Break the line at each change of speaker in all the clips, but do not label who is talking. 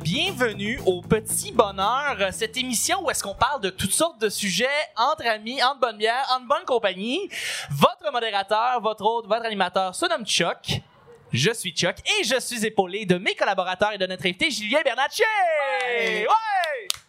bienvenue au Petit Bonheur, euh, cette émission où est-ce qu'on parle de toutes sortes de sujets entre amis, entre bonne bière, entre bonne compagnie. Votre modérateur, votre hôte, votre animateur se nomme Chuck. Je suis Chuck et je suis épaulé de mes collaborateurs et de notre invité Julien Bernatchez. Ouais!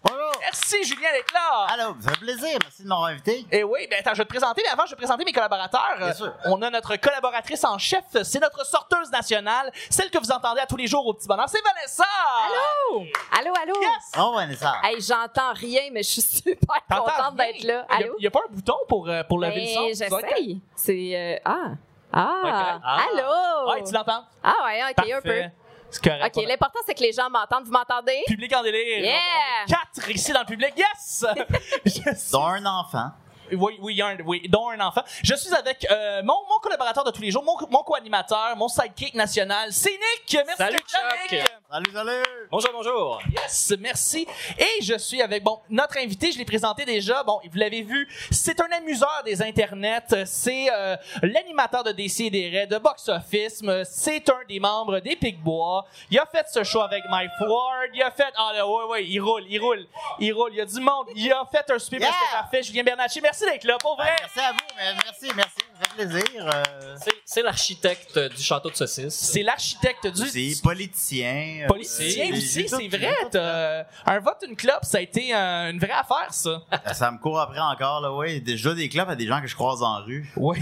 Bonjour!
Merci Julien d'être là.
Allô, ça fait plaisir, merci de m'avoir invité.
Et oui, ben attends, je vais te présenter, mais avant, je vais présenter mes collaborateurs.
Bien sûr.
Euh, On a notre collaboratrice en chef, c'est notre sorteuse nationale, celle que vous entendez à tous les jours au petit bonheur, c'est Vanessa!
Allô? Allô, allô?
Yes!
Oh, Vanessa!
Hey, j'entends rien, mais je suis super
T'entends
contente
rien?
d'être là.
Il y a-
Allô?
Il n'y a, pas un bouton pour, euh, pour lever
Ben,
le son? Ça va être-
j'essaye. C'est. euh, ah!
correct.
Ah!
Ah.
Allô?
Ouais, tu l'entends?
ah, ouais, ok, un peu.
Parfait. C'est correct.
Ok, l'important, c'est que les gens m'entendent. Vous m'entendez?
Public en délire.
Yeah!
On est Quatre ici dans le public. Yes! yes.
Dont un enfant.
Oui, oui, il y a un, oui, dont un enfant. Je suis avec euh, mon, mon collaborateur de tous les jours, mon, mon co-animateur, mon sidekick national, c'est Nick. Merci
Salut,
d'être là,
Chuck.
Nick.
Salut, salut!
Bonjour, bonjour.
Yes, merci. Et je suis avec bon notre invité, je l'ai présenté déjà. Bon, vous l'avez vu, c'est un amuseur des internets. C'est euh, l'animateur de DC et des de Box Office. Euh, C'est un des membres des Picbois. Il a fait ce show avec Mike Ward. Il a fait ah là ouais ouais, il roule, il roule, il roule. Il y a du monde. Il a fait un super
Yeah!
parfait. Julien Bernatchez, merci d'être là pour vrai.
Merci à vous, mais merci, merci, ça fait plaisir. Euh,
C'est- C'est l'architecte euh, du château de saucisses.
C'est l'architecte du
c'est politicien. euh,
Politicien
j'ai-
aussi,
j'ai tout-
c'est
j'ai
vrai.
tout-
t'as- Un vote, une clope, ça a été euh, une vraie affaire, ça.
Euh, Ça me court après encore, là, oui. Déjà des clubs à des gens que je croise en rue.
Oui.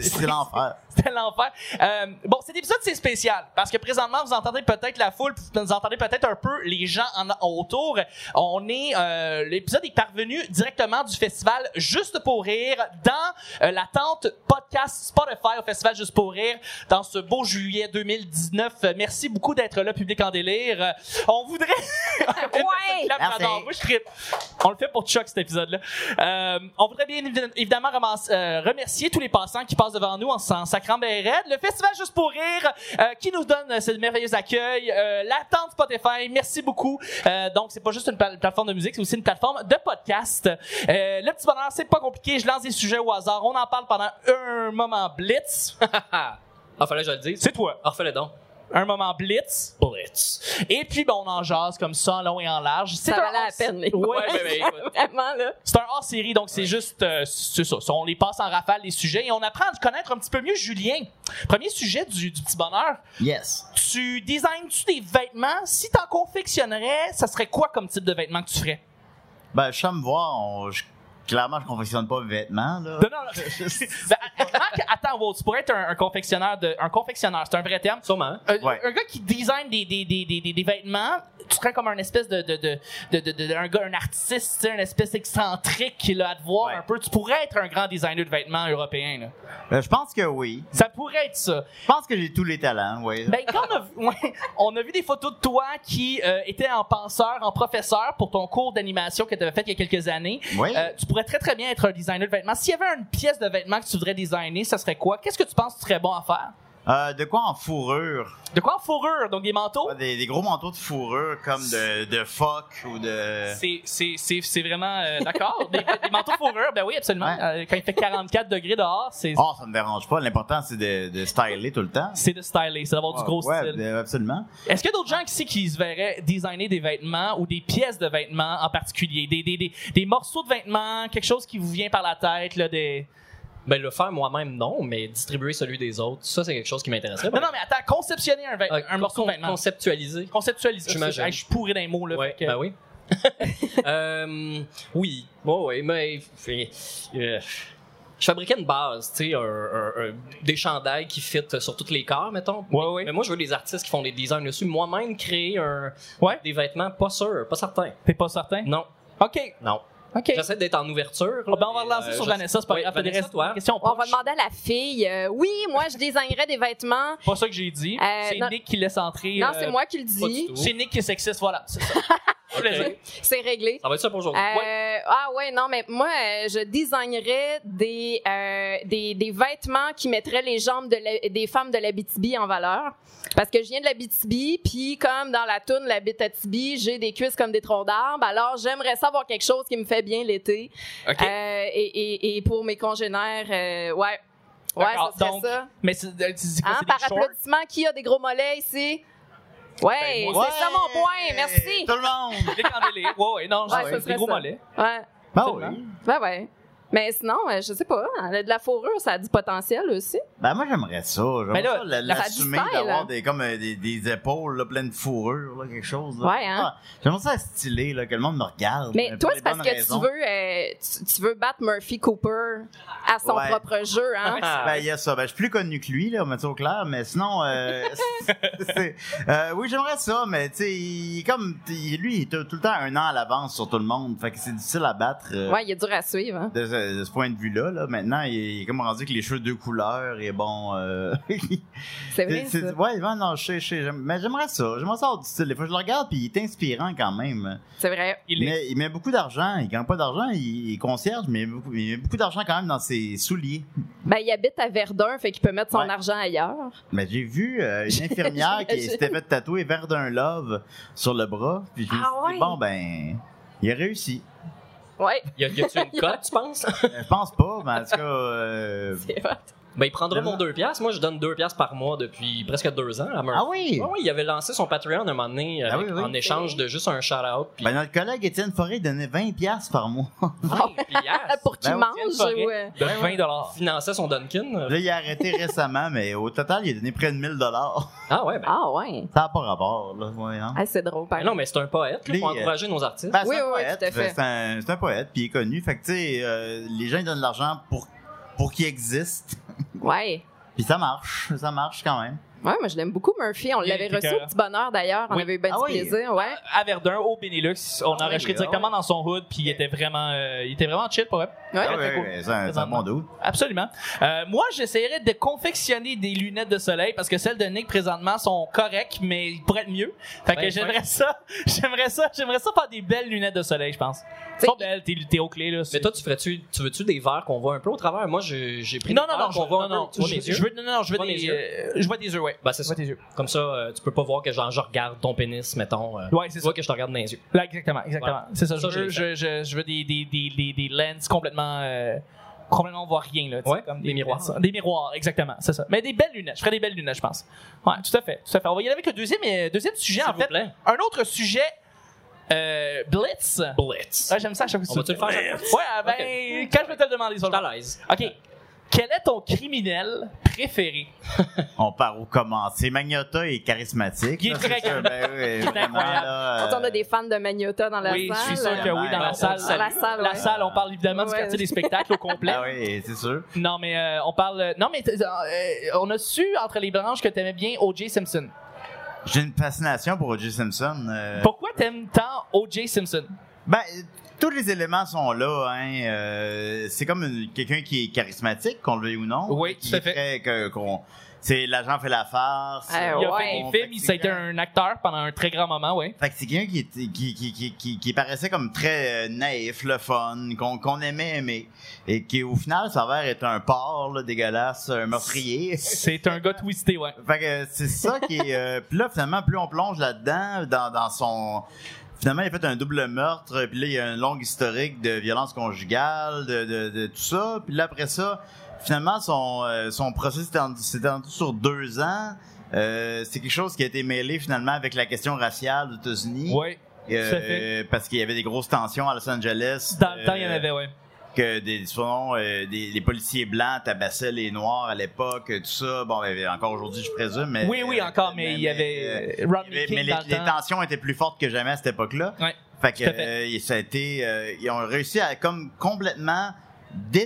C'est l'enfer.
C'était l'enfer. Euh, bon, cet épisode, c'est spécial parce que présentement, vous entendez peut-être la foule, puis vous entendez peut-être un peu les gens en, autour. On est, euh, l'épisode est parvenu directement du festival Juste pour rire dans euh, la tente podcast Spotify au festival Juste pour rire dans ce beau juillet 2019. Euh, Merci beaucoup d'être là, public en délire. Euh, on voudrait.
Ouais!
Clap,
Merci.
j'adore. Moi, je trippe. On le fait pour Chuck, cet épisode-là. Euh, on voudrait bien évi- évidemment remen- euh, remercier tous les passants qui passent devant nous en s'en sacrant bien raide. Le festival Juste pour rire euh, qui nous donne euh, ce merveilleux accueil. Euh, L'attente Spotify, merci beaucoup. Euh, donc, c'est pas juste une pla- plateforme de musique, c'est aussi une plateforme de podcast. Euh, le petit bonheur, c'est pas compliqué. Je lance des sujets au hasard. On en parle pendant un moment blitz.
Ah, ah, fallait que je le dise.
c'est toi.
Ah, refais-le donc.
Un moment blitz.
Blitz.
Et puis, bon, on en jase comme ça, en long et en large. C'est
Ça
un
valait la
hors-
peine, les
Ouais,
gars.
Ouais, mais, mais écoute,
Vraiment, là.
C'est un hors-série, donc c'est juste, euh, c'est ça. On les passe en rafale, les sujets, et on apprend à connaître un petit peu mieux Julien. Premier sujet du, du petit bonheur,
Yes.
tu designes-tu des vêtements? Si t'en confectionnerais, ça serait quoi comme type de vêtements que tu ferais?
Ben, je suis à me voir, on- je- clairement, je confectionne pas mes vêtements, là.
Non, non, non. Ben, attends, attends, Walt, tu pourrais être un, un confectionneur, de, un confectionneur, c'est un vrai terme.
sûrement.
Un,
Ouais.
un gars qui design des, des, des, des, des- des vêtements, tu serais comme un espèce de, de, de, de, de- de- un gars, un artiste, tu sais, un espèce excentrique qui là, à te voir
Ouais.
un peu. Tu pourrais être un grand designer de vêtements européen. Là.
Ben, je pense que oui.
Ça pourrait être ça.
Je pense que j'ai tous les talents, oui.
Ben, quand on a, vu- ouais, on a vu des photos de toi qui euh, était en penseur, en professeur pour ton cours d'animation que tu avais fait il y a quelques années.
Oui.
Euh, tu pourrais très très bien être un designer de vêtements. S'il y avait une pièce de vêtements que tu voudrais designer, ça serait quoi? Qu'est-ce que tu penses que tu serais bon à faire?
Euh, de quoi en fourrure?
De quoi en fourrure? Donc des manteaux?
Ouais, Des, des gros manteaux de fourrure comme de, de phoque ou de.
C'est- C'est c'est- c'est vraiment. euh, D'accord? des, des manteaux fourrure, ben oui, absolument.
Ouais.
Euh, quand il fait 44 degrés dehors, c'est
Ah, ça me dérange pas. L'important, c'est de, de styler tout le temps.
c'est de styler, c'est d'avoir du gros
ouais,
style.
euh, absolument.
Est-ce qu'il y a d'autres gens ici qui se verraient designer des vêtements ou des pièces de vêtements en particulier? Des, des, des, des morceaux de vêtements, quelque chose qui vous vient par la tête, là, des...
Ben, le faire moi-même, non, mais distribuer celui des autres, ça, c'est quelque chose qui m'intéresserait.
Non, non, mais attends, conceptionner un, vêt-
Euh,
un
con-
morceau de
con-
vêtement.
Conceptualiser.
Conceptualiser.
J'imagine.
Hey, je suis pourri d'un mot, là.
Ouais,
fait que-
ben oui. Euh, oui, ouais, ouais, mais fait- euh, je fabriquais une base, tu sais, un- un- un- des chandails qui fit sur tous les corps, mettons.
Ouais, ouais.
Mais moi, je veux des artistes qui font des designs dessus. Moi-même, créer un-
Ouais.
des vêtements, pas sûr, pas certain.
T'es pas certain?
Non,
OK,
non.
OK.
J'essaie d'être en ouverture. là,
Ah, ben, on va
mais,
relancer
euh,
sur
je-
Vanessa, c'est pas
Ouais,
grave.
Vanessa,
Vanessa,
toi? hein?
Question,
On va
poche.
demander à la fille. euh, oui, moi, je désignerais des vêtements.
C'est pas ça que j'ai dit.
Euh,
c'est
non.
Nick qui laisse entrer...
Non,
euh,
c'est moi qui le
pas du
dis.
tout.
C'est Nick qui est sexiste, voilà. C'est ça.
Ok.
Plaisir.
C'est réglé.
Ça va être ça pour aujourd'hui.
Euh,
Ouais.
Ah ouais, non, mais moi, euh, je designerais des, euh, des, des vêtements qui mettraient les jambes de la- des femmes de la BTB en valeur. Parce que je viens de la BTB, puis comme dans la toune, la BTB, j'ai des cuisses comme des troncs d'arbre. Alors, j'aimerais savoir quelque chose qui me fait bien l'été.
Ok.
Euh, et, et, et pour mes congénères, euh, ouais. Ouais,
D'accord,
ça serait
donc,
ça.
Mais c'est, euh, tu dis quoi,
Hein,
c'est des
par
shorts?
applaudissement, qui a des gros mollets ici? Ouais,
Ben,
c'est
moi-
ça mon point. Merci.
Tout le monde!
Les candélés. Ouais, ouais, non,
Ouais,
j'ai
ça
des
serait
gros
ça.
mollets.
Ouais.
Ben
Absolument.
oui.
Ben ouais. Mais sinon, euh, je sais pas. Elle a de la fourrure, ça a du potentiel aussi.
Ben moi, j'aimerais ça. J'aimerais
Mais Ben là,
ça, l- l'assumer
ça a du style, hein.
d'avoir des, comme, euh, des, des épaules là, pleines de fourrure, là, quelque chose. Là.
Ouais, hein.
Ah, j'aimerais ça stylé, là, que le monde me regarde.
Mais
euh, pour
toi,
les
c'est parce
bonnes
que
raisons.
tu veux, euh, tu, tu veux battre Murphy Cooper à son
Ouais.
propre jeu, hein?
Ah.
Ben, il y a ça. Ben, je suis plus connu que lui, là, on met ça au clair, mais sinon, euh, c'est- euh, oui, j'aimerais ça, mais tu sais, il est comme, il- lui, il est tout tout le temps un an à l'avance sur tout le monde, fait que c'est difficile à battre. euh,
Ouais, il est dur à suivre. hein.
de ce, de ce point de vue-là, là, maintenant, il est comme rendu que les cheveux de deux couleurs et bon. Euh,
C'est vrai.
c'est-
Eh Ça.
c'est- ouais, ouais, non, je sais, je sais. j'aime- Mais j'aimerais ça. J'aimerais ça avoir du style. Des fois, je le regarde puis il est inspirant quand même.
C'est vrai.
Il
Il,
est.
met, il met beaucoup d'argent. Il gagne pas d'argent. Il, il est concierge, mais il met beaucoup, il met beaucoup d'argent quand même dans ses souliers.
Ben, il habite à Verdun, fait qu'il peut mettre son
Ouais.
argent ailleurs.
Mais j'ai vu euh, une infirmière qui
J'imagine.
s'était fait tatouer vert d'un love sur le bras. Puis je me
Ah
suis dit,
ouais.
bon, ben, il a réussi.
Ouais,
Y a- y a-tu une cote, tu penses?
Euh, je pense pas, mais en tout cas. euh,
c'est vrai.
Ben, il prendra
Vraiment?
mon 2 piastres. Moi, je donne 2 piastres par mois depuis presque 2 ans à Murphy.
Ah oui!
Ah oui, il avait lancé son Patreon un moment donné
Ah
avec-
oui, oui.
en échange de juste un shout-out. Puis,
Ben, notre collègue Étienne Forêt donnait 20$ par mois.
Ouais, puis
Ah,
yes,
Pour qu'il
Ben,
mange
Forêt.
ou. euh,
De 20 dollars.
finançait son Dunkin.
Là, il a arrêté récemment, mais au total, il a donné près de 1000 dollars.
Ah ouais, ben,
Ah, ouais.
Ça n'a pas rapport, là, voyons.
Ah, c'est drôle,
ben
pareil.
non, mais c'est un poète là, pour
Les, euh,
encourager nos artistes.
Ben, c'est
Oui,
un
oui, oui,
poète,
tout à fait.
C'est un, c'est un poète, puis il est connu. Fait que, tu sais, euh, les gens, ils donnent de l'argent pour, pour qu'il existe.
Ouais.
Puis ça marche, ça marche quand même.
Ouais, moi, je l'aime beaucoup, Murphy. On
Il est
l'avait reçu
écœurant.
au petit bonheur, d'ailleurs. On
Oui.
avait eu bien
Ah
du
oui.
plaisir, ouais.
À Verdun, au Benelux, on a
Ah
enregistré
oui,
directement
ah
dans son hood, puis il était vraiment, euh, il était vraiment chill pour eux. Très,
Ouais.
très cool.
Ah ouais, c'est un, c'est un bon doute.
Absolument. Euh, moi, j'essaierais de confectionner des lunettes de soleil parce que celles de Nick présentement sont correctes, mais ils pourraient être mieux. Fait que
Ben, Ouais,
j'aimerais ça, j'aimerais ça, j'aimerais ça faire des belles lunettes de soleil, je pense. Elles
T'sais,
sont belles, t'es, t'es au clé là. c'est-
Mais toi, tu ferais-tu, tu veux-tu des verres qu'on voit un peu au travers? Moi, j'ai j'ai pris
non,
des
non, non,
verres
je,
qu'on voit
non,
un peu
non,
au-dessus
je,
des yeux.
je veux, non, non, non, je veux
Vois mes
des,
yeux.
euh, je vois des yeux, ouais.
Ben, c'est ça.
Vois tes yeux.
Comme ça, euh, tu peux pas voir que genre, je regarde ton pénis, mettons. euh,
Ouais, c'est
tu
ça.
vois que je te regarde dans les yeux.
Là, exactement, exactement.
Voilà.
C'est ça. Je
Ça,
veux, je,
je
je, je veux des, des, des, des, des lenses complètement. euh, complètement on voit rien là tu
Ouais,
sais, comme
des miroirs.
des miroirs exactement c'est ça mais des belles lunettes je ferais des belles lunettes je pense ouais tout à fait tout à fait on va y aller avec le deuxième euh, deuxième sujet
S'il
en
vous
fait
plaît.
un autre sujet euh, blitz
Blitz.
Ah,
Ouais, j'aime ça à chaque fois
On va-tu le faire? chaque fois?
ouais ah, ben quand je vais te le demander ça
Je suis à l'aise.
ok quel est ton criminel préféré
On part où commencer. Magnota est charismatique.
Il est
là, c'est
très-
sûr. Ben oui, vraiment,
incroyable.
là,
Quand on a
euh,
des fans de Magnota dans la
oui
salle. euh,
je suis sûr que oui dans la
On
salle
salue. La salle,
la
ouais.
salle on parle évidemment du
Ouais.
quartier des spectacles au complet
Ah oui, c'est sûr.
Non, mais euh, on parle. euh, Non, mais t- euh, euh, on a su entre les branches que t'aimais bien O.J. Simpson.
J'ai une fascination pour O.J. Simpson. euh,
Pourquoi t'aimes tant O.J. Simpson?
Ben, euh, tous les éléments sont là. Hein. euh, c'est comme une- quelqu'un qui est charismatique, qu'on le veuille ou non.
Oui,
Qui
tout à
est
fait.
très- que- qu'on- c'est l'agent fait la farce.
Ah,
Il a
ouais.
fait
on-
des films, il
c'est
ça a été
quelqu'un-
un acteur pendant un très grand moment, ouais.
Fait que c'est quelqu'un qui, était- qui, qui, qui, qui, qui paraissait comme très euh, naïf, le fun, qu'on qu'on aimait aimer. Et qui, au final, s'avère être un porc là, dégueulasse, un meurtrier.
C'est un gars twisté, ouais.
Fait que c'est ça qui est. euh, puis là, finalement, plus on plonge là-dedans, dans, dans son. Finalement, il a fait un double meurtre, puis là, il y a un long historique de violence conjugale, de, de, de tout ça. Puis là, après ça, finalement, son, euh, son procès s'est en- s'est étendu sur deux ans. Euh, c'est quelque chose qui a été mêlé finalement avec la question raciale aux États-Unis.
Ouais.
Euh,
tout à fait.
parce qu'il y avait des grosses tensions à Los Angeles.
Dans le temps, il y en
Euh,
avait, ouais.
que des, selon, euh, des- les policiers blancs tabassaient les noirs à l'époque, tout ça. Bon, ben, encore aujourd'hui, je présume. Mais,
Oui, oui,
euh,
encore, mais il y avait euh,
il
Rodney
y avait-
King
mais les,
dans le
les
temps.
tensions étaient plus fortes que jamais à cette époque-là.
Ouais,
fait que
tout à fait.
euh, et ça a été, euh, ils ont réussi à comme complètement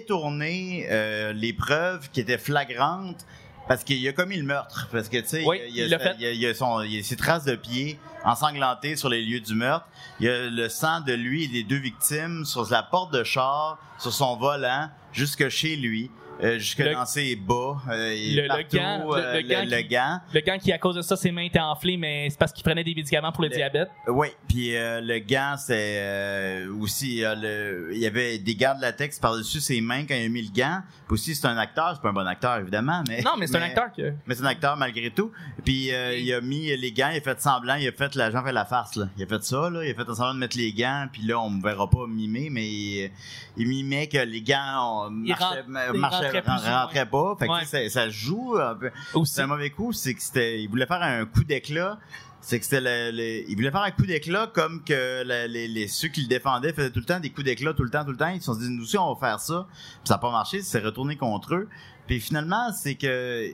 détourner euh, les preuves qui étaient flagrantes parce qu'il a commis le meurtre parce que tu sais
Oui,
il y a,
il l'a
sa-
fait.
il y a- il y a son- il y a ses traces de pieds ensanglantées sur les lieux du meurtre il y a le sang de lui et des deux victimes sur la porte de char sur son volant jusque chez lui euh, jusque
Le-
dans ses bas euh, et
Le- le
partout,
gant, le-
euh,
le gant
le
qui-
gant
Le gars qui, à cause de ça, ses mains étaient enflées, mais c'est parce qu'il prenait des médicaments pour le
Le-
diabète.
Oui, puis euh, le gant, c'est euh, aussi euh, le, il y avait des gants de latex par-dessus ses mains quand il a mis le gant. Puis aussi c'est un acteur, c'est pas un bon acteur évidemment, mais
Non, mais c'est un acteur qui.
Mais c'est un acteur malgré tout. Puis euh, il a mis les gants, il a fait semblant, il a fait l'agent fait la farce là. Il a fait ça là, il a fait semblant de mettre les gants, puis là on me verra pas mimer, mais il, il mimait que les gants on, marchaient,
rentre-
marchaient
rentrait plus ou moins.
rentrait pas. Fait que,
Ouais.
tu sais, ça, ça joue. un peu.
Aussi.
C'est un mauvais coup, c'est que c'était. Il voulait faire un coup d'éclat. C'est que c'était le, le- Il voulait faire un coup d'éclat comme que la- les, les- ceux qui le défendaient faisaient tout le temps des coups d'éclat, tout le temps, tout le temps. Ils se sont dit, nous aussi, on va faire ça. Puis ça n'a pas marché, c'est retourné contre eux. Puis finalement, c'est que. euh,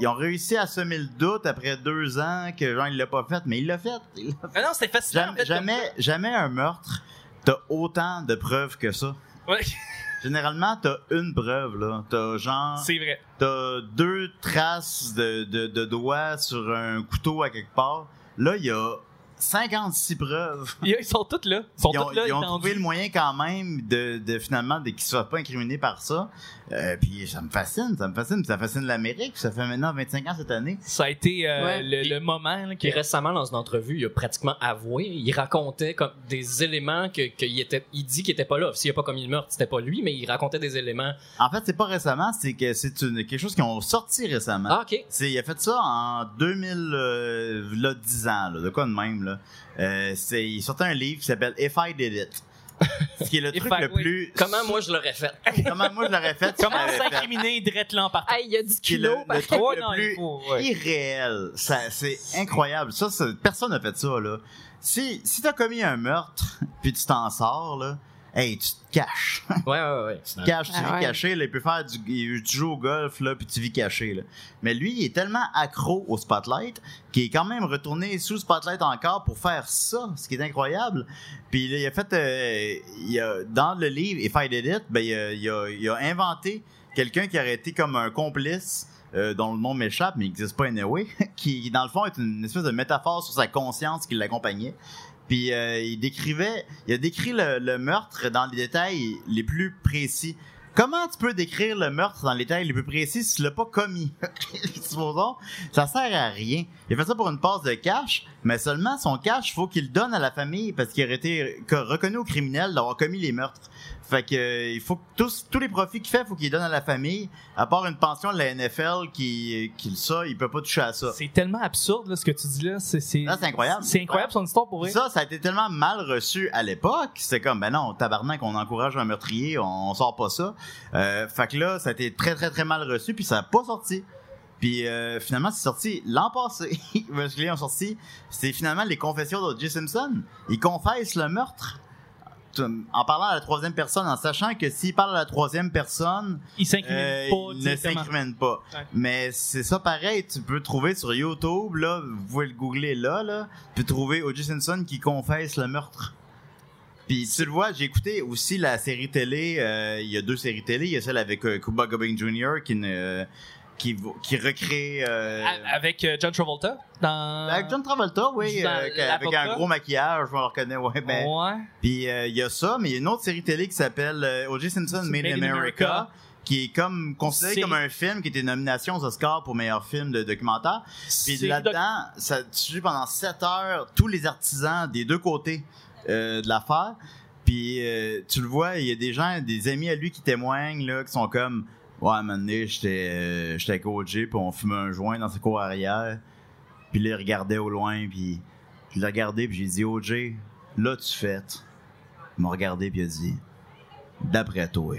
Ils ont réussi à semer le doute après deux ans que genre, il l'a pas fait, mais il l'a fait. Il l'a-
Ah non, c'était fascinant. en
Jamais,
fait, comme-
jamais, jamais un meurtre, t'as autant de preuves que ça.
Ouais,
Généralement, t'as une preuve, là. T'as genre.
c'est vrai.
T'as deux traces de, de, de doigts sur un couteau à quelque part. Là, il y a 56 preuves.
Ils ils sont tous là. Ils sont
Ils ont,
tous là.
ils ont trouvé
étendus.
le moyen quand même de, de finalement de qu'ils soient pas incriminés par ça. Euh, puis ça me fascine, ça me fascine, puis ça fascine l'Amérique. puis Ça fait maintenant 25 ans cette année.
Ça a été euh,
Ouais.
le, le moment là, qui
Puis récemment, dans une entrevue, il a pratiquement avoué. Il racontait comme des éléments que, que il était, il dit qu'il était pas là. S'il a pas commis le meurtre, c'était pas lui, mais il racontait des éléments.
En fait, c'est pas récemment, c'est que c'est une quelque chose qu'ils ont sorti récemment.
Ah, ok.
C'est- il a fait ça en 2000, euh, là, 10 ans, là, de quoi de même. Là. Euh, c'est, il sortait un livre qui s'appelle If I Did It. Ce qui est le
If
truc
I-
le
oui.
plus.
Comment moi je l'aurais fait
Comment moi je l'aurais fait si
Comment
je l'avais fait.
s'incriminer drette là en partant?
Hey, il y a du
Puis le,
culot.
le
parce-
truc
Ouais,
le
non, il
plus
faut, ben, ouais.
irréel, ça, c'est incroyable. Ça, ça- personne n'a fait ça. Là. Si, si t'as commis un meurtre, puis tu t'en sors, là, hey, tu te caches.
Ouais, ouais, ouais.
cache, tu
Ah
vis
ouais.
caché, là, il peut faire du, il- tu joues au golf, là, puis tu vis caché, là. Mais lui, il est tellement accro au spotlight qu'il est quand même retourné sous spotlight encore pour faire ça, ce qui est incroyable. Puis là, il a fait, euh, il a- dans le livre If I Did It, ben, il, a, il a- il a inventé quelqu'un qui aurait été comme un complice. euh, dont le nom m'échappe, mais il n'existe pas anyway, qui, dans le fond, est une espèce de métaphore sur sa conscience qui l'accompagnait. Puis euh, il décrivait, il a décrit le, le meurtre dans les détails les plus précis. Comment tu peux décrire le meurtre dans les détails les plus précis si tu l'as pas commis? Supposons, ça sert à rien. Il a fait ça pour une passe de cash, mais seulement son cash, faut qu'il le donne à la famille parce qu'il aurait été co- reconnu au criminel d'avoir commis les meurtres. Fait que euh, il faut que tous, tous les profits qu'il fait, faut qu'il les donne à la famille, à part une pension de la NFL qui, qui ça, il peut pas toucher à ça.
C'est tellement absurde là, ce que tu dis là. C'est c'est-
Ah, c'est incroyable.
C'est incroyable son histoire pour vrai.
Ça, ça a été tellement mal reçu à l'époque. C'était comme, ben non, tabarnak, on encourage un meurtrier, on, on sort pas ça. Euh, fait que là, ça a été très, très, très mal reçu, puis ça a pas sorti. Puis euh, finalement, c'est sorti l'an passé. Parce que les ont sorti, c'est finalement les confessions de J. Simpson. Il confesse le meurtre en parlant à la troisième personne, en sachant que s'il parle à la troisième personne,
Il s'incrimine
euh,
pas
il ne
directement.
s'incrimine pas.
Ouais.
Mais c'est ça pareil, tu peux trouver sur YouTube, là, vous pouvez le googler là, là, puis trouver O.J. Simpson qui confesse le meurtre. Puis tu le vois, j'ai écouté aussi la série télé, euh, il y a deux séries télé, il y a celle avec euh, Cuba Gooding Jr. qui, ne- qui, va- qui recrée... euh,
A- Avec euh, John Travolta dans.
avec John Travolta, oui,
Dans
euh, avec
l'avocat.
un gros maquillage, on le reconnaît, ouais, ben,
Ouais.
puis euh, il y a ça, mais il y a une autre série télé qui s'appelle euh, O.J. Simpson Made, in America, qui est comme considéré
C'est-
comme un film qui était nomination aux Oscars pour meilleur film de documentaire. Puis
C'est doc-
là-dedans, ça tue pendant 7 heures tous les artisans des deux côtés euh, de l'affaire. Puis euh, tu le vois, il y a des gens, des amis à lui qui témoignent, là, qui sont comme Ouais, à un moment donné, j'étais euh, j'étais avec OJ, puis on fumait un joint dans sa cour arrière. Puis là, il regardait au loin, puis je l'ai regardé, puis j'ai dit OJ, là, tu fêtes. Il m'a regardé, puis il a dit D'après toi.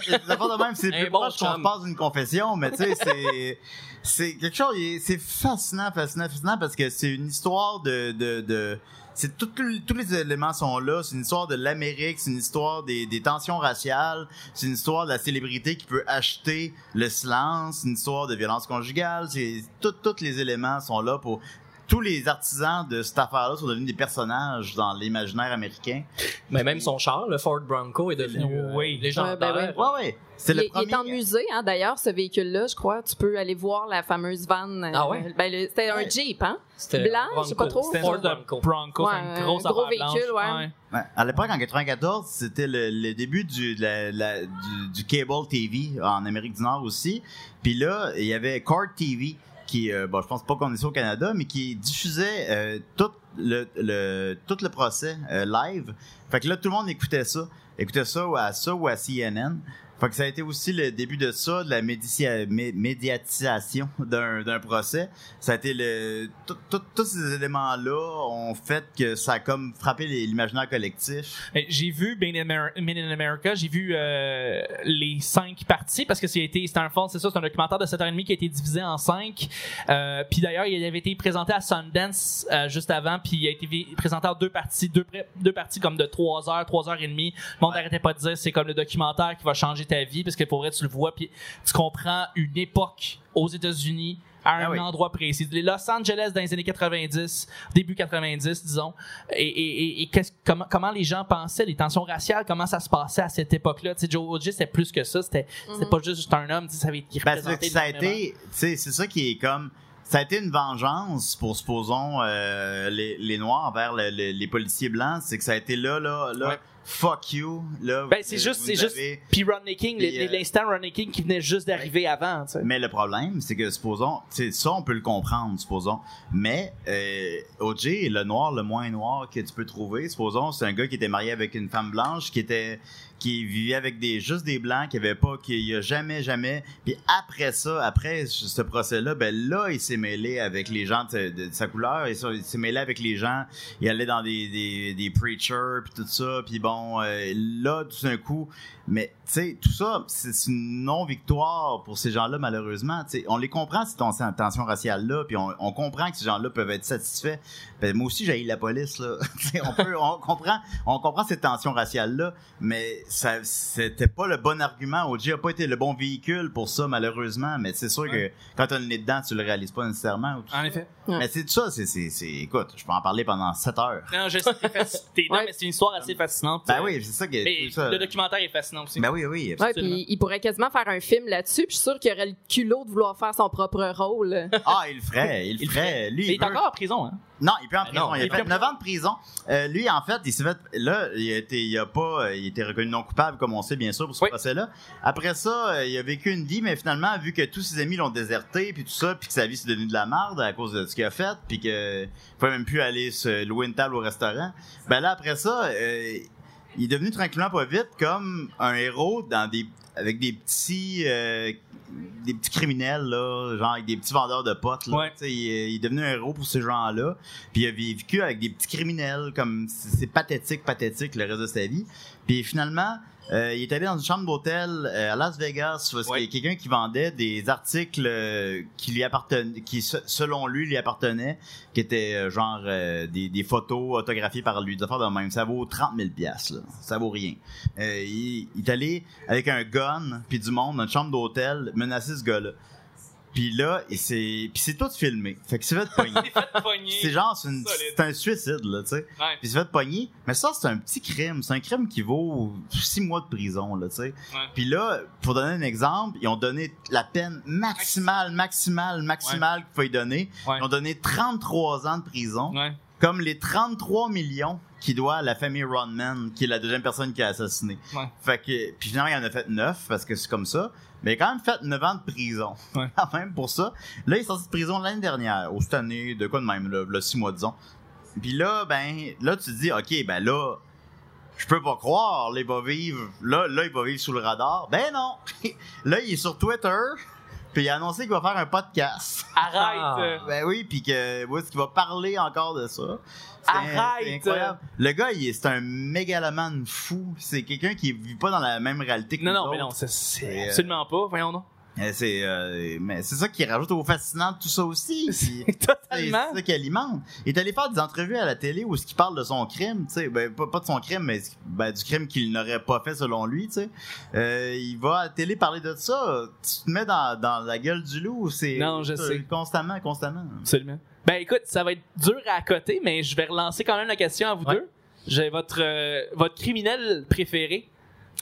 c'est des affaires de même, c'est
Un
plus
bon
proche qu'on
chum.
se passe d'une confession, mais tu sais, c'est. c'est quelque chose, il est- c'est fascinant, fascinant, fascinant parce que c'est une histoire de. de, de c'est tout- tout- tous les éléments sont là. C'est une histoire de l'Amérique, c'est une histoire des, des tensions raciales, c'est une histoire de la célébrité qui peut acheter le silence, c'est une histoire de violence conjugale. C'est tout- tous les éléments sont là pour. Tous les artisans de cette affaire-là sont devenus des personnages dans l'imaginaire américain.
Mais même son char, le Ford Bronco, est devenu euh,
Oui.
légendaire.
Ouais, ben
Ouais, ouais. C'est
Il,
le
est- il est en
premier.
musée, hein, d'ailleurs, ce véhicule-là, je crois. Tu peux aller voir la fameuse van. euh,
Ah ouais?
ben, le- C'était un
Ouais.
Jeep, hein?
C'était
Blanc,
Bronco.
je sais pas trop.
C'était une
Ford
sorte de
Bronco.
Bronco,
Ouais,
c'est une grosse
un gros
affaire blanche.
véhicule, ouais.
Ouais. À l'époque, en 94, c'était le, le début du, de la- la- du, du cable TV en Amérique du Nord aussi. Puis là, il y avait Court TV, qui, euh, bon, je pense pas qu'on est ça au Canada, mais qui diffusait euh, toutes le, le- tout le procès euh, live. Fait que là, tout le monde écoutait ça. Écoutait ça ou à ça ou à CNN. Fait que ça a été aussi le début de ça, de la médicia- mé- médiatisation d'un d'un procès. Ça a été le. tout- tout- Tous ces éléments-là ont fait que ça a comme frappé les- l'imaginaire collectif.
Mais J'ai vu Made in Amer- Made in America, j'ai vu euh, les cinq parties parce que c'est été- c'est un fond, c'est ça, c'est un documentaire de 7h30 qui a été divisé en cinq. Euh, puis d'ailleurs, il avait été présenté à Sundance euh, juste avant, puis il a été vi- présenté en deux parties, deux, pré- deux parties comme de 3h, 3h30. Le monde n'arrêtait pas de dire c'est comme le documentaire qui va changer ta vie parce que pour vrai, tu le vois, puis tu comprends une époque aux États-Unis à un
Ah oui.
endroit précis. Les Los Angeles dans les années 90, début 90, disons. Et, et- et- et qu'est-ce- comment, comment les gens pensaient, les tensions raciales, comment ça se passait à cette époque-là. Tu sais, Joe OG, c'était plus que ça. C'était c'était pas juste un homme. tu sais, Ça avait été
Ben, c'est que
représenté.
ça a
énormément.
été. tu sais, C'est ça qui est comme. Ça a été une vengeance pour, supposons, euh, les, les Noirs envers le- le- les policiers blancs. C'est que ça a été là, là, là.
Ouais.
Fuck you. Là,
Ben, c'est
vous-
juste-
vous
c'est juste-
avez-
Puis Rodney King,
Puis,
le-
euh,
l'instant Rodney King qui venait juste d'arriver avant. tu sais.
Mais le problème, c'est que, supposons, tu sais, ça, on peut le comprendre, supposons. Mais euh, OJ est le noir le moins noir que tu peux trouver. Supposons, c'est un gars qui était marié avec une femme blanche, qui était qui vivait avec des juste des blancs, qui avait pas, qui y a jamais, jamais. Puis après ça, après ce ce procès-là, ben là, il s'est mêlé avec les gens de, sa- de sa couleur, il s'est il s'est mêlé avec les gens, il allait dans des, des, des preachers, puis tout ça. Puis bon, euh, là, tout d'un coup, mais tu sais, tout ça, c'est c'est une non-victoire pour ces gens-là, malheureusement. Tu sais, on les comprend, cette ten- tension raciale-là, puis on, on comprend que ces gens-là peuvent être satisfaits. Ben, moi aussi, j'ai la police, là. Tu sais, on, peut, on, comprend, on comprend cette tension raciale-là, mais ça c'était pas le bon argument. OG a pas été le bon véhicule pour ça, malheureusement. Mais c'est sûr que quand on est dedans, tu le réalises pas nécessairement.
En effet.
Mais c'est tout ça, c'est, c'est, c'est- écoute, je peux en parler pendant 7 heures.
Non, je sais, c'est fasc- t'es- non,
Ouais.
mais c'est une histoire assez fascinante.
Ben oui, c'est ça que.
Mais
tout ça.
le documentaire est fascinant aussi.
Ben oui, oui.
Ouais,
Absolument.
puis il pourrait quasiment faire un film là-dessus. puis Je suis sûre qu'il aurait le culot de vouloir faire son propre rôle.
Ah, il le ferait, il le ferait. Lui,
il est
veut-
encore en prison. Hein?
Non, il peut en
Ben
prison.
non,
il
il
a
peut
fait
en
9 ans de prison. Euh, lui, en fait, il s'est fait. Là, il a, été, il a pas. euh, Il était reconnu non coupable, comme on sait, bien sûr, pour ce
Oui.
procès-là. Après ça, euh, il a vécu une vie, mais finalement, vu que tous ses amis l'ont déserté, puis tout ça, puis que sa vie s'est devenue de la merde à cause de ce qu'il a fait, puis qu'il pouvait même plus aller se louer une table au restaurant, ben là, après ça, euh, il est devenu tranquillement pas vite comme un héros dans des avec des petits euh, des petits criminels là, genre avec des petits vendeurs de potes là.
Ouais.
Tu sais, Il, est- il est devenu un héros pour ces gens-là. Puis il a vécu avec des petits criminels comme c'est c'est pathétique, pathétique le reste de sa vie. Puis finalement, euh, il est allé dans une chambre d'hôtel euh, à Las Vegas parce
Ouais.
qu'il y a quelqu'un qui vendait des articles euh, qui lui appartenaient, qui se- selon lui lui appartenaient, qui étaient euh, genre euh, des, des photos autographiées par lui, des affaires de même. Ça vaut 30 000 piastres, là. ça vaut rien. Euh, il, il est allé avec un gun puis du monde dans une chambre d'hôtel menacer ce gars-là. Puis là, il s'est- puis c'est tout filmé. Fait que c'est fait pogner. c'est genre, c'est une-
Solide.
c'est un suicide, là, tu sais. Puis il se fait pogner. Mais ça, c'est un petit crime. C'est un crime qui vaut six mois de prison, là, tu sais. Puis là, pour donner un exemple, ils ont donné la peine maximale, maximale, maximale qu'il faut y donner.
Ouais.
Ils ont donné 33 ans de prison,
Ouais.
comme les 33 millions qu'il doit à la famille Rodman, qui est la deuxième personne qui a assassiné.
Ouais.
Fait que, puis finalement, il en a fait 9, parce que c'est comme ça. Mais il a quand même fait 9 ans de prison.
Ouais.
Quand même, pour ça. Là, il est sorti de prison l'année dernière, ou cette année, de quoi de même, là, 6 mois, disons. Puis là, ben, là, tu te dis, OK, ben là, je peux pas croire, là, il va vivre, là, là, il va vivre sous le radar. Ben non! là, il est sur Twitter, puis il a annoncé qu'il va faire un podcast.
Arrête.
Ah.
euh,
Ben oui, puis que, ouais, est-ce qu'il va parler encore de ça? C'est-
Arrête!
c'est incroyable. Le gars, il est- c'est un mégalomane fou. C'est quelqu'un qui vit pas dans la même réalité que
Non,
nous
non, mais
autres.
non, c'est- c'est
Et, euh,
absolument pas. Voyons, non.
Euh, C'est, euh, mais c'est ça qui rajoute au fascinant de tout ça aussi. Puis- c'est
Totalement.
ça qui alimente. Il est allé faire des entrevues à la télé où ce qui parle de son crime, tu sais, ben, pas, pas de son crime, mais ben, du crime qu'il n'aurait pas fait selon lui, tu sais. Euh, il va à la télé parler de ça. Tu te mets dans, dans la gueule du loup, c'est
Non, je
euh,
sais.
constamment, constamment.
Absolument. Ben écoute, ça va être dur à côté, mais je vais relancer quand même la question à vous
Ouais.
deux. J'ai votre, euh, votre criminel préféré.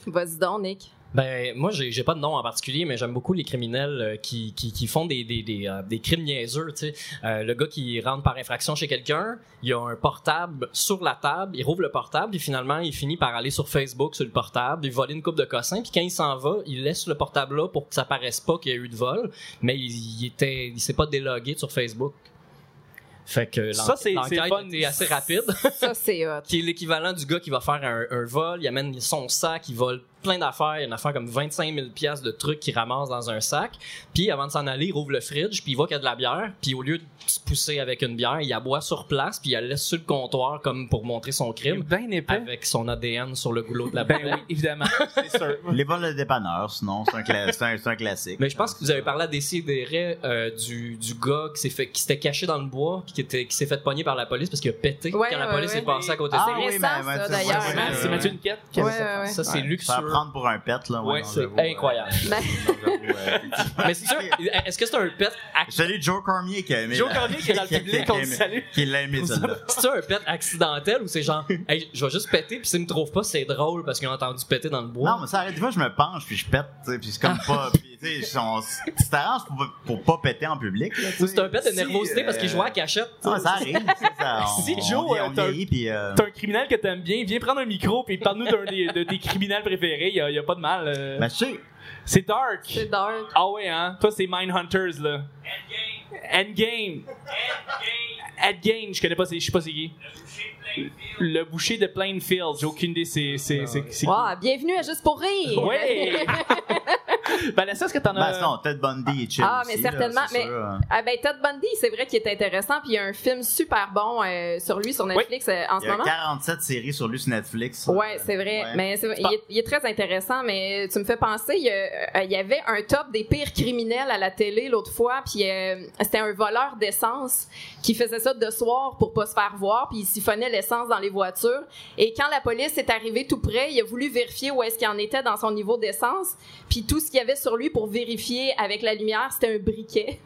Vas-y donc, Nick.
Ben, moi, j'ai j'ai pas de nom en particulier, mais j'aime beaucoup les criminels euh, qui, qui, qui font des, des, des, euh, des crimes niaiseux. tu sais. Euh, le gars qui rentre par infraction chez quelqu'un, il a un portable sur la table, il rouvre le portable, puis finalement, il finit par aller sur Facebook, sur le portable, il vole une coupe de cossin, puis quand il s'en va, il laisse le portable là pour que ça paraisse pas qu'il y a eu de vol, mais il, il était, il s'est pas délogué sur Facebook. Fait que
Ça, c'est- c'est
l'enquête
fun.
était assez rapide.
Ça, c'est hot.
qui est l'équivalent du gars qui va faire un, un vol. Il amène son sac, il vole plein d'affaires. Il y a une affaire comme 25 000 piastres de trucs qu'il ramasse dans un sac. Puis avant de s'en aller, il ouvre le fridge, puis il voit qu'il y a de la bière. Puis au lieu de se pousser avec une bière, il la boit sur place, puis il la laisse sur le comptoir comme pour montrer son crime.
Bien épais.
Avec son ADN sur le goulot de la
Ben
bouteille.
oui, évidemment. C'est sûr.
Les vols de dépanneurs, sinon, c'est un, cla- c'est un- c'est un classique.
Mais je pense que vous avez parlé à Décideret euh, du, du gars qui s'est fait qui s'était caché dans le bois puis qui était qui s'est fait pogner par la police parce qu'il a pété
Ouais,
quand la
ouais,
police
ouais.
est passée à côté
Ah,
de lui.
oui,
c'est récent,
mais- mais
ça,
c'est-
d'ailleurs.
ouais,
C'est
ouais,
Mathieu Niquette.
Ouais, Ah, ouais, ouais.
Ça c'est
Ouais,
luxueux.
Ça va prendre pour un pet, là.
Ouais,
non,
c'est
j'avoue, ouais.
incroyable.
Ben-
Non, j'avoue, ouais.
Mais c'est sûr, est-ce que c'est un pet ac-
Salut Joe Cormier qui a aimé.
Joe Cormier qui est dans le public, on le salue.
Qui l'a aimé, celle-là.
c'est un pet accidentel ou c'est genre hey, je vais juste péter puis s'ils me trouvent pas c'est drôle parce qu'ils ont entendu péter dans le bois.
Non, mais ça arrête. Des fois, je me penche, puis je pète, tu sais, puis c'est comme pas. Puis, tu sais, ils sont- tu t'arranges pour, pour pas péter en public, là, tu sais.
c'est un pet de
Si,
nervosité parce qu'ils
euh,
jouaient à la cachette.
Non, mais ça arrive. tu sais, ça, on,
Si
on
Joe,
vieillit-
euh,
on
t'as un-
vieillit, puis. euh,
T'es un criminel que t'aimes bien, viens prendre un micro puis parle-nous d'un des, de tes criminels préférés, y a, y a pas de mal. euh.
Ben, je sais.
C'est dark.
C'est dark.
Ah ouais, hein? Toi, c'est Mindhunters, là. Endgame. Endgame. Endgame. Je connais pas, c'est- je sais pas c'est qui. Le boucher de Plainfield. J'ai aucune idée, c'est
Ah
c'est- c'est- c'est qui.
Wow, bienvenue à Juste pour rire!
Ouais! Vanessa, est-ce que t'en
Ben,
as.
sinon, Ted Bundy est chill.
Ah, mais
aussi, là,
certainement,
c'est
mais-
sûr, hein.
Ah ben Ted Bundy, c'est vrai qu'il est intéressant, puis il y a un film super bon euh, sur lui sur Netflix euh, en
Il
ce
y a
moment.
47 séries sur lui sur Netflix.
Ouais, c'est vrai.
Ouais.
Mais c'est vrai, il, est, il est très intéressant. Mais tu me fais penser, il y, a- euh, il y avait un top des pires criminels à la télé l'autre fois. Puis euh, c'était un voleur d'essence qui faisait ça de soir pour pas se faire voir. Puis il siphonnait l'essence dans les voitures. Et quand la police est arrivée tout près, il a voulu vérifier où est-ce qu'il en était dans son niveau d'essence. Puis tout ce qu'il y avait sur lui pour vérifier avec la lumière, c'était un briquet.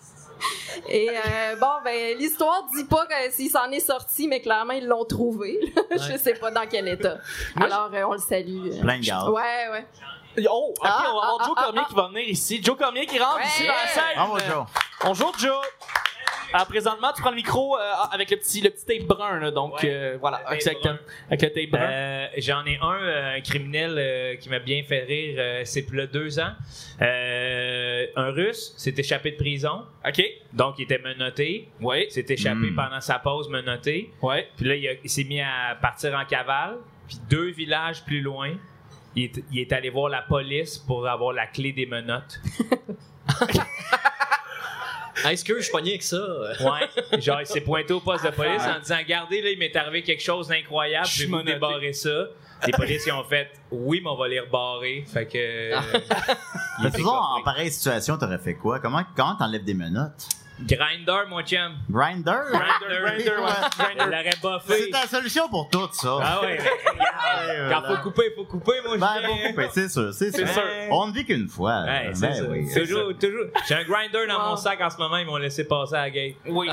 Et euh, bon, ben l'histoire dit pas que- s'il s'en est sorti, mais clairement ils l'ont trouvé. je
Ouais.
sais pas dans quel état.
Moi,
Alors euh, on le salue.
Plein de gaz.
Ouais, ouais.
Oh, ok,
Ah,
on va avoir
ah,
Joe
ah,
Cormier
ah,
qui va venir ici. Joe Cormier qui rentre
Ouais.
ici dans la scène.
Bravo, Joe.
Bonjour, Joe. Ah, présentement, tu prends le micro euh, avec le petit, le petit tape brun, là, donc
Ouais.
euh, voilà,
Le tape
exactement.
brun.
Avec le tape brun.
Euh, J'en ai un, euh, un criminel euh, qui m'a bien fait rire, euh, c'est plus de deux ans. Euh, un Russe s'est échappé de prison,
Ok.
donc il était menotté.
Ouais.
S'est échappé
Mm.
pendant sa pause menotté.
Ouais.
Puis là, il, a- il s'est mis à partir en cavale. Puis deux villages plus loin, il est, il est allé voir la police pour avoir la clé des menottes.
Ah, Est-ce que je suis pogné avec ça
Ouais. Genre, il s'est pointé au poste de police en disant Regardez, là, il m'est arrivé quelque chose d'incroyable,
Je
je
suis
vais vous
menotté.
débarrer ça. Les policiers ont fait Oui, mais on va les rebarrer. Fait que.
Mais toujours en pareille situation, t'aurais fait quoi? Comment comment t'enlèves des menottes?
Grinder, mon chum.
Grinder?
Grinder,
Grinder, ouais.
Il l'aurait
C'est
buffé.
ta solution pour tout, ça.
Ah ouais. Quand faut couper, faut couper, mon
Ben,
chum.
faut couper, c'est sûr, c'est
C'est
sûr.
sûr.
On ne vit qu'une fois.
Ouais,
là.
c'est
ben
ça.
oui.
Toujours, toujours. J'ai un grinder dans mon sac en ce moment, ils m'ont laissé passer à la gate. Ah,
Oui.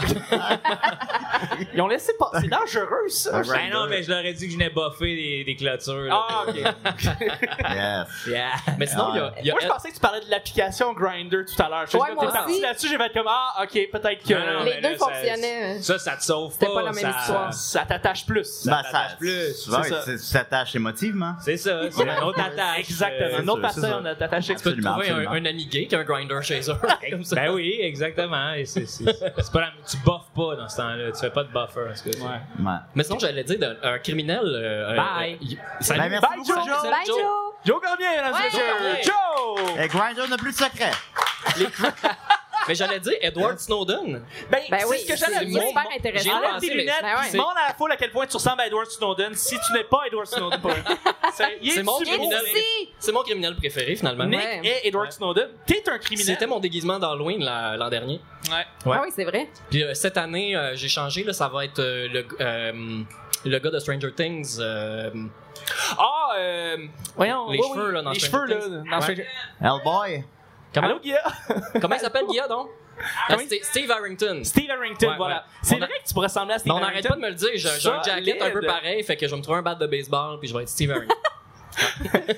Ils ont laissé pas. C'est dangereux, ça.
Un
Ben non,
grinder.
mais je leur ai dit que je venais buffer des, des clôtures. là.
Ah, ok.
Yes. Ben,
Yeah.
Mais sinon, il y a, il y a
Moi, je
Ed-
pensais que tu parlais de l'application Grinder tout à l'heure. Je sais
Ouais,
pas,
moi
t'es parti
aussi.
là-dessus, j'ai fait comme Ah, ok, peut-être que
Non, non,
Les
mais
deux
là, ça-
fonctionnaient. hein.
Ça, ça te sauve pas.
C'était pas la même
ça-
histoire.
ça t'attache plus.
Ben,
t'attache plus,
souvent,
c'est ça.
tu tu t'attaches émotivement.
C'est ça, c'est une autre attache.
Exactement.
c'est
euh,
Une autre
sûr, c'est
personne t'attache
tu peux te
absolument,
trouver un,
absolument.
un ami gay qui a un grinder chez eux.
Euh, ben oui, exactement. Et c'est- c'est- c'est pas la- tu buffes pas dans ce temps-là. Tu fais pas de buffer. en tout cas.
Ouais.
Ouais.
Mais sinon, j'allais dire d'un un criminel. euh,
Bye.
euh, y-
Ben,
salut.
merci
Bye,
beaucoup,
Joe.
Joe.
Bye,
Joe.
Joe.
Yo, Cormier, mesdames et
Ouais.
messieurs. Joe!
Et Grindr n'a plus de secret.
Mais j'allais dire Edward Snowden.
Ben,
Ben
c'est
oui,
ce que
c'est
j'allais
il est
dire.
mon-
super
mon-
J'ai
intéressant.
j'ai
enlève
pensé,
tes
mais-
lunettes,
ben ouais.
puis demande à la foule à quel point tu ressembles à Edward Snowden si tu n'es pas Edward Snowden. C'est- il est
C'est mon
super
criminel.
beau.
Merci.
C'est mon criminel préféré finalement.
Nick
Ouais.
est Edward Snowden. T'es un criminel.
C'était mon déguisement d'Halloween la- l'an dernier.
Ouais.
Ah oui, c'est vrai.
Puis euh, cette année, euh, j'ai changé. Là, ça va être euh, le, euh, le gars de Stranger Things. euh,
Ah, euh, voyons.
Les
oui,
cheveux,
oui,
là, dans
Les
Stranger
cheveux, là.
Things.
dans
Ouais.
Stranger-
Hellboy.
comment,
Allô, Guilla?
comment il s'appelle, Guilla, donc? Ah,
oui.
Ste- Steve Harrington.
Steve Harrington,
Ouais,
voilà.
ouais.
C'est
On a-
vrai que tu pourrais ressembler à Steve
Mais on n'arrête
Harrington.
pas de me le dire. J'ai j'ai un jacket un peu
Solide. n'arrête
pareil, fait que je vais me trouver un bat de baseball, puis je vais être Steve Harrington.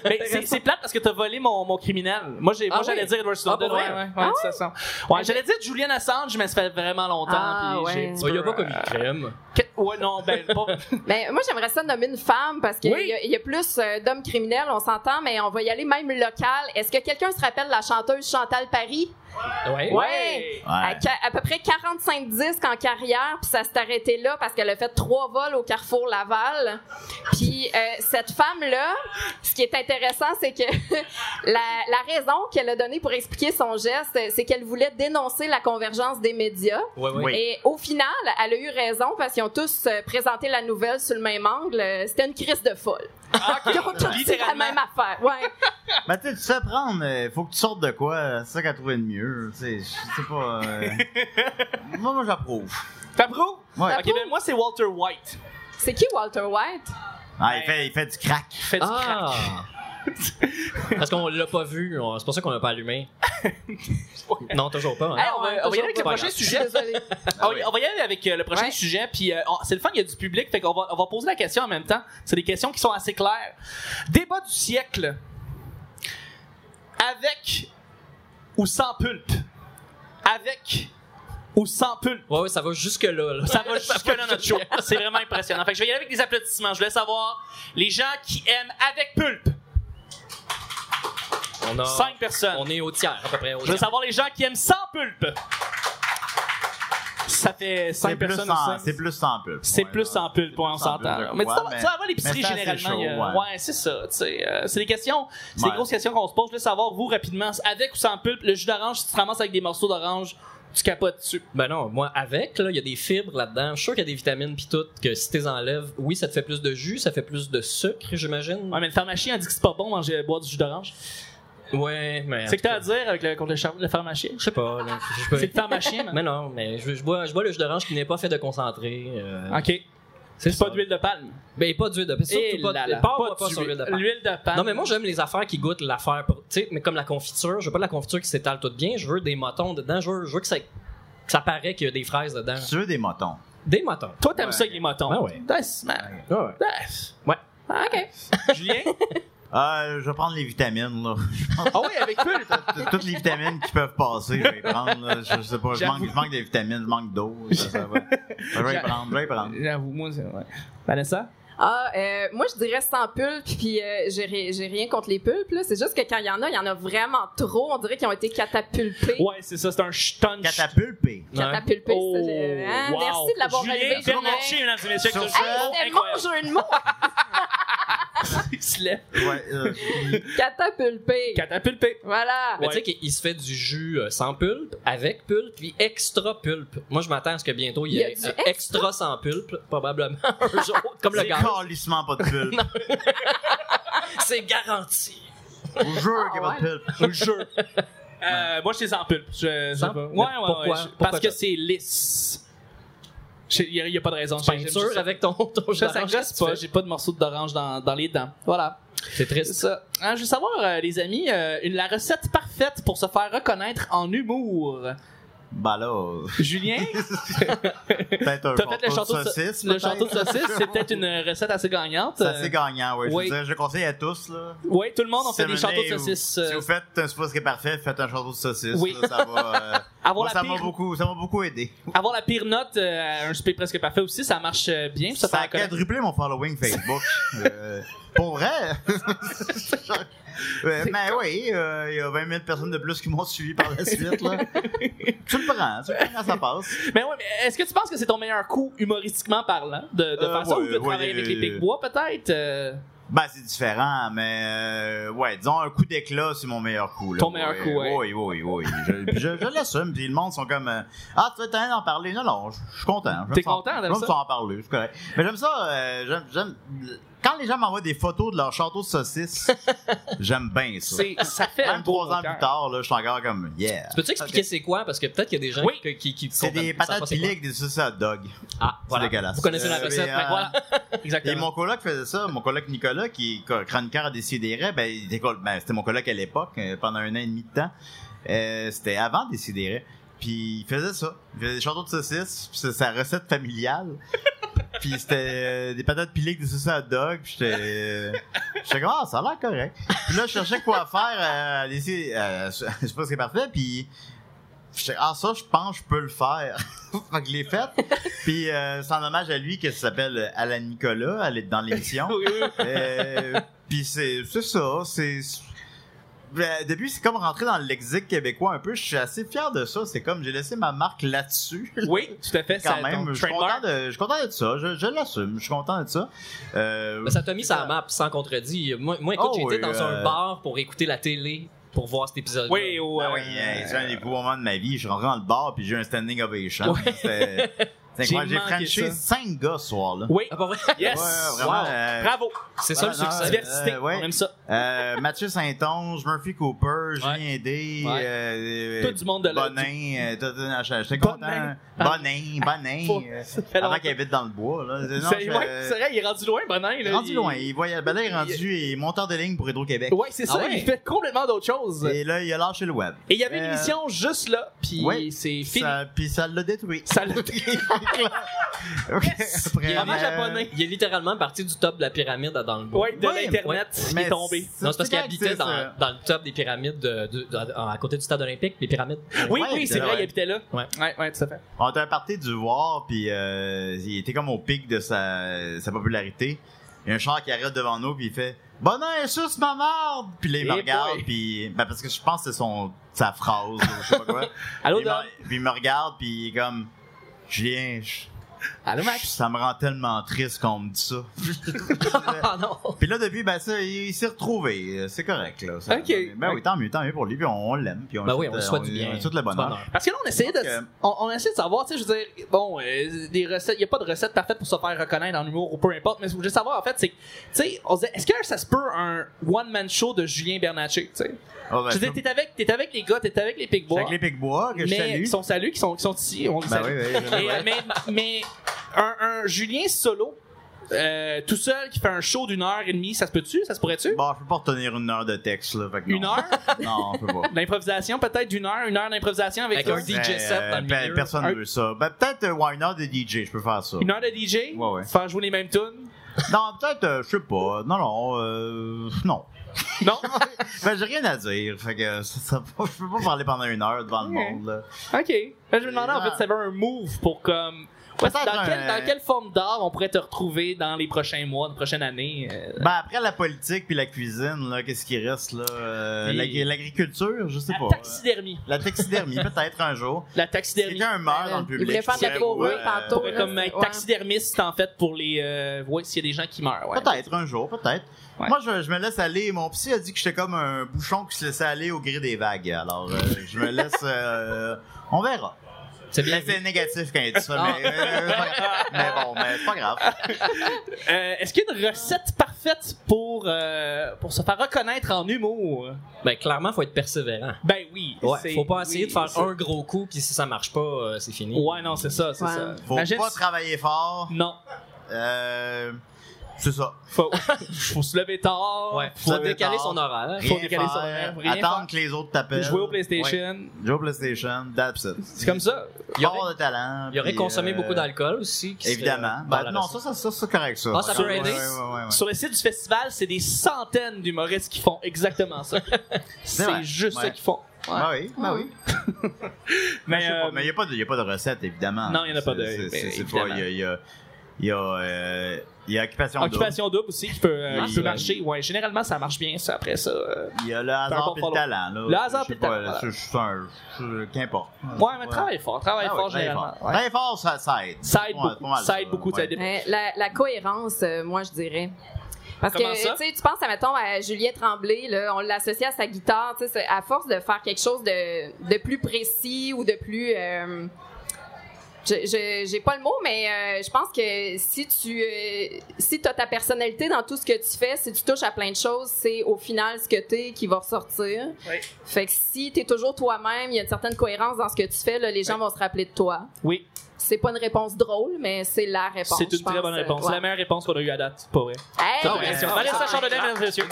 Mais c'est- c'est plate parce que t'as volé mon, mon criminel. Moi, j'ai, moi
Ah
j'allais
oui?
dire Edward Snowden.
pour vrai?
ouais, ouais, ouais, de toute façon. Ouais, j'allais dire Julian Assange, mais ça fait vraiment longtemps.
Ah,
puis j'ai
ouais.
un petit
Bah, il
peu,
a pas commis
euh,
de crime.
que- Ouais, non, ben, pas.
Mais moi, j'aimerais ça nommer une femme parce qu'il
Oui.
y, a- il y a plus euh, d'hommes criminels, on s'entend, mais on va y aller même local. Est-ce que quelqu'un se rappelle la chanteuse Chantal Paris?
Ouais.
Ouais. À,
Ouais.
ca- Euh, à peu près 45 disques en carrière, puis ça s'est arrêté là parce qu'elle a fait trois vols au Carrefour Laval. Puis euh, cette femme-là, ce qui est intéressant, c'est que la, la raison qu'elle a donnée pour expliquer son geste, c'est qu'elle voulait dénoncer la convergence des médias.
Ouais, ouais.
Oui.
Et au final, elle a eu raison parce qu'ils ont tous euh, présenté la nouvelle sous le même angle. Euh, C'était une crise de folle. Ils ont tous dit la
Ah, Littéralement.
même affaire. Ouais.
Mais tu sais, tu te fais prendre, euh, faut que tu sortes de quoi, euh, c'est ça qu'elle trouvait de mieux. Tu sais, je sais pas. euh, moi, moi j'approuve.
T'approuves?
Ouais.
Ok, ben, moi, c'est Walter White.
C'est qui Walter White?
Ah, il, fait, il fait du crack.
Fait du crack.
Ah! Parce qu'on l'a pas vu, on- c'est pour ça qu'on l'a pas allumé. non, toujours pas. hein.
Hey, Ah, on va- on va y aller avec le prochain sujet.
Ah
On, on va y aller avec euh, le prochain
Ouais.
sujet. Puis euh, on- c'est le fun, il y a du public, fait qu'on va, on va poser la question en même temps. C'est des questions qui sont assez claires. Débat du siècle. Avec ou sans pulpe. Avec ou sans pulpe.
Ouais, ouais, ça va jusque-là. là.
Ça va jusque là notre show. C'est vraiment impressionnant. Fait que je vais y aller avec des applaudissements. Je voulais savoir les gens qui aiment avec pulpe.
On, a-
Cinq personnes.
on est au tiers, à peu près. Au
Je veux
tiers.
savoir les gens qui aiment sans pulpe. Ça fait
C'est
5
plus,
personnes.
sans,
au sein.
c'est plus sans pub.
C'est
Ouais,
plus
non.
sans pulpe, on
plus sans pulpe,
s'entend.
ouais,
Mais tu sais,
mais-
tu vas à l'épicerie
mais ça, c'est
généralement.
chaud,
il y a-
ouais.
ouais, c'est ça. tu sais, euh, c'est des questions, c'est
Ouais.
des grosses questions qu'on se pose. Je voulais savoir, vous, rapidement, avec ou sans pulpe, le jus d'orange, si tu te ramasses avec des morceaux d'orange, tu capotes dessus.
Ben non, moi, avec, là, il y a des fibres là-dedans. Je suis sûr qu'il y a des vitamines pis tout, que si t'es enlèves, oui, ça te fait plus de jus, ça fait plus de sucre, j'imagine.
Ouais, mais le pharmacien a dit que c'est pas bon manger, boire du jus d'orange.
Ouais, mais.
C'est que t'as à dire avec le, contre le, char- le pharmacien?
Je sais pas, là, je peux-
C'est le pharmacien, man.
Mais non, mais je, je bois, je bois le jus d'orange qui n'est pas fait de concentré. euh,
Ok.
c'est
Pas
ça.
d'huile de palme.
Ben, pas d'huile de palme.
Eh
Surtout pas,
là là,
pas, pas,
d'huile.
sur l'huile de palme.
L'huile de palme.
Non, mais moi, j'aime les affaires qui goûtent l'affaire. pour- Tu sais, mais comme la confiture, je veux pas de la confiture qui s'étale toute bien. Je veux des motons dedans. Je veux, je veux que, ça, que ça paraît qu'il y a des fraises dedans.
Tu veux des motons.
Des motons.
Toi, t'aimes ça avec les motons.
Ah ouais.
That's, man. That's.
Ouais.
Ah,
OK.
Julien?
Euh, je vais prendre les vitamines, là.
Ah oui, avec pulpe.
Toutes- Toutes les vitamines qui peuvent passer, je vais les prendre. Là. Je, je sais pas, je
J'avoue.
manque, je manque des vitamines, je manque d'eau. ça, ça va. Je vais les prendre, je vais les prendre.
J'avoue, moi, c'est. Ouais. Vanessa?
Ah, euh, moi, je dirais sans pulpe, puis euh, j'ai ri- j'ai rien contre les pulpes. là. C'est juste que quand il y en a, il y en a vraiment trop. On dirait qu'ils ont été catapultés.
Ouais, c'est ça, c'est un stunch.
Catapulpé.
Ouais.
Catapultés, c'est ça, j'ai- hein,
Oh, wow.
Merci de l'avoir
Julien
relevé, Julien.
Bernatchez, mesdames et messieurs,
Sur
avec
ce,
ce
Hey,
mot
C'était mon
incroyable.
jeu de mots!
Il se lève.
Ouais, euh,
Catapulpés!
Catapulpé.
Voilà!
Mais
Ouais.
tu sais qu'il il se fait du jus euh, sans pulpe, avec pulpe, puis extra pulpe. Moi, je m'attends à ce que bientôt il y
Il
ait
y a du
euh, extra sans pulpe, probablement un jour, comme le
c'est
gaz.
calissement pas de pulpe.
C'est garanti.
Je vous jure qu'il n'y a
Ah
pas de pulpe.
Le jeu. Euh, moi, je les en pulpe. Je, je sais
Sans-
pas. Ouais, ouais,
Pourquoi?
ouais, je-
Pourquoi
parce
ça?
que c'est lisse. Il n'y a, y a pas de raison.
Ben,
J'ai- j'aime
Peinture
ça.
avec ton, ton jus
Ça, ça
d'orange,
gosse
qu'est-ce que
pas.
tu
J'ai pas de morceau d'orange dans, dans les dents. Voilà.
fais? C'est
C'est
triste.
ça. Hein, je veux savoir, euh, les amis, euh, la recette parfaite pour se faire reconnaître en humour.
Ben là, euh,
Julien?
peut-être un
T'as fait le château de
saucisse.
Le
peut-être.
château de saucisse, c'est peut-être une euh, recette assez gagnante.
C'est assez gagnant, ouais. Je,
Oui.
veux dire, je le conseille à tous, là.
Oui, tout le monde, on fait
Si
des
vous venez
châteaux de
ou-
saucisses.
Si
euh,
vous faites un souffle qui est parfait, faites un château de saucisses.
Oui.
là, ça va. euh,
avoir,
moi, ça
la
m'a
pire,
beaucoup, ça m'a beaucoup aidé.
avoir la pire note euh, à un souper presque parfait aussi, ça marche euh, bien. Ça,
Ça,
fait
a
reconnaître.
quadruplé mon following Facebook. Euh, pour vrai? Euh, mais oui, euh, il y a 20 000 personnes de plus qui m'ont suivi par la suite. Là. tu le prends, tu le prends quand ça passe.
Mais ouais, mais est-ce que tu penses que c'est ton meilleur coup humoristiquement parlant de, de
Euh,
faire ça
ouais,
ou de
ouais,
travailler
euh,
avec les Big Bois peut-être euh,
Ben, c'est différent, mais euh, ouais, disons un coup d'éclat, c'est mon meilleur coup. Là.
Ton meilleur coup, ouais.
Oui, oui, oui. Je, je, je l'assume, puis le monde sont comme euh, Ah, tu veux t'en d'en parler? Non, non, je je suis content. J'aime
T'es
ça-
content, t'aimes
J'aime
ça?
ça en parler, c'est correct. Mais j'aime ça, euh, j'aime, j'aime. Quand les gens m'envoient des photos de leur château de saucisses, j'aime bien ça.
c'est- Ça fait un
Même
beau
trois ans
cœur.
plus tard, là, je suis encore comme Yeah.
Tu peux-tu expliquer c'est quoi? Parce que peut-être qu'il y a des gens
Oui.
qui, qui, qui
C'est
comprennent-
des
qui savent
patates
pas c'est quoi.
pilées avec des saucisses à dog.
Ah, voilà.
dégueulasse.
Vous connaissez la
Euh,
recette,
mais,
mais
euh,
voilà.
Et
Exactement.
mon coloc faisait ça, mon coloc Nicolas, qui est chroniqueur à Décideret, ben, il était, col- ben, c'était mon coloc à l'époque, euh, pendant un an et demi de temps. Euh, c'était avant Décideret. Puis il faisait ça. Il faisait des châteaux de saucisses, puis c'est sa recette familiale. puis c'était euh, des patates pilées avec des saucisses à dog, puis j'étais. euh, j'étais comme, ah, ça a l'air correct. Puis là, je cherchais quoi faire euh, à Décideret. euh, je sais pas ce qui est parfait, puis. J'étais, ah, ça, je pense que je peux le faire. fait que je l'ai fait. Puis euh, c'est en hommage à lui que ça s'appelle Alain Nicolas, elle est dans l'émission. Euh, Puis c'est c'est ça, c'est... Ben, depuis, c'est comme rentrer dans le lexique québécois un peu. Je suis assez fier de ça. C'est comme j'ai laissé ma marque là-dessus.
Oui, tout à fait.
Quand
ça-
même,
ton
je suis, content
trademark.
de, je suis content de ça. Je, je l'assume. Je suis content de ça. Euh,
Ben, ça t'a mis sa map sans contredit. Moi, moi, écoute,
Oh,
j'étais
oui,
dans
euh,
un bar pour écouter la télé pour voir cet épisode.
Oui, au,
Ah
euh,
oui, hey, c'est un des beaux moments de ma vie. Je suis rentré dans le bar puis j'ai eu un standing ovation. C'était c'est incroyable.
J'ai
J'ai
manqué
franchi
ça.
cinq gars ce soir-là.
oui.
Ah, pas vrai?
Yes.
Ouais, vraiment,
Wow.
euh,
Bravo.
C'est ça le
Voilà, non,
succès.
Diversité.
euh, ouais.
On aime ça.
Euh, Mathieu Saint-Onge, Murphy Cooper, Julien Aidé,
Ouais.
euh,
Tout du monde de la-
Bonin, euh, tout- tout- j'étais
Bonin. Ah.
content. Bonin,
Faut-
Bonin, euh,
ça fait
avant
longtemps.
qu'il habite dans le bois. Là. Non,
C'est
je-
ouais, c'est vrai, il est rendu loin, Bonin.
il est
là.
rendu
Il-
loin, il voyage, ben là, il est rendu il est monteur de ligne pour Hydro-Québec.
Ouais, c'est
Ah
ça.
ouais?
Il fait complètement d'autres choses. Et
Et là, il a lâché le web.
il y avait une
Euh,
émission juste là, puis
ouais.
c'est fini.
Ça- Puis ça l'a détruit.
Ça l'a-
Ok, après,
Il est
vraiment
euh,
japonais.
Il est littéralement parti du top de la pyramide à dans le bois.
Ouais, de
Ouais,
l'internet qui
mais
est tombé.
Non, c'est parce qu'il
correct,
habitait
c'est
dans,
ça.
dans le top des pyramides, de- de- de- à à côté du stade olympique, les pyramides.
Oui,
Ouais,
oui, c'est
ouais.
vrai, il habitait là.
Ouais.
ouais, ouais, tout à fait.
On était parti du voir, puis euh, il était comme au pic de sa, sa popularité. Il y a un char qui arrête devant nous, puis il fait Bonin, suce ma marde! Puis là, il me
Eh
regarde,
boy.
puis. Ben, parce que je pense que c'est son, sa phrase, ou je sais pas quoi.
Allô,
il
Dom?
me, puis il me regarde, puis il est comme Julien, je-
Allô,
je-
Max?
ça me rend tellement triste qu'on me dit ça.
Ah non!
puis là, depuis, ben, ça, il, il s'est retrouvé. C'est correct, là. Ça-
Ok.
Ben oui, tant mieux, tant mieux pour lui, puis on, on l'aime, puis on
Ben
lui
oui,
souhaite-
on le souhaite du bien.
On lui souhaite le bonheur.
Parce que là, on essayait de,
Donc, euh,
on, on essayait de savoir, tu sais, je veux dire, bon, euh, des recettes, il n'y a pas de recette parfaite pour se faire reconnaître en humour ou peu importe, mais ce que je voulais savoir, en fait, c'est, que, tu sais, on se disait, est-ce que ça se peut un one-man show de Julien Bernatchez, tu sais?
Oh, ben,
je veux dire,
c'est-
t'es avec, t'es avec les gars, t'es avec les Picbois,
avec les Picbois, que je
mais
salue.
qui sont salués, qui sont, qui sont ici, on les
Ben oui,
salue.
oui, je-
Et, euh, mais, mais un, un Julien solo, euh, tout seul, qui fait un show d'une heure et demie, ça se peut-tu? Ça se pourrait-tu?
Bon, je peux Bah, pas retenir une heure de texte, là. fait que non.
Une heure?
Non, on peut pas.
D'improvisation, peut-être d'une heure, une heure d'improvisation avec,
Avec un
ça.
DJ set
Euh,
dans le
ben,
milieu.
Personne
Un-
veut ça. Ben, peut-être, euh, ouais, une heure de DJ, je peux faire ça.
Une heure de DJ,
Ouais, ouais.
faire jouer les mêmes tunes.
Non, peut-être, euh, je sais pas. Non, non, euh, non.
Non?
Ben, j'ai rien à dire. Fait que, ça, ça- je peux pas parler pendant une heure devant le
Ouais.
monde, là.
OK. Ben, je me demandais, en fait,
Ah.
si t'avais un move pour comme... Ouais,
Peut-être
dans,
un-
quelle- dans quelle forme d'art on pourrait te retrouver dans les prochains mois, dans les prochaines années? euh,
Ben, après la politique puis la cuisine, là, qu'est-ce qui reste, là? Euh,
Et-
l'agri- L'agriculture, je sais
la
pas.
taxidermie.
La taxidermie, peut-être un jour.
La
Si
taxidermie. Euh,
quelqu'un meurt dans le
Il
public.
voulait faire de la
je sais,
fourrure
ouais,
tantôt,
euh,
Pourrait comme être
Ouais.
taxidermiste, en fait, pour les... Euh, ouais, s'il y a des gens qui meurent, ouais.
Peut-être, un jour, peut-être.
Ouais.
Moi, je, je me laisse aller. Mon psy a dit que j'étais comme un bouchon qui se laissait aller au gré des vagues. Alors, euh, je me laisse. euh, on verra.
C'est bien.
Mais C'est négatif quand il dit
Ah.
ça, mais, euh, mais bon, mais c'est pas grave.
Euh, Est-ce qu'il y a une recette parfaite pour, euh, pour se faire reconnaître en humour?
Ben, clairement, faut être persévérant.
Ben oui.
Ouais,
c'est-
faut pas essayer
oui,
de faire
c'est-
un gros coup, puis si ça marche pas, euh, c'est fini.
Ouais, non, c'est ça, c'est
Ouais.
ça.
Faut
Imagine
pas
si-
travailler fort.
Non.
Euh, c'est ça.
Faut, faut se lever tard.
Ouais,
Ça
faut
veut
décaler
dire-
son horaire.
Faut
Rien
décaler son
faire,
horaire, rien
attendre
faire.
que les autres t'appellent.
Jouer au PlayStation.
Ouais. Jouer au PlayStation, that's it.
C'est comme ça.
Il aurait-
Fort de talent.
Il aurait
puis,
consommé
euh,
beaucoup d'alcool aussi. qui serait,
Évidemment.
euh,
Bah,
Ben,
dans la
non,
recette.
ça, ça, ça, c'est correct, ça.
Ah, ça peut
Ouais,
aider.
ouais, ouais, ouais, ouais.
Sur le site du festival, c'est des centaines d'humoristes qui font exactement ça. c'est
vrai.
juste
Ouais.
ça qu'ils font. Ouais.
Ben oui, ben oui.
Mais,
Je sais
euh,
pas, Mais il n'y a, pas de- y a pas de recette, évidemment.
Non, y en a pas de-
C'est- c'est-
mais
c'est pas-
évidemment.
Il y a, y a- y a, euh, y a Occupation Double.
Occupation double aussi qui peut, euh,
Oui,
qui peut
ouais.
marcher. Ouais, généralement, ça marche bien ça après ça. euh.
Il y a le hasard
bon
puis le
follow.
talent. Là.
Le hasard
Je
puis
sais
le talent,
pas, là,
voilà.
Je je suis un. je- Qu'importe.
Ouais, mais travaille fort, travaille
Ah ouais,
fort
travaille
généralement.
fort.
Ouais.
Travaille fort, ça, ça aide.
Ça aide
Ouais, c'est pas
beaucoup,
mal,
ça aide beaucoup, ça aide
ouais.
Ouais, la, la cohérence, euh, moi, je dirais. Parce
Comment
que
ça?
tu sais, tu penses, admettons, à Juliette Tremblay, là, on l'associe à sa guitare, tu sais, c'est- à force de faire quelque chose de, de plus précis ou de plus. euh, je- je- j'ai pas le mot, mais euh, je pense que si tu euh, si as ta personnalité dans tout ce que tu fais, si tu touches à plein de choses, c'est au final ce que t'es qui va ressortir.
Oui.
Fait que si t'es toujours toi-même, il y a une certaine cohérence dans ce que tu fais, là, les gens vont se rappeler de toi.
Oui,
C'est pas une réponse drôle, mais c'est la réponse.
c'est
je
une très
pense.
bonne réponse.
Ouais.
C'est la meilleure réponse qu'on a eue à date, pas vrai.
Hey,
Ah ouais,
euh,
c'est
Félicitations. Vanessa Chardonnay, mesdames et messieurs.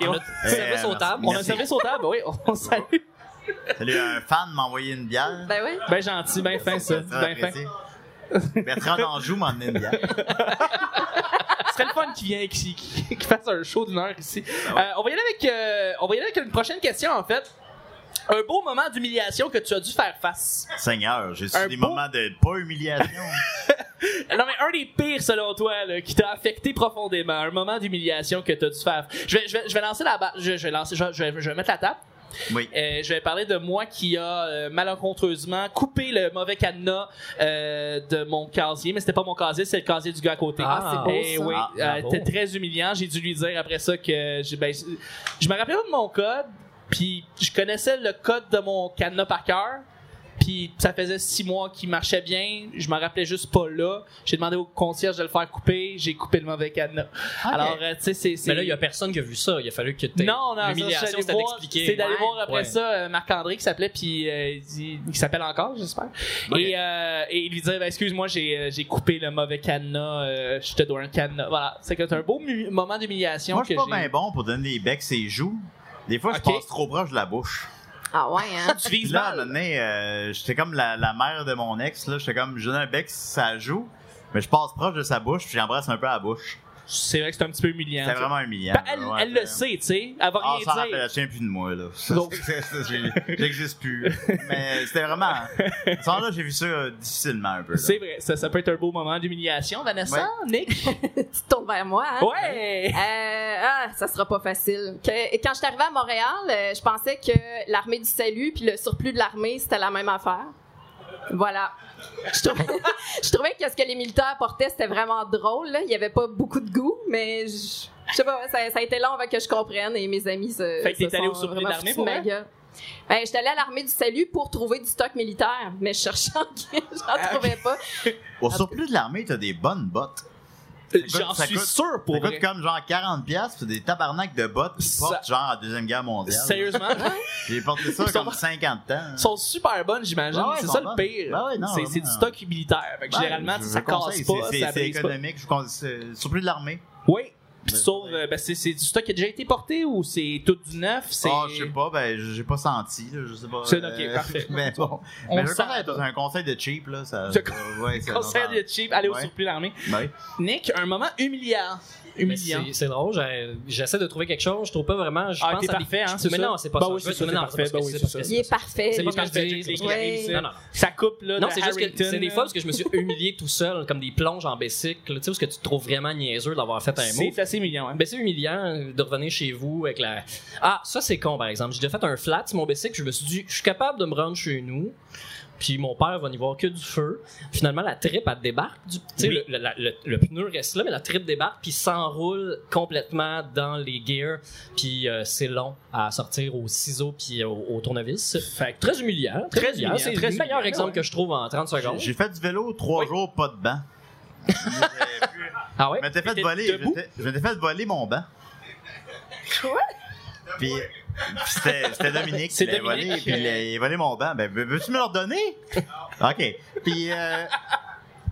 Et on,
Le service
Euh,
au table.
on a un
Merci.
service au table, oui, on salue.
Salut, un fan m'a envoyé une bière.
Ben oui.
Ben gentil, ben fin Ben ça, ben fin.
apprécié. Bertrand Danjou m'a emmené une bière.
Ce serait le fun qui vient qui, qui, qui fasse un show d'une heure ici. Euh, on va y aller avec euh, on va y aller avec une prochaine question en fait. Un beau moment d'humiliation que tu as dû faire face.
Seigneur, j'ai
Un
su des
beau-
moments de pas humiliation.
Non, mais un des pires, selon toi, là, qui t'a affecté profondément. Un moment d'humiliation que t'as dû faire. Je vais, je vais, je vais lancer la ba- Je, je vais lancer, je, je vais, je vais mettre la table.
oui.
Euh, je vais parler de moi qui a euh, malencontreusement coupé le mauvais cadenas euh, de mon casier, mais c'était pas mon casier, c'est le casier du gars à côté.
Ah, c'est beau,
Eh
ça.
oui,
Ah,
euh,
bravo.
c'était très humiliant. J'ai dû lui dire après ça que j'ai- ben, je, je me rappelais pas de mon code, puis je connaissais le code de mon cadenas par cœur. Puis ça faisait six mois qu'il marchait bien, je me rappelais juste pas là. J'ai demandé au concierge de le faire couper, j'ai coupé le mauvais cadenas. Alors, euh, tu sais, c'est. c'est-
Ah, Mais là, il y a personne qui a vu ça. Il a fallu que tu
non, non, ça,
l'humiliation,
je suis
c'était
allé voir-
d'expliquer.
C'est d'aller
Ouais.
voir après
Ouais.
ça euh, Marc-André qui s'appelait, puis euh, il dit- qui s'appelle encore, j'espère.
Ok.
Et, euh, et il lui disait, Ben, excuse-moi, j'ai euh, j'ai coupé le mauvais cadenas, euh, je te dois un cadenas. Voilà, c'est que t'as un beau mu- moment d'humiliation
Moi,
que
je suis
j'ai.
pas bien bon pour donner des becs et joues. Des fois, je
Ok.
passe trop proche de la bouche.
Ah ouais, hein?
Tu
Puis
vises
là, à un
mal.
moment donné, euh, j'étais comme la, la mère de mon ex. Là, j'étais comme, je donne un bec, ça joue. Mais je passe proche de sa bouche, puis j'embrasse un peu la bouche.
C'est vrai que c'est un petit peu humiliant.
C'était
ça.
vraiment humiliant.
Ben, elle
Ouais,
elle le
euh,
sait, tu sais. Elle va
Ah, ça
rien
rappelle,
dire.
elle tient plus de moi, là. Ça,
Donc-
c'est- c'est- j'ai- J'existe plus. Mais c'était vraiment. Ce soir-là, j'ai vu ça euh, difficilement un peu. là.
C'est vrai, ça, ça peut être un beau moment d'humiliation, Vanessa, Nick.
tu te tournes vers moi, hein?
Ouais!
Euh, ah, ça sera pas facile. Que- quand je suis arrivée à Montréal, euh, je pensais que l'armée du salut puis le surplus de l'armée, c'était la même affaire. Voilà. Je trouvais, je trouvais que ce que les militaires portaient, c'était vraiment drôle. là. Il n'y avait pas beaucoup de goût, mais je, je sais pas, ça, ça a été long avant que je comprenne et mes amis se.
Fait que t'es
se
allée au
sont
surplus de
vraiment
l'armée,
foutus
pour
ma
vrai?
gueule. Ben, j'étais allée à l'armée du salut pour trouver du stock militaire, mais je cherchais en guise, j'en trouvais pas.
Au surplus de l'armée, t'as des bonnes bottes. coûte-
Euh, J'en
ça
suis
coûte-
sûr
Ça
pour vrai.
coûte comme genre 40$, piastres, pis des tabarnaks de bottes qui
Ça-
portent genre à la Deuxième Guerre mondiale.
Sérieusement,
J'ai porté ça
Ils sont-
comme 50 ans.
Ils sont super bonnes, j'imagine.
Ah ouais,
c'est
ils
ça
sont
le
bonnes.
pire.
Ah ouais, non,
c'est, c'est du
vraiment.
stock militaire. Fait que
Ben,
généralement,
je-
ça
je
casse
conseille,
pas,
c'est-
ça
C'est c'est
brise pas.
économique, je conseille- c'est- surplus de l'armée.
Oui. Puis sauf, euh, ben, c'est, c'est du stock qui a déjà été porté ou c'est tout du neuf? C'est...
Ah, je sais pas, ben j'ai pas senti, là, je sais pas.
C'est- ok,
euh,
parfait.
Mais bon,
On
mais je
sent-
conseille, c'est un conseil de cheap là, ça.
Je-
euh, ouais, ça-
Conseil de cheap, aller au
Ouais.
surplus de l'armée.
Ben,
Nick, un moment humiliant.
Mais
Humiliant.
C'est c'est drôle, j'ai- j'essaie de trouver quelque chose, je trouve pas vraiment. Je
Ah,
pense
t'es
à des-
parfait, hein,
je-
c'est
Mais
ça?
non, c'est pas
Bah
ça.
oui,
Je
c'est
veux-
ça,
mais
c'est
non,
parfait,
parce que
bah oui,
c'est
c'est
parce que
ça.
Il est parfait.
C'est
pas
parce que
parfait,
j'ai-
Jake,
j'ai-
c'est
Ouais.
pas parfait.
Non, non.
Ça coupe, là.
Non,
de
c'est juste que
Harrington,
c'est des
là.
fois parce que je me suis humilié tout seul, comme des plonges en bicycle, tu sais, parce que tu te trouves vraiment niaiseux d'avoir fait un mot.
C'est assez humiliant, hein.
Ben, c'est humiliant euh, de revenir chez vous avec la. Ah, ça c'est con par exemple. J'ai déjà fait un flat sur mon bicycle, je me suis dit, je suis capable de me rendre chez nous. Puis mon père va n'y voir que du feu. Finalement, la tripe, elle débarque. Du... tu sais,
Oui.
Le, le- la- le- le pneu reste là, mais la tripe débarque, puis s'enroule complètement dans les gears. Puis euh, c'est long à sortir au ciseau, puis au, au tournevis.
Fait que
Très humiliant. Très,
Très humiliant,
humiliant. C'est
très
le meilleur
humiliant,
exemple
ouais.
que je trouve en 30 secondes.
J'ai fait du vélo trois jours, pas de banc. J'ai plus-
Ah ouais?
Je m'étais fait
T'étais
voler. je
debout?
m'étais- Je m'étais fait voler mon banc.
Quoi?
Puis, puis c'était c'était Dominique
C'est
qui l'a
Dominique.
volé. Puis il a- il a volé mon banc. Ben, veux- veux-tu me le redonner? OK. Puis, euh,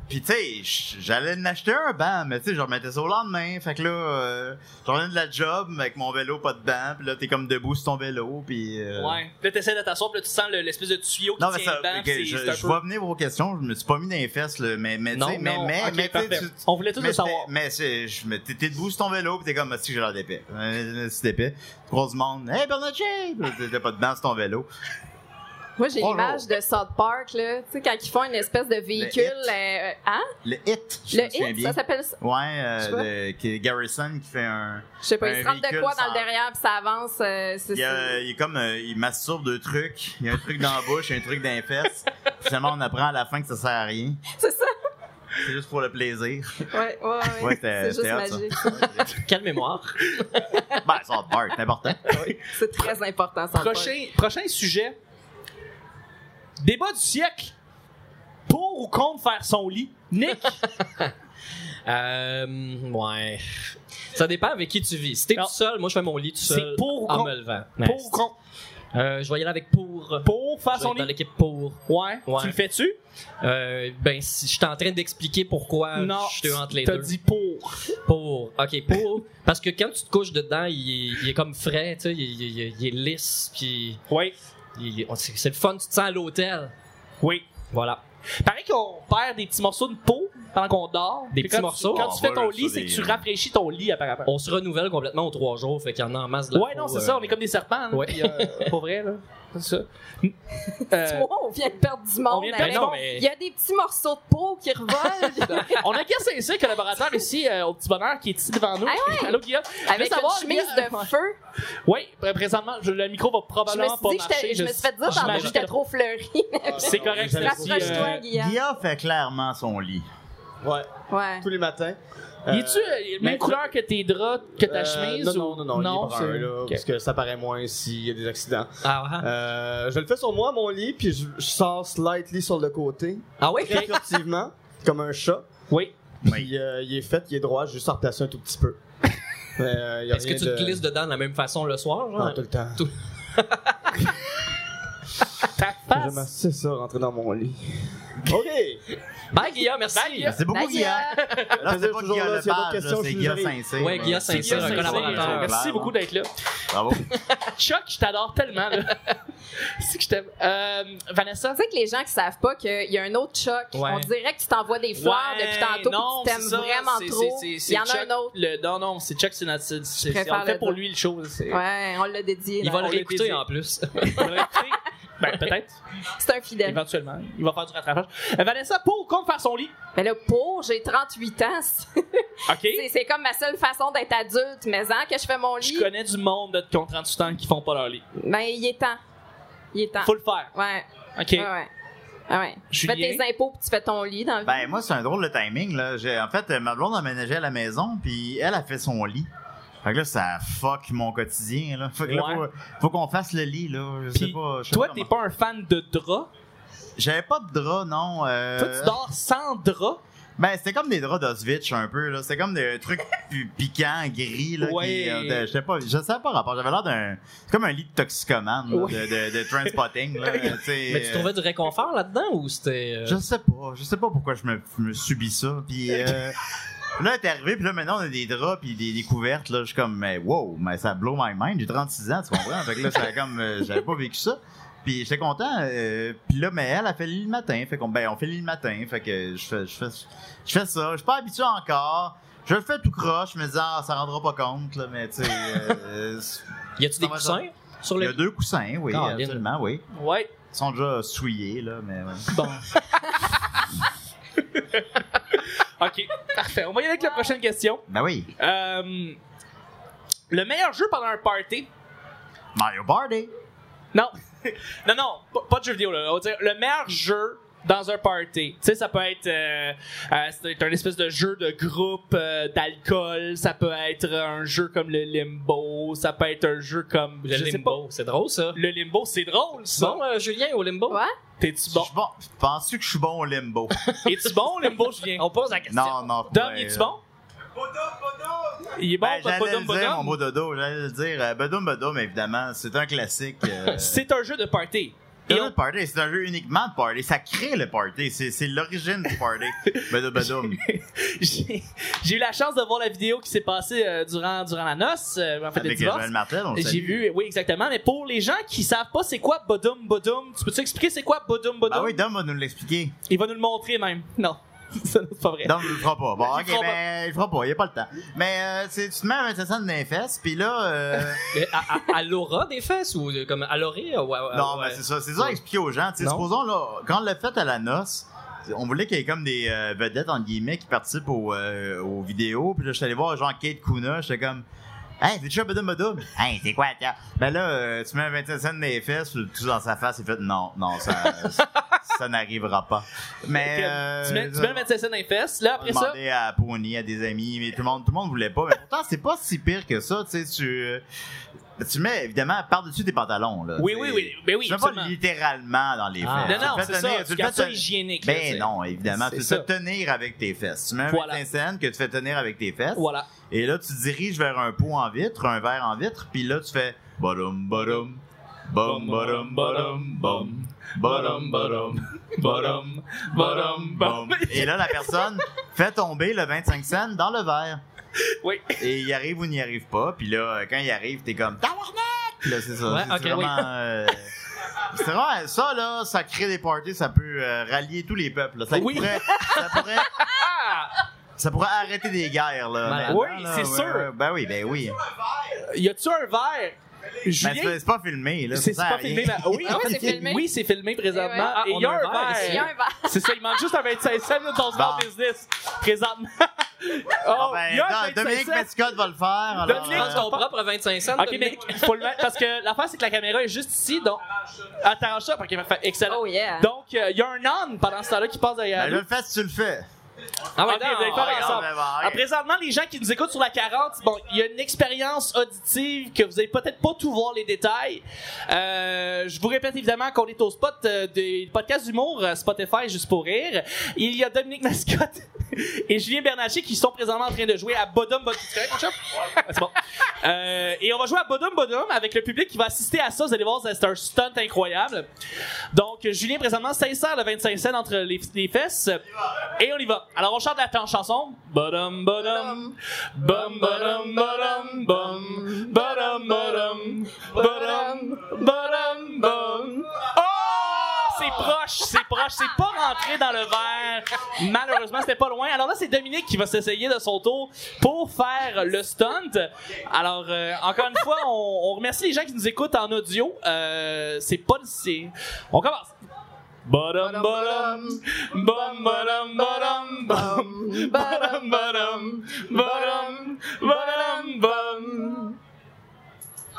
puis tu sais, j- j'allais en acheter un banc, mais tu sais, je remettais ça au lendemain. Fait que là, euh, j'en ai de la job mais avec mon vélo, pas de banc. Puis là, t'es comme debout sur ton vélo. Puis. euh,
Ouais. Là, t'essaies de t'asseoir, puis là, tu sens le- l'espèce de tuyau qui
Non, mais
tient
ça,
le banc.
ok,
c'est,
je,
c'est un
je
peu-
vais venir vos questions. Je me suis pas mis dans les fesses, là, mais, mais, tu
Non,
sais, mais,
non.
mais,
Ok,
mais tu sais,
parfait.
tu-
On voulait tous
mais
le
c'était-
savoir.
Mais c'est- je me- t'es t'es debout sur ton vélo, pis t'es comme, si j'ai l'air d'épais. Euh, C'est d'épais. Tu croises du monde. Hey, Bernard J! Pis T'es t'es pas dedans sur ton vélo.
Moi, j'ai
Bonjour.
l'image de South Park, là. Tu sais, quand ils font une espèce de véhicule.
Oh, Le hit.
euh, euh, hein?
Le hit. je
Le
me souviens
hit,
bien.
ça s'appelle. ça?
Ouais, euh,
Tu vois?
de- qui est Garrison qui fait un.
Je sais pas,
Un
ils se rentrent de
véhicule,
quoi
ça-
dans le derrière, puis ça avance. euh, c'est
Il, y a-
ça.
il est comme, euh, il masturbe deux trucs. Il y a un truc dans la bouche, il y a un truc dans les fesses. Finalement, on apprend à la fin que ça sert à rien.
C'est ça?
C'est juste pour le plaisir.
Ouais, ouais, ouais.
Ouais,
c'est
c'était
juste
c'était hot, ça.
magique.
Quelle mémoire.
Ben, ça va Bart, c'est important.
C'est très important, South Park.
Prochain, prochain sujet. Débat du siècle. Pour ou contre faire son lit? Nick,
Euh, ouais. Ça dépend avec qui tu vis. Si t'es
Non.
tout seul, moi je fais mon lit tout
C'est
seul
pour ou
en
contre?
Ah, me levant.
pour ou
Nice.
contre?
Euh, je vais y aller avec pour.
Pour
Je
faire
vais
son
être dans
lit?
l'équipe pour.
Ouais.
Ouais.
Tu le fais-tu?
Euh, ben, si je suis en train d'expliquer pourquoi je suis entre les
t'as
deux.
dit pour.
Pour. Ok, pour. Parce que quand tu te couches dedans, il est, il est comme frais, tu sais, il, est- il est- il est lisse, puis
Oui.
il est- on- c'est c'est le fun, tu te sens à l'hôtel.
Oui.
Voilà.
Pareil qu'on perd des petits morceaux de peau pendant qu'on dort.
Des
Puis
petits
quand tu-
morceaux?
Quand
On
tu fais
va
ton
sur
lit, c'est
des-
que tu rafraîchis ton lit apparemment.
On se renouvelle complètement aux trois jours, fait qu'il y en a en masse de la
Ouais, non,
peau,
c'est
euh,
ça, on est comme des serpents. hein,
Ouais.
puis, euh, pour vrai, là. c'est ça. Euh,
Tu vois, on vient de perdre du monde.
on vient de
avec-
perdre du monde.
Il y a des petits morceaux de peau qui revolent.
on a Guillaume Saint-Cyr, collaborateur ici, euh, au petit bonheur, qui est ici devant nous.
Ah ouais.
Allô, Guillaume? veux
Avec
savoir,
une chemise
Guillaume-
de feu.
Oui, pr- présentement, je- le micro va
Je me
probablement
suis dit que
pas
j'étais-
marcher.
je me suis fait dire
j'imagine
tantôt que j'étais
que-
trop fleurie.
C'est correct,
J'avais-
celle-ci,
Rapproche-toi,
euh,
Guillaume.
Guilla fait clairement son lit.
Ouais,
Ouais.
tous les matins.
Y est-tu euh, même
mais-
couleur que tes draps, que ta
Euh,
chemise?
non,
ou-
non, non, non, il est brun,
c'est-
là,
Ok.
parce que ça paraît moins s'il y a des accidents.
Ah, ah.
Euh, je le fais sur moi, mon lit, puis je, je sors slightly sur le côté,
Ah oui?
très furtivement, comme un chat.
Oui.
Puis euh, il est fait, il est droit, j'ai juste à replacer un tout petit peu. Mais, euh, il y a
Est-ce que
rien
tu
de-
te glisses dedans de la même façon le soir? genre?
Ah, tout le temps.
Tout-
Ta
Je
face. Ben,
m'assieds ça, rentrer dans mon lit. OK!
Bye, Guillaume, merci.
C'est beaucoup Guilla.
D'ailleurs,
Là, c'est
Plaisir
pas
toujours
Guilla
là,
Lepage,
s'il y a d'autres
là,
questions, je
c'est
suis
Guilla
désolé.
Saint-Cyr.
Ouais, Guilla
là.
C'est
Saint-Cyr,
Guillaume
un
Saint-Cyr,
collaborateur.
euh, Merci
Clairement.
beaucoup d'être là.
Bravo.
Chuck, je t'adore tellement. là. C'est que je t'aime. Euh, Vanessa?
tu sais que les gens qui savent pas qu'il y a un autre choc,
Ouais.
on dirait que tu t'envoies des fleurs
Ouais,
depuis tantôt,
non,
puis tu t'aimes
c'est ça,
vraiment
c'est-
trop.
c'est- c'est-
Il
c'est
y en a
Chuck,
un autre.
le- non, non, c'est Chuck, c'est notre. c'est- c'est-
préfère
on le fait
le
pour
dire.
lui le show. c'est-
Ouais, on l'a dédié.
Il
là.
va
On
le
l'a
réécouter
baisé.
en plus.
On va l'écouter. ben, peut-être,
C'est un fidèle.
éventuellement. Il va faire du rattrapage. Euh, Vanessa, pour ou contre faire son lit?
Mais là, pour, j'ai 38 ans. c'est-
OK?
C'est c'est comme ma seule façon d'être adulte. Mais en que je fais mon lit,
Je connais du monde de- qui ont 38 ans qui font pas leur lit.
ben, il est temps. Il est temps.
Faut le faire.
Ouais,
OK?
ouais, ouais. Ah ouais. Tu
Julien?
fais tes impôts puis tu fais ton lit dans le
Ben, moi, c'est un drôle de timing, là. J'ai- en fait, euh, ma blonde emménageait à la maison, puis elle a fait son lit. Fait que là, ça fuck mon quotidien, là. Fait que là,
Ouais.
faut, faut qu'on fasse le lit, là. Je sais
Puis,
pas. je sais
toi,
pas
t'es
comment-
pas un fan de draps.
J'avais pas de drap, non. euh,
Toi, tu dors sans draps.
Ben, c'était comme des draps d'Auschwitz, un peu, là. C'était comme des trucs pi- piquants, gris, là.
Ouais.
Qui, euh, de- je sais pas, je sais pas rapport. J'avais l'air d'un. C'est comme un lit de toxicomane, là,
Ouais.
de, de, de transpotting, là.
Mais tu trouvais du réconfort là-dedans ou c'était. euh,
Je sais pas, je sais pas pourquoi je me, je me subis ça. Puis euh, là, t'es arrivé, puis là, maintenant, on a des draps, puis des, des couvertes. Là, je suis comme, mais wow, mais ça blow my mind. J'ai 36 ans, tu comprends? fait que là, ça, comme, euh, j'avais pas vécu ça. Puis j'étais content. euh, puis là, mais elle a fait le lit le matin. Fait qu'on ben, on fait le lit le matin. Fait que je fais, je fais, je fais ça. Je suis pas habitué encore. Je le fais tout croche, me disant, ah, ça rendra pas compte, là, mais tu sais. euh, c'est-
Y a-tu des
Non, mais
coussins sur
il y
le
a deux coussins, oui,
Caroline.
absolument, oui.
Ouais.
Ils sont déjà souillés, là, mais. ouais.
Bon. OK, parfait. On va y aller avec
Ah.
la prochaine question.
Ben oui,
Euh, le meilleur jeu pendant un party.
Mario Party!
Non, non, non, pas, pas de jeu vidéo. Là. On va dire le meilleur jeu dans un party. Tu sais, ça peut être euh, euh, c'est un espèce de jeu de groupe euh, d'alcool. Ça peut être un jeu comme le limbo. Ça peut être un jeu comme
le
je sais
limbo? C'est drôle ça.
pas. Le limbo, c'est drôle, ça.
Bon, euh, Julien, au limbo?
Ouais.
T'es-tu
Bon.
bon?
Je bon. Penses-tu que je suis bon au limbo?
Es-tu bon, au limbo, Julien?
On pose la question.
non, non.
Dom,
ben,
es-tu bon? Il est bon,
Ben,
pas
j'allais
Dom,
le
pas
dire,
Dom?
mon beau dodo, j'allais le dire. Euh, Bedum Bedum, évidemment, c'est un classique. euh,
C'est un jeu de party.
c'est un
Et
jeu
on-
de party, c'est un jeu uniquement de party. Ça crée le party, c'est c'est l'origine du party. Bedum Bedum.
j'ai j'ai eu la chance de voir la vidéo qui s'est passée euh, durant, durant la noce, euh, en fait, le
Avec
divorce.
Joël Martel, on le salue.
J'ai vu, oui, exactement. Mais pour les gens qui savent pas c'est quoi Bodum Bodum, tu peux-tu expliquer c'est quoi Bodum Bodum?
Ah oui, Dom va nous l'expliquer.
Il va nous le montrer même. Non, ça, c'est pas vrai.
Dom ne le fera pas. Bon,
Il
ok,
fera pas.
ben, il le fera pas, il n'y a pas le temps. Mais euh, c'est- tu te mets un Tessan dans les fesses, puis là. euh,
Mais à, à- à l'aura des fesses ou de- comme à l'orée? euh, ouais,
Bah
ouais,
Non,
ouais.
mais c'est ça. C'est ça à expliquer aux gens. Tu sais,
Non.
supposons, là, quand on l'a fait à la noce, on voulait qu'il y ait comme des euh, vedettes, entre guillemets, qui participent aux, euh, aux vidéos. Puis là, je suis allé voir genre Kate Kuna. J'étais comme. Hey, t'es déjà badum badum? Hey, c'est quoi, tiens? Ben là, euh, tu mets un 27 cents dans les fesses, puis tout dans sa face, il fait non, non, ça, ça n'arrivera pas. Mais. euh,
tu mets, tu mets le 27 cents dans les fesses, là,
on a
après ça,
demandé à Pony, à des amis, mais tout le monde, tout le monde voulait pas. Mais pourtant, c'est pas si pire que ça, tu sais. Tu, euh, tu mets évidemment par-dessus tes pantalons, là.
Oui,
tu
oui,
sais.
oui, ben oui,
Tu mets pas
absolument.
littéralement dans les fesses.
Ah.
non,
Tu
non,
le fais
c'est ça,
tenir-
tu
le
gardes
fais
ça
te-
hygiénique. là, tu
Ben
sais.
non, évidemment.
C'est
Tu le fais
ça.
tenir avec tes fesses. Tu mets un
Voilà.
voilà. que tu fais tenir avec tes fesses.
Voilà.
Et là, tu te diriges vers un pot en vitre, un verre en vitre, puis là, tu fais badum badum. Bum badum badum bum. Badum badum. Badum badum bum. Et là, la personne fait tomber le 25 cents dans le verre.
Oui.
Et il arrive ou n'y arrive pas. Puis là, euh, quand il arrive, t'es comme tabarnak! Puis là, c'est ça.
Ouais,
c'est
ok,
vraiment. euh, c'est vraiment ça, là, ça crée des parties, ça peut euh, rallier tous les peuples. là. Ça,
Oui. Ah!
pourrait, ça, pourrait, ça pourrait arrêter des guerres. Là,
Malade.
maintenant,
Oui,
là.
c'est
Ouais,
sûr.
ouais. Ben oui, ben oui.
Y a-tu un verre?
Mais
Julien,
Ben, c'est c'est pas filmé, là.
c'est
ça sert à
pas
rien.
filmé. mais- oui,
Ah ouais,
en fait,
c'est filmé.
oui, c'est filmé présentement.
Eh ouais.
Et il y a un verre.
Il y a un verre.
C'est ça, il manque juste un 25 cents là, dans
Bon.
ce business présentement. Oh,
Ah, ben,
il y a un
non,
25
Dominique
cents.
Petitcotte va le faire. Alors,
Dominique,
euh,
Prends ton propre 25 cents.
Ok, mais
Dominique.
il faut le mettre parce que l'affaire c'est que la caméra est juste ici, donc. Attends, ça, ok, parfait, excellent.
Oh yeah.
Donc, euh, il y a un âne pendant ce temps-là qui passe derrière.
ben,
nous.
le fait, tu le fais. Ben,
Ah ouais,
Ok,
non.
vous allez faire
Ah,
non,
ensemble.
mais bon, ok.
Ah, présentement, les gens qui nous écoutent sur la 40, bon, il y a une expérience auditive que vous n'allez peut-être pas tout voir les détails. Euh, je vous répète évidemment qu'on est au spot euh, des podcasts d'humour euh, Spotify juste pour rire. Il y a Dominique Mascotte et Julien Bernacchi qui sont présentement en train de jouer à Bodum Bodum. C'est correct, mon chum? Ah, c'est bon. Euh, et on va jouer à Bodum Bodum avec le public qui va assister à ça. Vous allez voir, c'est un stunt incroyable. Donc, euh, Julien, présentement, s'insère le 25 cents entre les, les fesses. Et on y va. Alors, on chante la tan- chanson. Bodum Bodum. Bum Bodum Bodum Bum. Bodum Bodum. Bodum Bodum Bum. Oh! C'est proche, c'est proche. C'est pas rentré dans le verre. Malheureusement, c'était pas loin. Alors là, c'est Dominique qui va s'essayer de son tour pour faire le stunt. Alors, euh, encore une fois, on, on remercie les gens qui nous écoutent en audio. Euh, c'est pas le. c'est- On commence. Badum, badum, bum, badum, badum, bum, badum, badum, badum, badum, bum.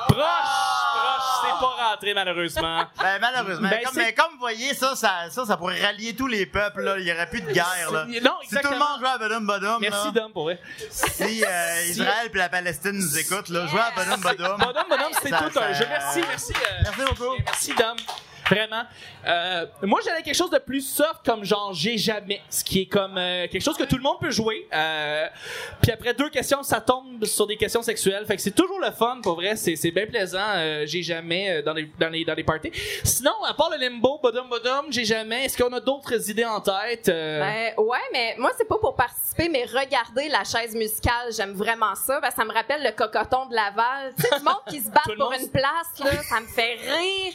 Proche, proche, c'est pas rentré malheureusement.
Ben, malheureusement.
Ben,
comme,
c'est-
mais comme vous voyez, ça, ça, ça, ça pourrait rallier tous les peuples. là. Il n'y aurait plus de guerre. Là.
Non,
Si tout le
exactement.
monde jouait à Badum Badum,
Merci
là,
Dom pour vrai.
si euh, Israël et la Palestine nous écoutent, là, jouez à Badum Badum.
Madame, madame, c'était
Ça,
tout un
ça-
jeu. Merci, merci. euh,
Merci beaucoup.
Merci Dom. Vraiment. Euh, moi, j'avais quelque chose de plus soft comme genre j'ai jamais, ce qui est comme euh, quelque chose que tout le monde peut jouer. Euh, puis après deux questions, ça tombe sur des questions sexuelles. Fait que c'est toujours le fun, pour vrai. C'est, c'est bien plaisant. euh, j'ai jamais euh, dans les dans les dans les parties. Sinon, à part le limbo, bodum bodum, j'ai jamais. Est-ce qu'on a d'autres idées en tête Euh,
Ben, ouais, mais moi, c'est pas pour participer, mais regarder la chaise musicale, j'aime vraiment ça. parce que ça me rappelle le cocoton de Laval. Tu sais, le monde qui se bat
Tout le
pour
monde
une place, là, ça me fait rire.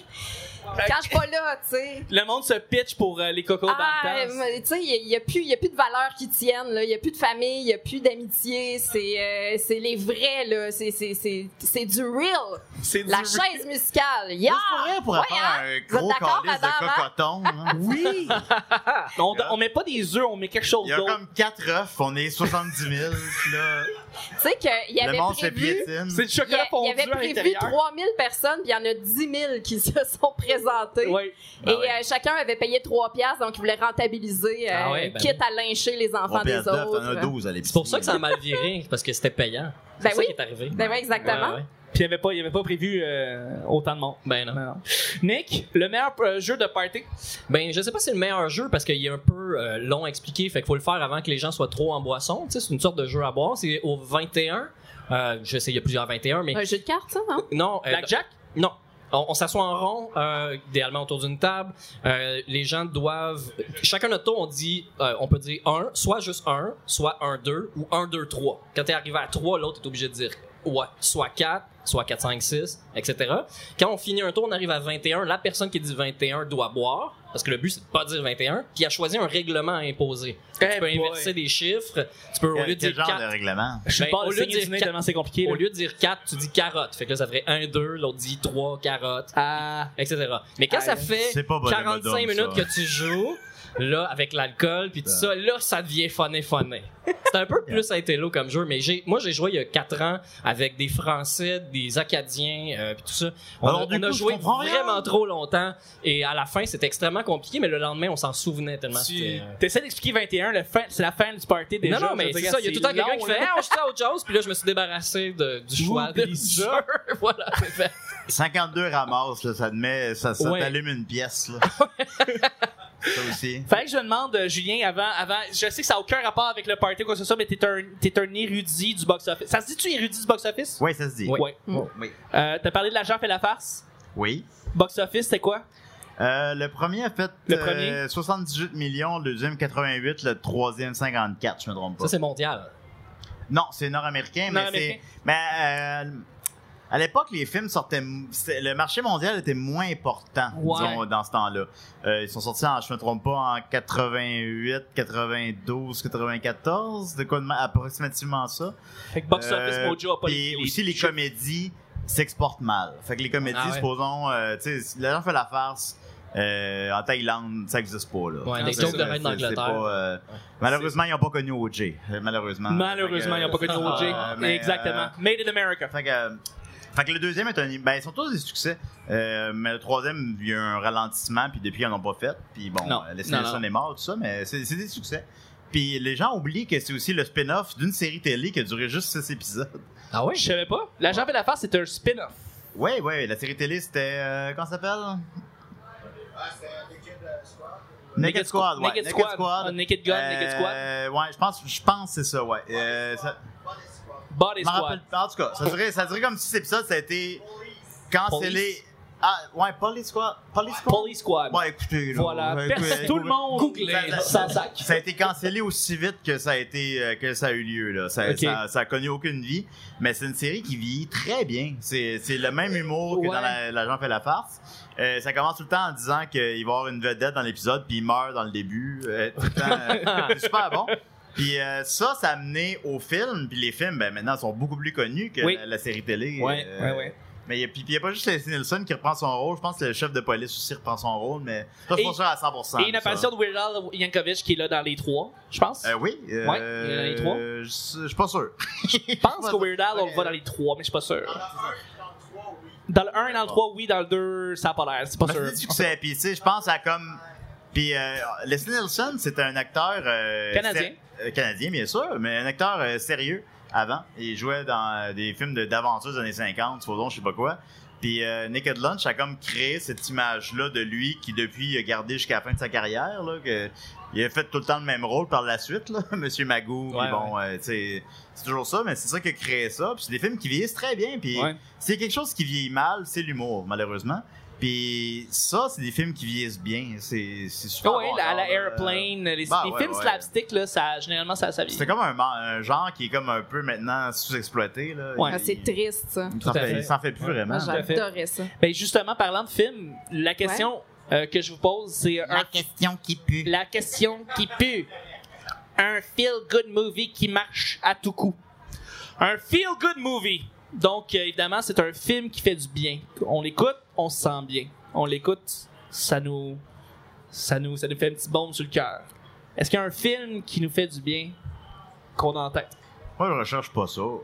Quand je suis pas là, tu sais.
Le monde se pitch pour euh, les cocos dans
Ah,
le temps.
mais tu sais, il n'y a, plus- y a plus de valeurs qui tiennent, là. Il n'y a plus de famille, il n'y a plus d'amitié. C'est euh, c'est les vrais, là. C'est- C'est c'est- c'est du real.
C'est
La
du-
chaise musicale. Yeah!
Juste pour rien, on pourrait
Ouais,
faire
hein?
un
Vous êtes
gros
d'accord,
calice
madame,
de
hein?
cocoton. hein.
Oui. on, on met pas des œufs, on met quelque chose
Il y a
d'autre.
comme 4 œufs, on est 70 000. Là.
Tu sais qu'il y
Le
avait
monde se
prévu...
piétine.
C'est du
Il y a-
chocolat
il y
fondu
avait
à
prévu
l'intérieur.
3000 personnes, puis il y en a 10 000 qui se sont présentées.
Ouais.
Ben
et
ouais.
euh, chacun avait payé 3 piastres, donc il voulait rentabiliser, euh,
Ah ouais, ben
quitte à lyncher les enfants
Trois
des
piastres d'œufs,
autres. hein.
t'en as 12 à l'épicerie.
C'est pour ça que ça a mal viré, parce que c'était payant. C'est
Ben
ça
oui.
qui est arrivé.
Ben oui, exactement.
Ouais, ouais.
Puis il avait pas, il avait pas prévu euh, autant de monde.
Ben non.
Non, non. Nick, le meilleur euh, jeu de party.
Ben, je sais pas si c'est le meilleur jeu parce qu'il est un peu euh, long à expliquer, fait qu'il faut le faire avant que les gens soient trop en boisson. Tu sais, c'est une sorte de jeu à boire. C'est au 21. Euh, je sais, il y a plusieurs 21, mais.
Un jeu de cartes, ça, non?
Non, euh,
Blackjack?
non. On, on s'assoit en rond, euh, idéalement autour d'une table. Euh, les gens doivent. Chacun notre tour, on dit, euh, on peut dire un, soit juste un, soit un deux ou un deux trois. Quand t'es arrivé à trois, l'autre est obligé de dire ouais, soit quatre, soit quatre cinq six, etc. Quand on finit un tour, on arrive à 21. La personne qui dit 21 doit boire, parce que le but c'est de pas dire 21. Puis a choisi un règlement à imposer.
Eh
tu peux
boy.
inverser des chiffres. Tu peux au lieu
Quel,
de
quel
dire
genre
quatre,
de règlement?
Je suis
Ben,
pas
au
le
lieu
signe
de
du
dire
nez
quatre-
tellement c'est compliqué.
au
là.
lieu de dire 4, tu dis carotte. Fait que là, ça ferait 1, 2, l'autre dit 3, carotte,
Ah,
etc. Mais quand
Aïe.
ça fait
C'est pas bon,
45
madame,
minutes
ça.
que tu joues, là, avec l'alcool, puis tout
Ouais.
ça, là, ça devient funny funny. C'est un peu plus intello comme jeu, mais j'ai, moi, j'ai joué il y a 4 ans avec des Français, des Acadiens, euh, puis tout ça. On
Alors,
a,
du
on a
coup, je
joué
comprends
vraiment
rien.
trop longtemps, et à la fin, c'était extrêmement compliqué, mais le lendemain, on s'en souvenait tellement.
tu
c'était, euh,
essaies d'expliquer 21, le fin- c'est la fin du party déjà.
non, non, mais
Je veux
c'est
dire,
ça. Il y a tout le temps quelqu'un qui
long,
fait,
là.
ah, on joue ça à autre chose, puis là, je me suis débarrassé de- du choix de
Oublie ça.
jeu. voilà, c'est fait.
52 ramasses, là, ça te met, ça, ça
Ouais.
t'allume une pièce. Là. ça aussi.
Fallait que je demande, euh, Julien, avant, avant, je sais que ça n'a aucun rapport avec le party ou quoi que ce soit, mais t'es un, t'es un érudit du box-office. Ça se dit-tu érudit du box-office?
Oui, ça se dit.
Oui.
Ouais.
Mm.
Oui.
Euh, T'as parlé de l'argent fait la farce.
Oui.
Box-office, c'est quoi?
Euh, le premier a fait
Le
euh,
premier?
78 millions, le deuxième 88, le troisième 54, je me trompe pas.
Ça, c'est mondial.
non, c'est nord-américain, mais
Nord-américain.
c'est. Mais euh, à l'époque, les films sortaient. m- c'était- Le marché mondial était moins important,
Ouais.
disons, dans ce temps-là. Euh, ils sont sortis, en, je me trompe pas, en 88, 92, 94, de quoi de ma- approximativement ça.
Fait que box-office,
Euh,
Mojo a pas
puis
les- les-
aussi les comédies s'exportent mal. Fait que les comédies,
Ah ouais.
supposons, euh, tu sais, les gens font la farce euh, en Thaïlande, ça existe pas, là.
Ouais, les
Ah, C'est-
jokes de
c'est-
reine
c'est- c'est
d'Angleterre.
pas, euh, Malheureusement, ils n'ont pas connu OJ. euh, Malheureusement.
Malheureusement, ils
Fait que,
n'ont pas connu
euh,
OJ.
mais,
Exactement. Made in America.
euh, fait que, euh, fait que le deuxième est un. Ben, ils sont tous des succès. euh, mais le troisième, il y a eu un ralentissement, puis depuis, ils n'en ont pas fait. Puis bon,
Non,
euh, Les
non,
Simpsons
non.
est mort, tout ça, mais c'est c'est des succès. Puis les gens oublient que c'est aussi le spin-off d'une série télé qui a duré juste 6 épisodes.
Ah
Je
oui?
savais pas. L'agent fait l'affaire, c'est un spin-off.
Ouais, ouais, la série télé, c'était. euh, comment ça s'appelle Naked Squad, ouais.
Naked Squad. Ah, Naked Gun, Naked Squad.
Euh, Ouais, je pense, je pense que c'est ça, ouais. Euh, ça-
Body
Je m'en
Squad.
rappelle pas. En tout cas, ça durait, ça durait comme six épisodes, ça a été cancellé.
Police.
Ah, ouais, Police Squad. Police Squad.
Police Squad.
Ouais, écoutez, là,
Voilà.
euh,
Personne-
écoutez,
tout le monde
Googlez,
Googlez
là.
sans sac.
Ça a été cancellé aussi vite que ça a été euh, que ça a eu lieu là. Ça,
Ok.
ça, ça a connu aucune vie, mais c'est une série qui vit très bien. C'est c'est le même humour que
Ouais.
dans la, la Jean fait la farce. Euh, ça commence tout le temps en disant qu'il va y avoir une vedette dans l'épisode puis il meurt dans le début. Euh, tout le temps, euh, c'est super bon. Puis euh, ça, ça a amené au film. Puis les films, ben, maintenant, sont beaucoup plus connus que
Oui.
la, la série télé.
Ouais,
Euh,
ouais, ouais.
Mais il y a- puis il n'y a pas juste Leslie Nielsen qui reprend son rôle. Je pense que le chef de police aussi reprend son rôle. Mais ça, je
Et-
suis pas sûr à 100%.
Et une
ça.
apparition de Weird Al Yankovic qui est là dans les trois, je pense.
Euh, oui. Euh,
Ouais, il y en a les trois.
euh, Je suis- je suis pas sûr.
Je pense que Weird Al, on le voit dans les trois, mais je suis pas sûr. Dans le 1 et dans le 3, oui. Dans le 2, ça a pas l'air. C'est pas
Mais c'est
sûr.
du succès. Puis, tu sais, je pense à comme. Puis, euh, Leslie Nielsen, c'est un acteur. euh,
Canadien.
sé- euh, canadien, bien sûr, mais un acteur euh, sérieux avant. Il jouait dans euh, des films de- d'aventure des années 50, supposons, je sais pas quoi. Puis, euh, Naked Lunch a comme créé cette image-là de lui qui, depuis, a gardé jusqu'à la fin de sa carrière. Là, que, il a fait tout le temps le même rôle par la suite, là, Monsieur Magoo. puis
Ouais,
bon, euh, tu sais, c'est toujours ça, mais c'est ça qui a créé ça. Puis, c'est des films qui vieillissent très bien. Puis,
Ouais.
s'il y a quelque chose qui vieillit mal, c'est l'humour, malheureusement. Puis ça, c'est des films qui vieillissent bien. C'est c'est super.
Ah Ouais,
bon euh,
la, la
encore, là.
Airplane, les,
bah,
les
ouais,
films
ouais.
slapstick, là, ça, généralement, ça, ça vit.
C'est comme un, ma- un genre qui est comme un peu maintenant sous-exploité. là.
Ouais.
Il-
Ah, c'est triste, ça.
Il s'en
Tout à
fait,
fait.
il s'en fait plus vraiment.
Moi,
tout à fait.
j'adorais ça.
Ben justement, parlant de films, la question euh, que je vous pose, c'est un-
question qui pue.
la question qui pue. Un feel-good movie qui marche à tout coup. Un feel-good movie. Donc, euh, évidemment, c'est un film qui fait du bien. On l'écoute, on se sent bien. On l'écoute, ça nous, ça nous, ça nous fait une petite bombe sur le cœur. Est-ce qu'il y a un film qui nous fait du bien qu'on a en tête?
Moi, je recherche pas ça. ouais,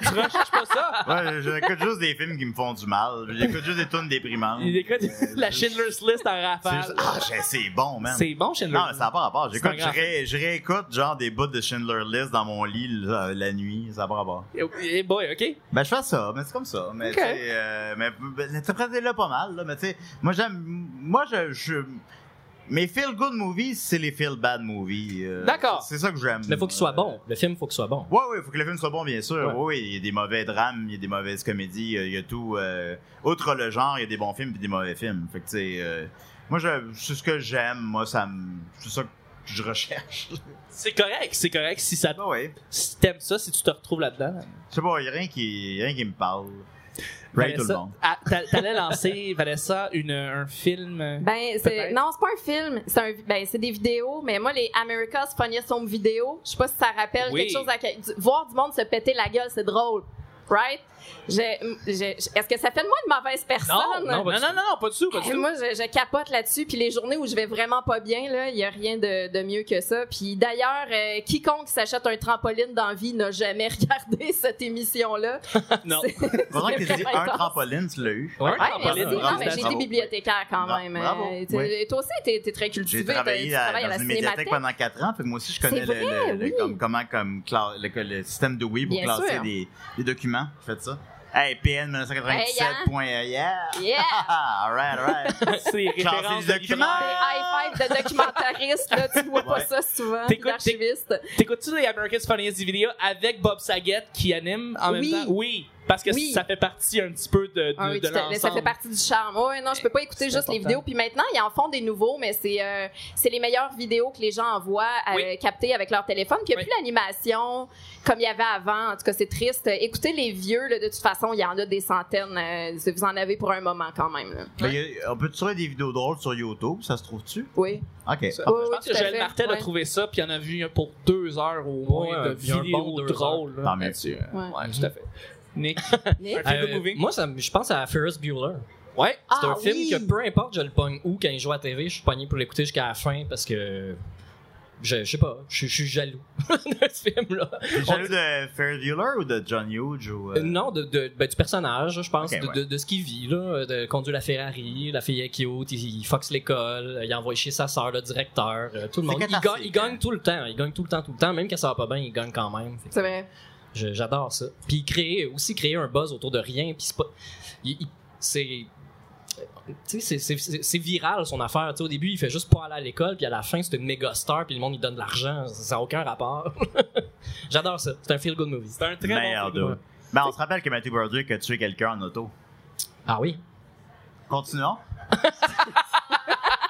Tu recherches pas ça?
j'écoute juste des films qui me font du mal. J'écoute juste des tunes déprimantes.
Il écoute la Schindler's List en
Euh, C'est
rafale.
juste- Ah, j'ai- c'est bon, man.
C'est bon, Schindler's
Non, mais ça n'a pas rapport. J'écoute,
C'est un
je,
grand
ré- je réécoute genre des bouts de Schindler List dans mon lit la, la nuit. Ça n'a pas rapport.
Eh, eh boy, OK?
Ben, je fais ça, mais c'est comme ça. Mais,
Ok.
tu sais, euh, mais ben, l'interprétez-le pas mal, là. Mais, tu sais, moi, j'aime. Moi, je. je- mes feel-good movies, c'est les feel-bad movies. euh,
D'accord.
C'est ça que j'aime.
Mais faut qu'il soit
Euh,
bon. Le film, faut qu'il soit bon.
Ouais, ouais, faut que le film soit bon, bien sûr.
Ouais.
Oui, oui, il y a des mauvais drames, il y a des mauvaises comédies, euh, il y a tout. euh, outre le genre, il y a des bons films et des mauvais films. Fait que, tu sais, euh, moi, je- c'est ce que j'aime. Moi, ça me. C'est ça que je recherche.
C'est correct, c'est correct. Si ça
Ah ouais.
si t'aimes ça, si tu te retrouves là-dedans.
Je sais pas, il y a rien qui, rien qui me parle.
Ben,
Ray, tout le
Vanessa,
monde.
ah, t'a- T'allais lancer, Vanessa, une, un film. euh,
Ben, c'est,
Peut-être.
non, c'est pas un film. C'est, un, ben, c'est des vidéos. Mais moi, les America's Funniest Home Video, je sais pas si ça rappelle
Oui.
quelque chose. À, quel- du- voir du monde se péter la gueule, c'est drôle. Right? J'ai- j'ai- est-ce que ça fait de moi une mauvaise personne?
non, non, non, non, pas du tout, pas du
Eh,
tout.
Moi, je, je capote là-dessus. Puis les journées où je vais vraiment pas bien, là, il y a rien de, de mieux que ça. Puis d'ailleurs, euh, quiconque s'achète un trampoline dans la vie n'a jamais regardé cette émission-là.
Non.
Pendant que tu dis un
intense.
trampoline, tu l'as eu.
Ouais.
Ouais,
Ah, trampoline,
merci.
bravo.
Ah, ben, Non, mais j'ai été
Bravo.
bibliothécaire quand
Bra-
même.
bravo.
Euh, t'es-
Oui.
Toi aussi, t'es t'es très
J'ai
cultivé.
travaillé
tu
à-
travailles à la
dans une médiathèque
cinémathèque.
pendant 4 ans, fait que moi aussi je connais
C'est vrai,
le, le- le-
oui.
comme- comment comme cla- le, le système de Wii pour
Bien
classer
sûr.
des, des documents. J'ai fait ça. Hey, PN 1997.
Hey,
point, euh, yeah!
Yeah!
alright, alright.
C'est référence
Classer
de
les documents!
Des high five de documentaristes, là, tu vois pas
Ouais.
ça souvent.
T'écoutes-
D'archivistes.
T'écoutes-tu les America's Funniest Video avec Bob Saget qui anime en
Oui.
même temps? Oui. Parce que
Oui.
ça fait partie un petit peu de, de,
Ah oui,
de
tout à fait. ça
l'ensemble.
fait partie du charme. Ouais, non, je peux pas écouter
C'est
juste les
important.
vidéos. Puis maintenant, ils en font des nouveaux, mais c'est euh, c'est les meilleures vidéos que les gens envoient à
Oui.
capter avec leur téléphone. Puis il n'y
Oui.
a plus l'animation comme il y avait avant. En tout cas, c'est triste. Écoutez les vieux, là, de toute façon, il y en a des centaines. euh, vous en avez pour un moment quand même. là.
Ben, y a- on peut trouver des vidéos drôles sur YouTube, ça se trouve-tu?
Oui.
Ok.
Ça-
Ah,
Je
Oui, oui,
pense
tout
que
à
Joël
fait.
Martel a
Ouais.
trouvé ça, puis il y en a vu un pour deux heures au moins
Ouais,
de
puis un
vidéos
bon deux
drôles. là.
Tant mieux.
Ouais, tout à fait.
Ouais.
Ouais, Nick?
Nick?
Un film de
Euh,
movie?
moi, ça me- je pense à Ferris Bueller.
Ouais.
C'est un
Ah,
film
oui.
que peu importe, je le pogne où quand il joue à TV, je suis pogné pour l'écouter jusqu'à la fin parce que. Je, je sais pas, je, je suis jaloux de ce film-là.
T'es jaloux de Ferris Bueller ou de John Hughes ou, euh,
Euh, Non, de, de- ben, du personnage, je pense,
Ok,
de,
ouais.
de- de ce qu'il vit, là, de conduire la Ferrari, la fille est cute, il, il fox l'école, euh, il envoie chez sa sœur, le directeur, euh, tout le
C'est
monde. Il,
cathartique,
gagne- il
hein.
gagne tout le temps, il gagne tout le temps, tout le temps, même quand ça va pas bien, il gagne quand même. Fait que
C'est vrai.
je- J'adore ça. Puis créer, aussi créer un buzz autour de rien, puis c'est pas... il- il- C'est... Tu sais, c'est- c'est- c'est c'est viral son affaire. Tu sais, au début, il fait juste pas aller à l'école, puis à la fin, c'est une méga star, puis le monde, il donne de l'argent. Ça n'a aucun rapport. J'adore ça. C'est un feel-good movie.
C'est un très
meilleur
bon film.
double? Ben, on se rappelle que Matthew Broderick a tué quelqu'un en auto.
Ah oui?
Continuons.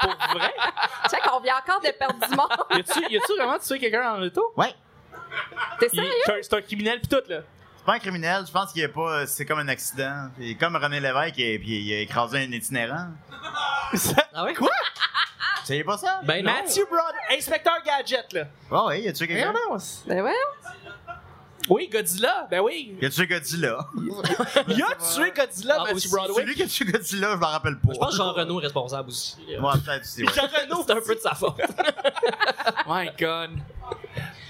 Tu sais qu'on vient encore de perdre du monde.
Y a-tu y a-tu vraiment tué quelqu'un en auto?
T'es
Il-
sérieux?
C'est un- c'est un criminel pis tout, là.
C'est pas un criminel, je pense qu'il est pas. C'est comme un accident. C'est comme René Lévesque, et puis il a écrasé un itinérant.
Ah oui? Quoi?
Tu savais pas ça?
Ben non.
Matthew Broad, inspecteur Gadget, là.
Ah oui, il a tué
Rien
quelqu'un.
d'annonce.
Ben ouais.
Oui, Godzilla, ben oui.
Il a tué Godzilla.
Il a tué Godzilla,
Ah,
Matthew
aussi,
C'est
Broderick.
lui qui a tué Godzilla, je m'en rappelle pas.
Je pense que Jean Renault est responsable aussi.
Ouais, peut-être aussi, ouais.
Jean
Ben
Reno,
C'est un peu de sa faute.
My God.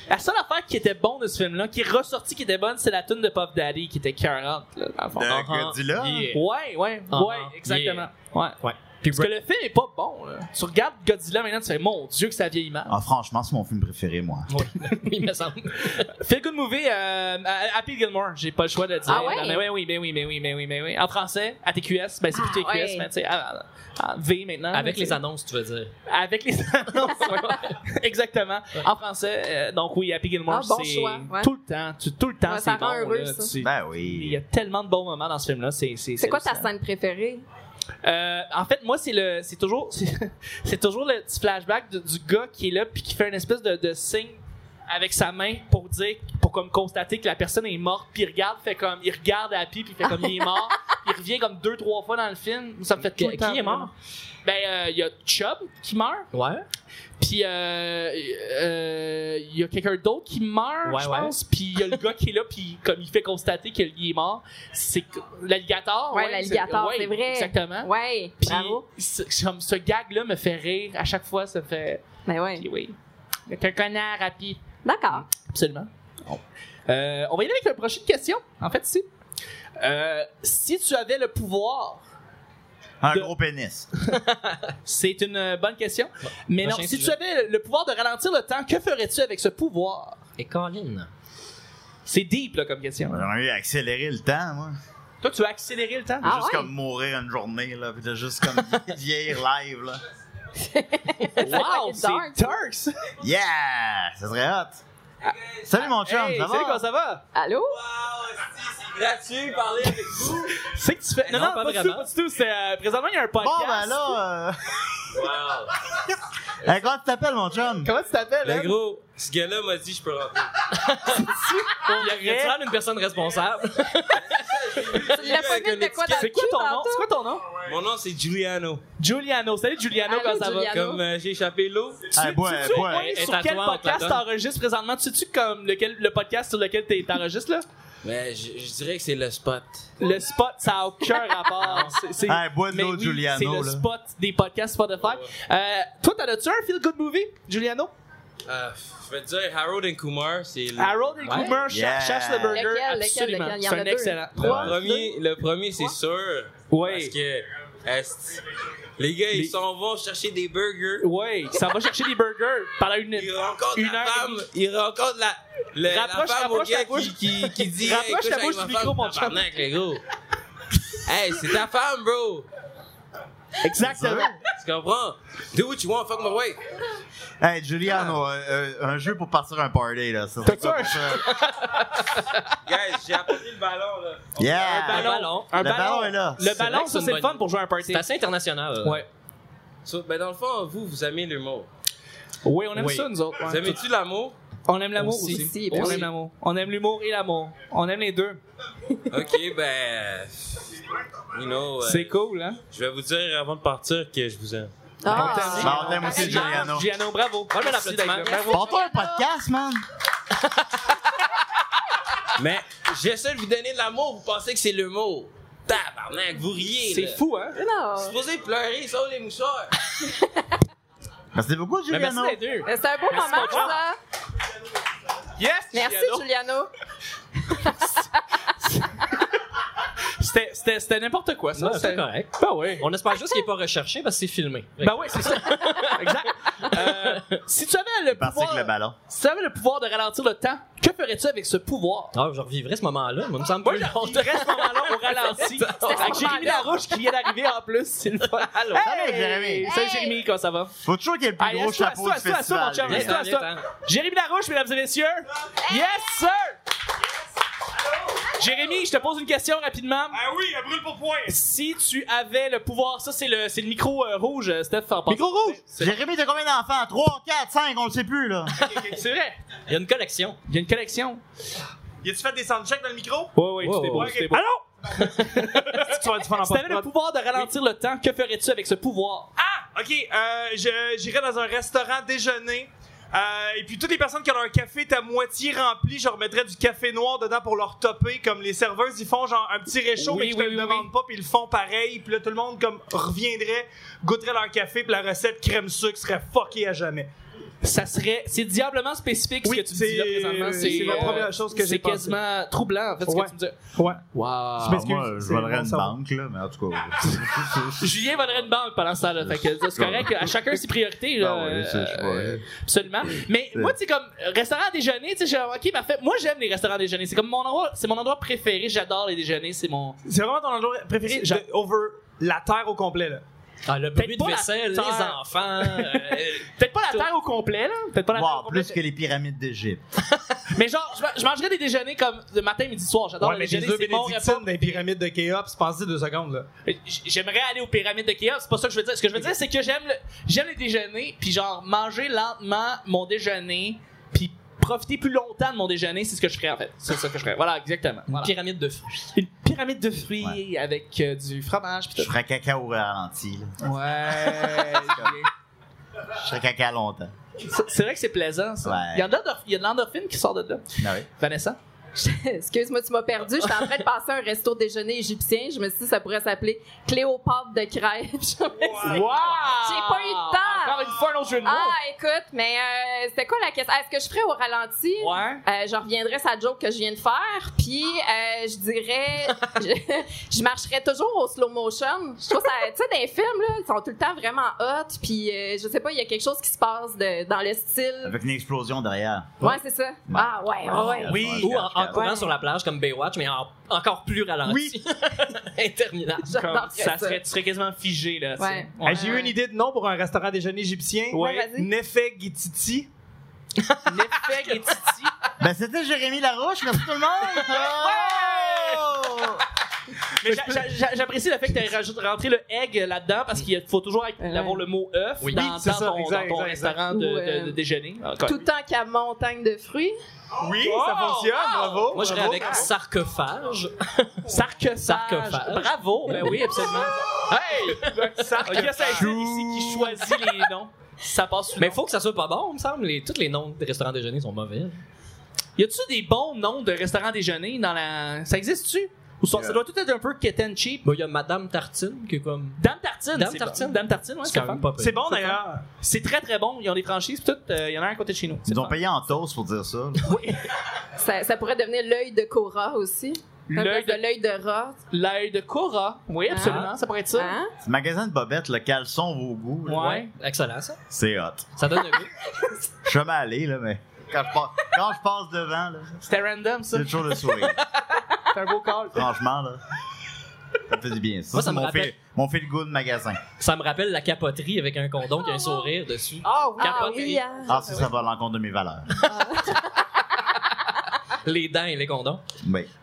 La seule affaire qui était bonne de ce film-là, qui est ressortie, qui était bonne, c'est la tune de Pop Daddy, qui était 40, là, dans le fond.
De
Ah, ah,
Euh, Godzilla?
yeah.
Ouais, ouais,
Ah,
ouais,
ah,
exactement. Ouais.
Ouais. Puis
Parce que le film est pas bon, là. Tu regardes Godzilla maintenant, tu fais, mon Dieu, que ça vieillit mal.
Ah, franchement, c'est mon film préféré, moi.
il me semble.
Feel Good Movie, euh, à- Happy Gilmore, j'ai pas le choix de dire.
Ah ouais?
Non, mais ouais, oui, mais oui, mais oui, mais oui, mais oui. En français, ATQS, ben c'est
Ah
plus TQS,
ouais.
mais tu sais, à- à- à V maintenant.
Avec
mais tu
les
sais.
annonces, tu veux dire.
Avec les annonces, ouais. Exactement. En français, euh, donc oui, Happy Gilmore,
Ah, bon
c'est
choix, ouais.
tout le temps, tu- tout le temps,
Ouais, ça
c'est bon.
rend heureux,
là,
ça.
tu-
Ben
Il y
oui.
a tellement de bons moments dans ce film-là. C'est, c'est,
C'est quoi ta
hallucinant.
scène préférée?
Euh, en fait, moi, c'est le, c'est toujours, c'est, c'est toujours le petit flashback de- du gars qui est là puis qui fait une espèce de, de signe avec sa main pour dire, pour comme constater que la personne est morte. Puis il regarde, fait comme, il regarde Happy puis il fait comme il est mort. puis il revient comme deux, trois fois dans le film. Ça me fait tout le
Qui-
temps
qui est mort?
Ben, euh, il y a Chubb qui meurt.
Ouais.
Puis euh, euh, il y a quelqu'un d'autre qui meurt,
Ouais,
je
ouais.
pense. Puis il y a le gars qui est là, puis comme il fait constater qu'il est mort, c'est que- l'alligator.
Ouais, l'alligator,
ouais,
c'est vrai.
Exactement.
Ouais.
Hein? Puis
Bravo.
ce, comme ce gag-là me fait rire à chaque fois, ça me fait.
Ben ouais.
Puis oui. Avec un connard rapide.
D'accord.
Absolument. Euh, on va y aller avec la prochaine question, en fait, si. Euh, si tu avais le pouvoir,
Un
de-
gros pénis.
c'est une euh, bonne question. Mais non,
prochain
si tu
sujet.
avais le pouvoir de ralentir le temps, que ferais-tu avec ce pouvoir?
Et Colin.
C'est deep là, comme question.
J'aurais eu à accélérer le temps, moi.
Toi, tu veux accélérer le temps?
Ah
juste
ouais?
comme mourir une journée, là. Puis de juste comme vieillir live, là.
Wow,
fucking
c'est
dark.
dark! ça.
Yeah! Ça serait hot. Salut, mon chum,
Ah. Hey,
ça
salut, comment
va?
ça va?
Allô?
C'est que tu fais... Non, non,
Non, pas
pas, du tout,
vraiment.
pas du tout. C'est, euh, présentement, il y a un podcast.
Bon, ben là... euh, Hey, comment tu t'appelles, mon chum?
Comment tu t'appelles?
Le
hein?
Ben gros, ce gars-là m'a dit je peux rentrer.
Ah,
Il y a
vrai?
vraiment une personne responsable.
Tu l'as pas
avec
mis
un
de quoi dans le
C'est quoi
cul
ton nom?
tantôt?
C'est quoi ton nom?
Mon nom c'est Giuliano.
Giuliano. Salut, Giuliano,
Allô,
comment ça
Giuliano.
Comme euh, j'ai échappé l'eau,
va?
Hey, bois,
tu, sais-tu au
bois.
moins
Et- et
sur
à
quel
toi, on te la
podcast
donne.
t'enregistres présentement? Tu sais-tu comme lequel, le podcast sur lequel t'es- t'enregistres, là?
mais Ben, je, je dirais que c'est le spot.
Le spot, ça n'a aucun rapport. C'est- c'est-
Hey, bois de
mais
l'eau,
oui,
Giuliano,
C'est le
là.
spot des podcasts Spotify. Euh, toi, t'en as-tu un feel-good movie, Giuliano?
Euh, je vais te dire Harold and Kumar, c'est le
Harold et
Ouais.
Cooper,
Yeah.
Chasse le Burger,
Lequel, lequel,
absolument.
lequel? Il y en
C'est
a
un
deux.
excellent.
Ouais.
premier. Le premier c'est sûr. Parce
Oui,
que esti, les gars
Les-
ils s'en vont chercher des burgers.
oui, ça va chercher des burgers pendant une.
Ils rencontrent
Une heure
la
et
femme.
demie.
Ils rencontrent la. le- la
Rapproche-
femme au
rapproche
gars
ta bouche.
qui, qui, qui dit
Rapproche
hey, couche
ta
avec
bouche
ma
du
femme.
micro, mon chum.
Tabarnak, les gros. hey, c'est ta femme, bro.
Exactement.
Tu comprends? Do what you want, fuck my wife.
Hey, Giuliano, euh, euh, un jeu pour partir un party, là. Ça serait
T'as-tu
quoi
un
pour ça?
Guys, j'ai apporté le ballon, là.
Yeah!
Un ballon.
Un
Le Ah. ballon est là.
Le ballon,
vrai que
ça,
c'est
c'est
une
le fun
bonne-
pour jouer à un party.
C'est assez international.
Ouais.
So, ben dans le fond, vous, vous aimez l'humour.
Oui, on aime
Oui.
ça, nous autres.
Vous
ouais.
aimez-tu l'amour?
On aime l'amour aussi.
Aussi.
Aussi, ben
On
oui.
aime l'amour. On aime l'humour et l'amour. On aime les deux.
Ok, ben. You know, euh,
C'est cool, hein?
je vais vous dire avant de partir que je vous aime.
Ah.
Bon, on t'aime aussi, Giuliano.
Giano, bravo.
Ouais, mais
Merci d'être là.
l'applaudissement.
Bravo.
Porte-toi un podcast, man!
Mais j'essaie de vous donner de l'amour, vous pensez que c'est l'humour. Tabarnak, vous riez.
C'est
là.
fou, hein?
Non.
Supposé pleurer, sauf les mouchoirs.
Merci beaucoup,
Mais merci
Giuliano.
les deux.
Mais C'est un beau moment, ça.
Yes,
Merci,
Giuliano.
Giuliano.
C'était- C'était c'était n'importe quoi, ça.
Non, c'est
C'était-
correct.
Ben oui.
On espère juste qu'il n'est pas recherché parce que c'est filmé.
Ben oui, c'est ça. exact. Euh, si tu avais le
Parti avec le
pouvoir,
ballon.
si tu avais le pouvoir de ralentir le temps, que ferais-tu avec ce pouvoir?
Ah, je revivrai ce moment-là. Moi, il me semble
Moi,
plus
je
long.
reste ce moment-là au ralenti. Fait que Jérémy Larouche qui vient d'arriver en plus, c'est le fun. Allô?
Salut, Jérémy.
Salut
Hey.
Jérémy, comment ça va?
Faut toujours qu'il y ait le plus
Allez,
gros
assis-toi,
chapeau du
assis-toi, assis-toi, mon
festival.
chum,
lui.
assis-toi.
Viens, viens,
Jérémy Larouche, mesdames et messieurs! Yes, sir! Jérémy, je te pose une question rapidement.
Ah oui, elle brûle pour point.
Si tu avais le pouvoir, ça c'est le, c'est le micro euh, rouge, euh, Steph, en
Micro rouge! Jérémy, t'as combien d'enfants? 3, 4, 5, on le sait plus, là.
C'est vrai!
Il y a une collection.
Il y a une collection.
Y a-tu fait des soundchecks dans le micro?
Ouais, ouais,
Wow.
tout est beau,
Ouais,
tout est
ok.
beau.
tu vas du fun en
Si t'avais le pouvoir de ralentir le temps, que ferais-tu avec ce pouvoir?
Ah! Ok, euh, je- j'irai dans un restaurant déjeuner. euh, et puis toutes les personnes qui ont leur café est à moitié rempli, je remettrais du café noir dedans pour leur topper, comme les serveuses ils font genre un petit réchaud
Oui,
mais je
oui,
te
oui,
le demande pas, puis ils le font pareil, puis là tout le monde comme reviendrait, goûterait leur café, puis la recette crème sucre serait fuckée à jamais.
Ça serait. C'est diablement spécifique
Oui,
ce que tu me
c'est-
dis là présentement.
c'est la
euh,
première chose que j'ai
C'est
pensé.
quasiment troublant en fait ce
Ouais.
que tu me dis.
Ouais.
Wow.
Ah, moi, je
c'est
volerais
bon
une
savoir.
banque, là, mais en tout cas.
Julien volerait une banque pendant ça là. Fait que ça, c'est correct. À chacun ses priorités là.
Ben ouais, c'est- je
euh,
vois.
absolument. Mais moi, tu sais comme restaurant à déjeuner, tu sais, genre, ok parfait. Moi, j'aime les restaurants à déjeuner. C'est comme mon endroit, c'est mon endroit préféré. J'adore les déjeuners. C'est mon.
C'est vraiment ton endroit préféré
J'a-
de- over la terre au complet là.
Ah, le
Peut-être
bruit de
pas la
vaisselle, les
terre.
enfants. euh,
Peut-être pas la terre au complet là. Peut-être pas la terre au
Wow,
complet.
plus que les pyramides d'Égypte.
Mais genre, je, je mangerais des déjeuners comme le matin, midi, soir. J'adore
ouais,
le
mais les
déjeuner.
œufs
C'est mon repas.
bénédictines des pyramides de Khéops, pensez deux secondes là.
J- J'aimerais aller aux pyramides de Khéops, c'est pas ça que je veux dire. Ce que je veux dire, c'est que j'aime le, j'aime les déjeuners, puis genre manger lentement mon déjeuner, puis profiter plus longtemps de mon déjeuner, c'est ce que je ferais en fait. C'est ça que je ferais. Voilà, exactement.
Une
Voilà.
pyramide de fruits.
Une pyramide de fruits avec euh, du fromage,
Je
puis tout.
ferais caca au ralenti, là.
Ouais.
Je ferais caca longtemps.
C'est- c'est vrai que c'est plaisant, ça.
Ouais.
Il y en a d'or- il y a de l'endorphine qui sort de là.
Ah oui.
Vanessa?
Excuse-moi, tu m'as perdu. J'étais en train de passer un resto déjeuner égyptien. Je me suis dit, ça pourrait s'appeler Cléopâtre de crêpes. Je me suis-
Wow! J'ai pas
eu le temps.
Encore une fois, un autre jeu de mots.
Ah, écoute, mais euh, c'était quoi la question? Ah, Est-ce que je ferais au ralenti?
Ouais.
Euh, je reviendrais sa joke que je viens de faire, puis euh, je dirais, je, je marcherais toujours au slow motion. Je trouve ça, tu sais, dans les films, là, ils sont tout le temps vraiment hot, puis euh, je sais pas, il y a quelque chose qui se passe de- dans le style.
Avec une explosion derrière.
Ouais, c'est ça. Ah, ouais, ouais, ouais.
Oui.
Ou en, en
Ouais.
courant sur la plage comme Baywatch, mais en- encore plus ralenti.
Oui.
Interminable.
Comme
J'adorerais
ça serait, tu serais quasiment figé, là.
Ouais.
tu sais.
Hey, J'ai eu une idée de nom pour un restaurant déjeuner égyptien.
Ouais, vas-y.
Nefegititi.
Nefeg et Titi.
Ben, c'était Jérémy Larouche, merci tout le monde! Oh!
Mais j'a- j'a- j'a- j'apprécie le fait que tu aies rajouté- rentré le egg là-dedans parce qu'il faut toujours être-
Ouais.
avoir le mot œuf
Oui.
dans,
Oui, c'est
dans
ça,
ton,
exact,
dans ton
exact,
restaurant de,
Ou, euh,
de- de déjeuner.
Tout le temps qu'il y a montagne de fruits.
Oui, ça
Oh,
fonctionne,
wow.
bravo.
Moi, je serais
bravo.
avec sarcophage.
Sarcophage.
Sarcophage.
Bravo. Ben oui, absolument. hey! Il y a ça ici qui choisit les noms. Ça passe sous
Mais faut que ça soit pas bon, il me semble. Les- tous les noms de restaurants déjeuner sont mauvais.
Y a-tu des bons noms de restaurants déjeuner dans la. Ça existe-tu? Ou ça, ça doit tout être un peu kitten cheap?
Bon, Il y a Madame Tartine qui est comme.
Dame Tartine.
Dame
c'est
Tartine.
bon. Dame Tartine, ouais, c'est
quand
fun.
même pas
C'est
pire.
bon d'ailleurs.
C'est très très bon. Ils ont des franchises, pis tout. Euh, y en a un à côté de chez nous. C'est
Ils ont
fun.
payé en toast pour dire ça. là.
Ça, ça pourrait devenir l'œil de Cora aussi. Un
L'œil
peu de l'œil de rat.
L'œil de Cora. Oui, absolument. Ça pourrait être ça.
Hein?
C'est le magasin de bobettes, le caleçon vaut goût. là.
Ouais.
Excellent, ça.
C'est hot.
Ça donne le goût.
Je suis jamais allé, là, mais quand je passe, quand je passe devant, là,
C'était random, ça.
c'est toujours le sourire.
C'est un beau call.
Franchement, là. Ça me fait du bien. Ça,
Moi, ça
c'est
me
mon
rappelle-
fil, mon fil good magasin.
Ça me rappelle la capoterie avec un condom qui a un sourire dessus.
Ah oui.
Ah
Capote.
oui, hein.
Ah, ça, ça va à l'encontre de mes valeurs.
Les dents et les condoms.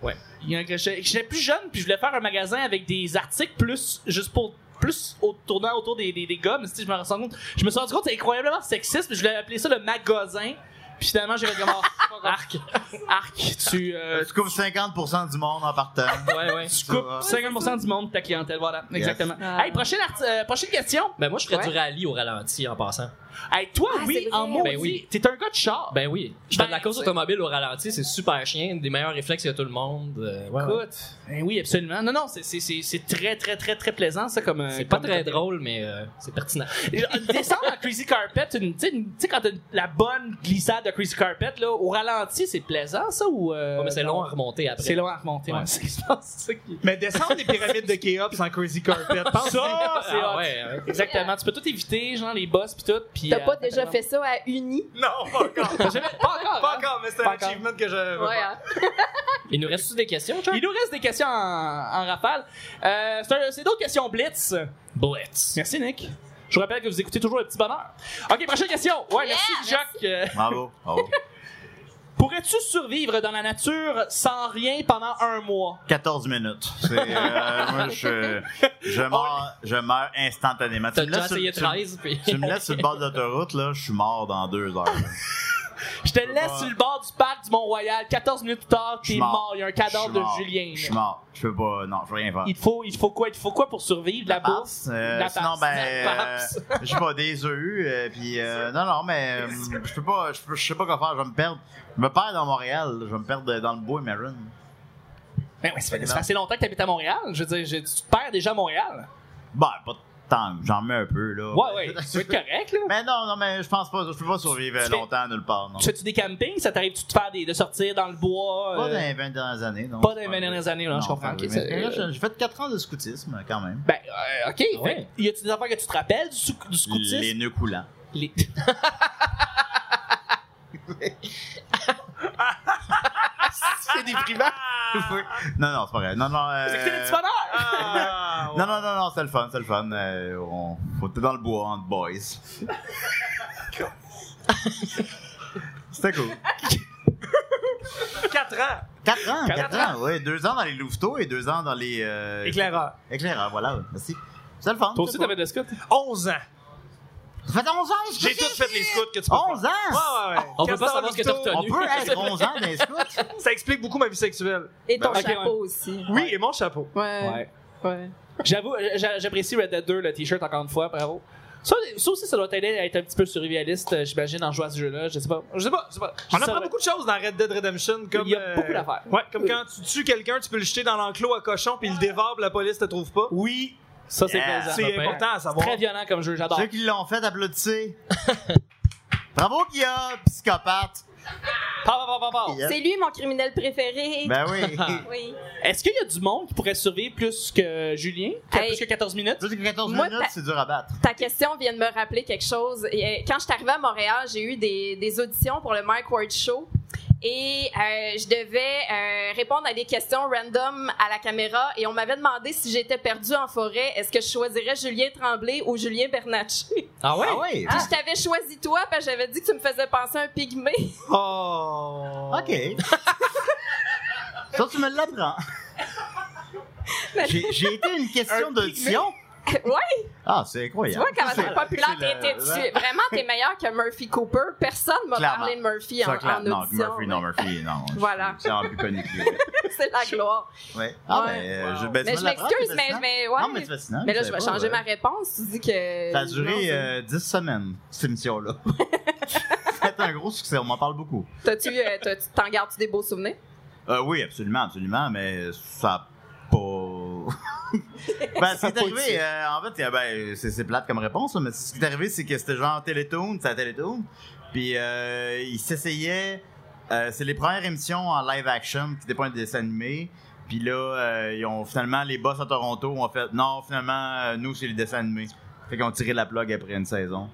Oui.
Il y a un que J'étais j'étais plus jeune, puis je voulais faire un magasin avec des articles plus, juste pour, plus au, tournant autour des, des, des gars, mais si je me rends compte, je me suis rendu compte que c'est incroyablement sexiste, puis je voulais appeler ça le magasin. Puis finalement, j'ai fait comme, Ah, fuck off. arc, arc, tu, euh,
tu couvres 50% du monde en partant.
Ouais, ouais.
tu coupes 50% du monde de ta clientèle, voilà, exactement.
Ah.
Hey, prochaine, arti- euh, prochaine question.
Ben moi, je ferais
Ouais.
du rallye au ralenti en passant.
Hey, toi,
Ah,
oui,
c'est vrai.
en maudit.
Ben oui.
T'es un gars de char.
Ben oui. Je fais de la
Ben,
course automobile au ralenti, c'est super chien, des meilleurs réflexes que tout le monde. euh, ouais, ouais.
Écoute. Ben oui, absolument. Non, non, c'est- c'est- c'est c'est très, très, très, très plaisant, ça, comme. euh,
C'est pas
comme-
très drôle, mais euh, c'est pertinent.
Et, euh, Descendre en Crazy Carpet, une- tu sais, une- tu sais, quand t'as une- la bonne glissade de Crazy Carpet, là, au ralenti, c'est plaisant, ça, ou. euh,
Ouais, mais c'est
non?
long à remonter après.
C'est long à remonter,
Ouais.
ouais. C'est je pense que c'est ça qui-
Mais descendre des pyramides de Khéops en Crazy Carpet, pense
Ça, c'est
Ah
hot.
ouais, ouais.
Exactement. Tu peux tout éviter, genre les boss pis tout. Pis,
T'as
euh,
pas déjà fait ça à Uni?
Non, pas encore.
T'as jamais- Pas encore.
Pas
hein?
encore, mais c'est un
Pas encore.
achievement que je. veux
Ouais,
faire.
hein?
Il nous reste des questions, Chuck?
Il nous reste des questions en, en rafale. Euh, c'est un- c'est d'autres questions blitz.
Blitz.
Merci, Nick. Je vous rappelle que vous écoutez toujours le petit bonheur. Ok, prochaine question. Ouais,
Yeah,
merci, Jacques. Euh,
Bravo. Bravo.
Pourrais-tu survivre dans la nature sans rien pendant un mois?
14 minutes. C'est, euh, moi, je, je, meurs, je meurs instantanément.
T'as
me
déjà
laisses sur-
essayé
tu me-
13, puis...
Tu me laisses sur le bord de l'autoroute, là, je suis mort dans deux heures. là.
Je te laisse sur le bord du parc du Mont-Royal. 14 minutes plus tard,
Je
t'es
suis
mort. Il y a un cadavre
Je suis
de
mort.
Julien.
Je suis mort. Je peux pas. Non, je peux rien faire.
Il te faut, il te faut quoi? Il te faut quoi pour survivre? De la, bouffe?
Passe, euh,
La
sinon,
passe.
ben,
La passe.
euh, je sais pas, des œufs, euh, puis euh, non, non, mais euh, je peux pas, je, peux- je sais pas quoi faire, je vais me perdre. Je me perds dans Montréal, je vais me perdre dans le bois, Marin.
Ben ouais, ça fait ça fait assez longtemps que t'habites à Montréal. Je veux dire, je- tu te perds déjà à Montréal.
Bah, pas de temps, j'en mets un peu, là.
Ouais, ouais, tu vas être correct, là.
Mais non, non, mais je pense pas, je peux pas survivre
Tu fais-
longtemps nulle part, non.
Tu fais-tu des campings? Ça t'arrive-tu de, faire des, de sortir dans le bois?
Pas
euh,
dans les 20 dernières années, non.
pas dans les 20 dernières années, là,
Non,
je comprends.
pas-
Ok, euh,
mais
c'est-
là, J'ai j'ai fait 4 ans de scoutisme, quand même.
Ben, euh, ok.
Ah ouais.
Fait, y a-tu des affaires que tu te rappelles du, sou- du scoutisme?
Les nœuds coulants.
Les- Ah,
C'est déprimant. non, non, c'est pas vrai. Non, non, euh,
C'est que t'es le petit bonheur!
Ah,
Non, non, non, non, c'est le fun, c'est le fun. Euh, on on était dans le bois, entre boys. C'était cool.
4 ans.
4 ans, 4 ans, ouais. 2 ans dans les louveteaux et 2 ans dans les. Euh,
Éclaireur.
éclaireurs, voilà, ouais, merci. C'est le fun.
Toi aussi, t'avais de la scout?
11 ans.
Ça fait 11 ans, les
J'ai
scouts.
tout fait les scouts que tu peux.
11 Ah, ans!
faire. Ouais, ouais, ouais.
On peut pas
Castor
savoir ce que t'as
Louveteau.
On
retenu.
peut être 11 ans des scouts.
Ça explique beaucoup ma vie sexuelle.
Et ton
Ben, ok,
chapeau aussi.
Oui, et mon chapeau.
Ouais. Ouais.
J'avoue, j'a- j'apprécie Red Dead 2, le t-shirt, encore une fois, bravo. Ça, ça aussi, ça doit t'aider à être un petit peu survivaliste, euh, j'imagine, en jouant à ce jeu-là. Je sais pas. Je sais pas. Je sais pas.
On apprend beaucoup de choses dans Red Dead Redemption. Comme,
Il y a
euh,
beaucoup d'affaires.
Ouais, comme quand tu tues quelqu'un, tu peux le jeter dans l'enclos à cochon, puis il le dévore, puis la police te trouve pas.
Oui. Ça, c'est
Yeah.
plaisant.
C'est
va
important à savoir.
Très violent comme jeu, j'adore.
Ceux qui l'ont fait, applaudissez. Bravo, Guillaume, psychopathe.
Pa, pa, pa, pa, pa.
Yep.
C'est lui mon criminel préféré.
Ben oui.
oui.
Est-ce qu'il y a du monde qui pourrait survivre plus que Julien? Que-
Hey.
Plus que 14 minutes?
Plus que 14
Moi, ben-
minutes,
ta-
c'est dur à battre.
Ta question vient de me rappeler quelque chose. Et, euh, Quand je suis arrivée à Montréal, j'ai eu des, des auditions pour le Mike Ward Show. Et euh, je devais euh, répondre à des questions random à la caméra. Et on m'avait demandé si j'étais perdue en forêt, est-ce que je choisirais Julien Tremblay ou Julien Bernatchez?
Ah ouais?
Ah oui.
Puis je t'avais choisi toi, parce que j'avais dit que tu me faisais penser à un pygmée. Ah.
Oh.
OK. Ça, tu me l'apprends. J'ai j'ai été une question d'audition.
ouais,
Ah, c'est
tu
incroyable.
vois comment
C'est-
c'est populaire
c'est
t'étais.
le-
Tu, vraiment, t'es meilleur que Murphy Cooper. Personne m'a
Clairement.
parlé de Murphy en,
Ça, clair.
en
non,
audition.
Murphy, non, Murphy, non. Je-
Voilà.
C'est en plus connu que lui.
c'est la gloire.
Ouais. Ah,
Ouais.
ben, euh, je, ben, tu
Mais
me
je
l'apprends,
m'excuse,
c'est
mais,
fascinant.
mais ouais.
Non, mais c'est fascinant.
Mais là,
je
je vais
savais
changer
pas, euh,
ma réponse. Tu dis que.
ouais. Ça a
Non,
duré
c'est-
euh, 10 semaines, cette émission-là. C'est un gros succès, on m'en parle beaucoup.
T'as-tu. euh, t'as- tu- T'en gardes-tu des beaux souvenirs?
Euh, oui, absolument, absolument, mais ça a pas. ben, ce qui est arrivé, euh, en fait, euh, ben, c'est, c'est plate comme réponse, mais ce qui est arrivé, c'est que c'était genre Télétoon, c'est à Télétoon, puis euh, ils s'essayaient. euh, c'est les premières émissions en live action qui n'étaient pas un dessin animé. Puis là, euh, ils ont, finalement, les boss à Toronto ont fait non, finalement, euh, nous, c'est les dessins animés. Fait qu'on tiré la plug après une saison.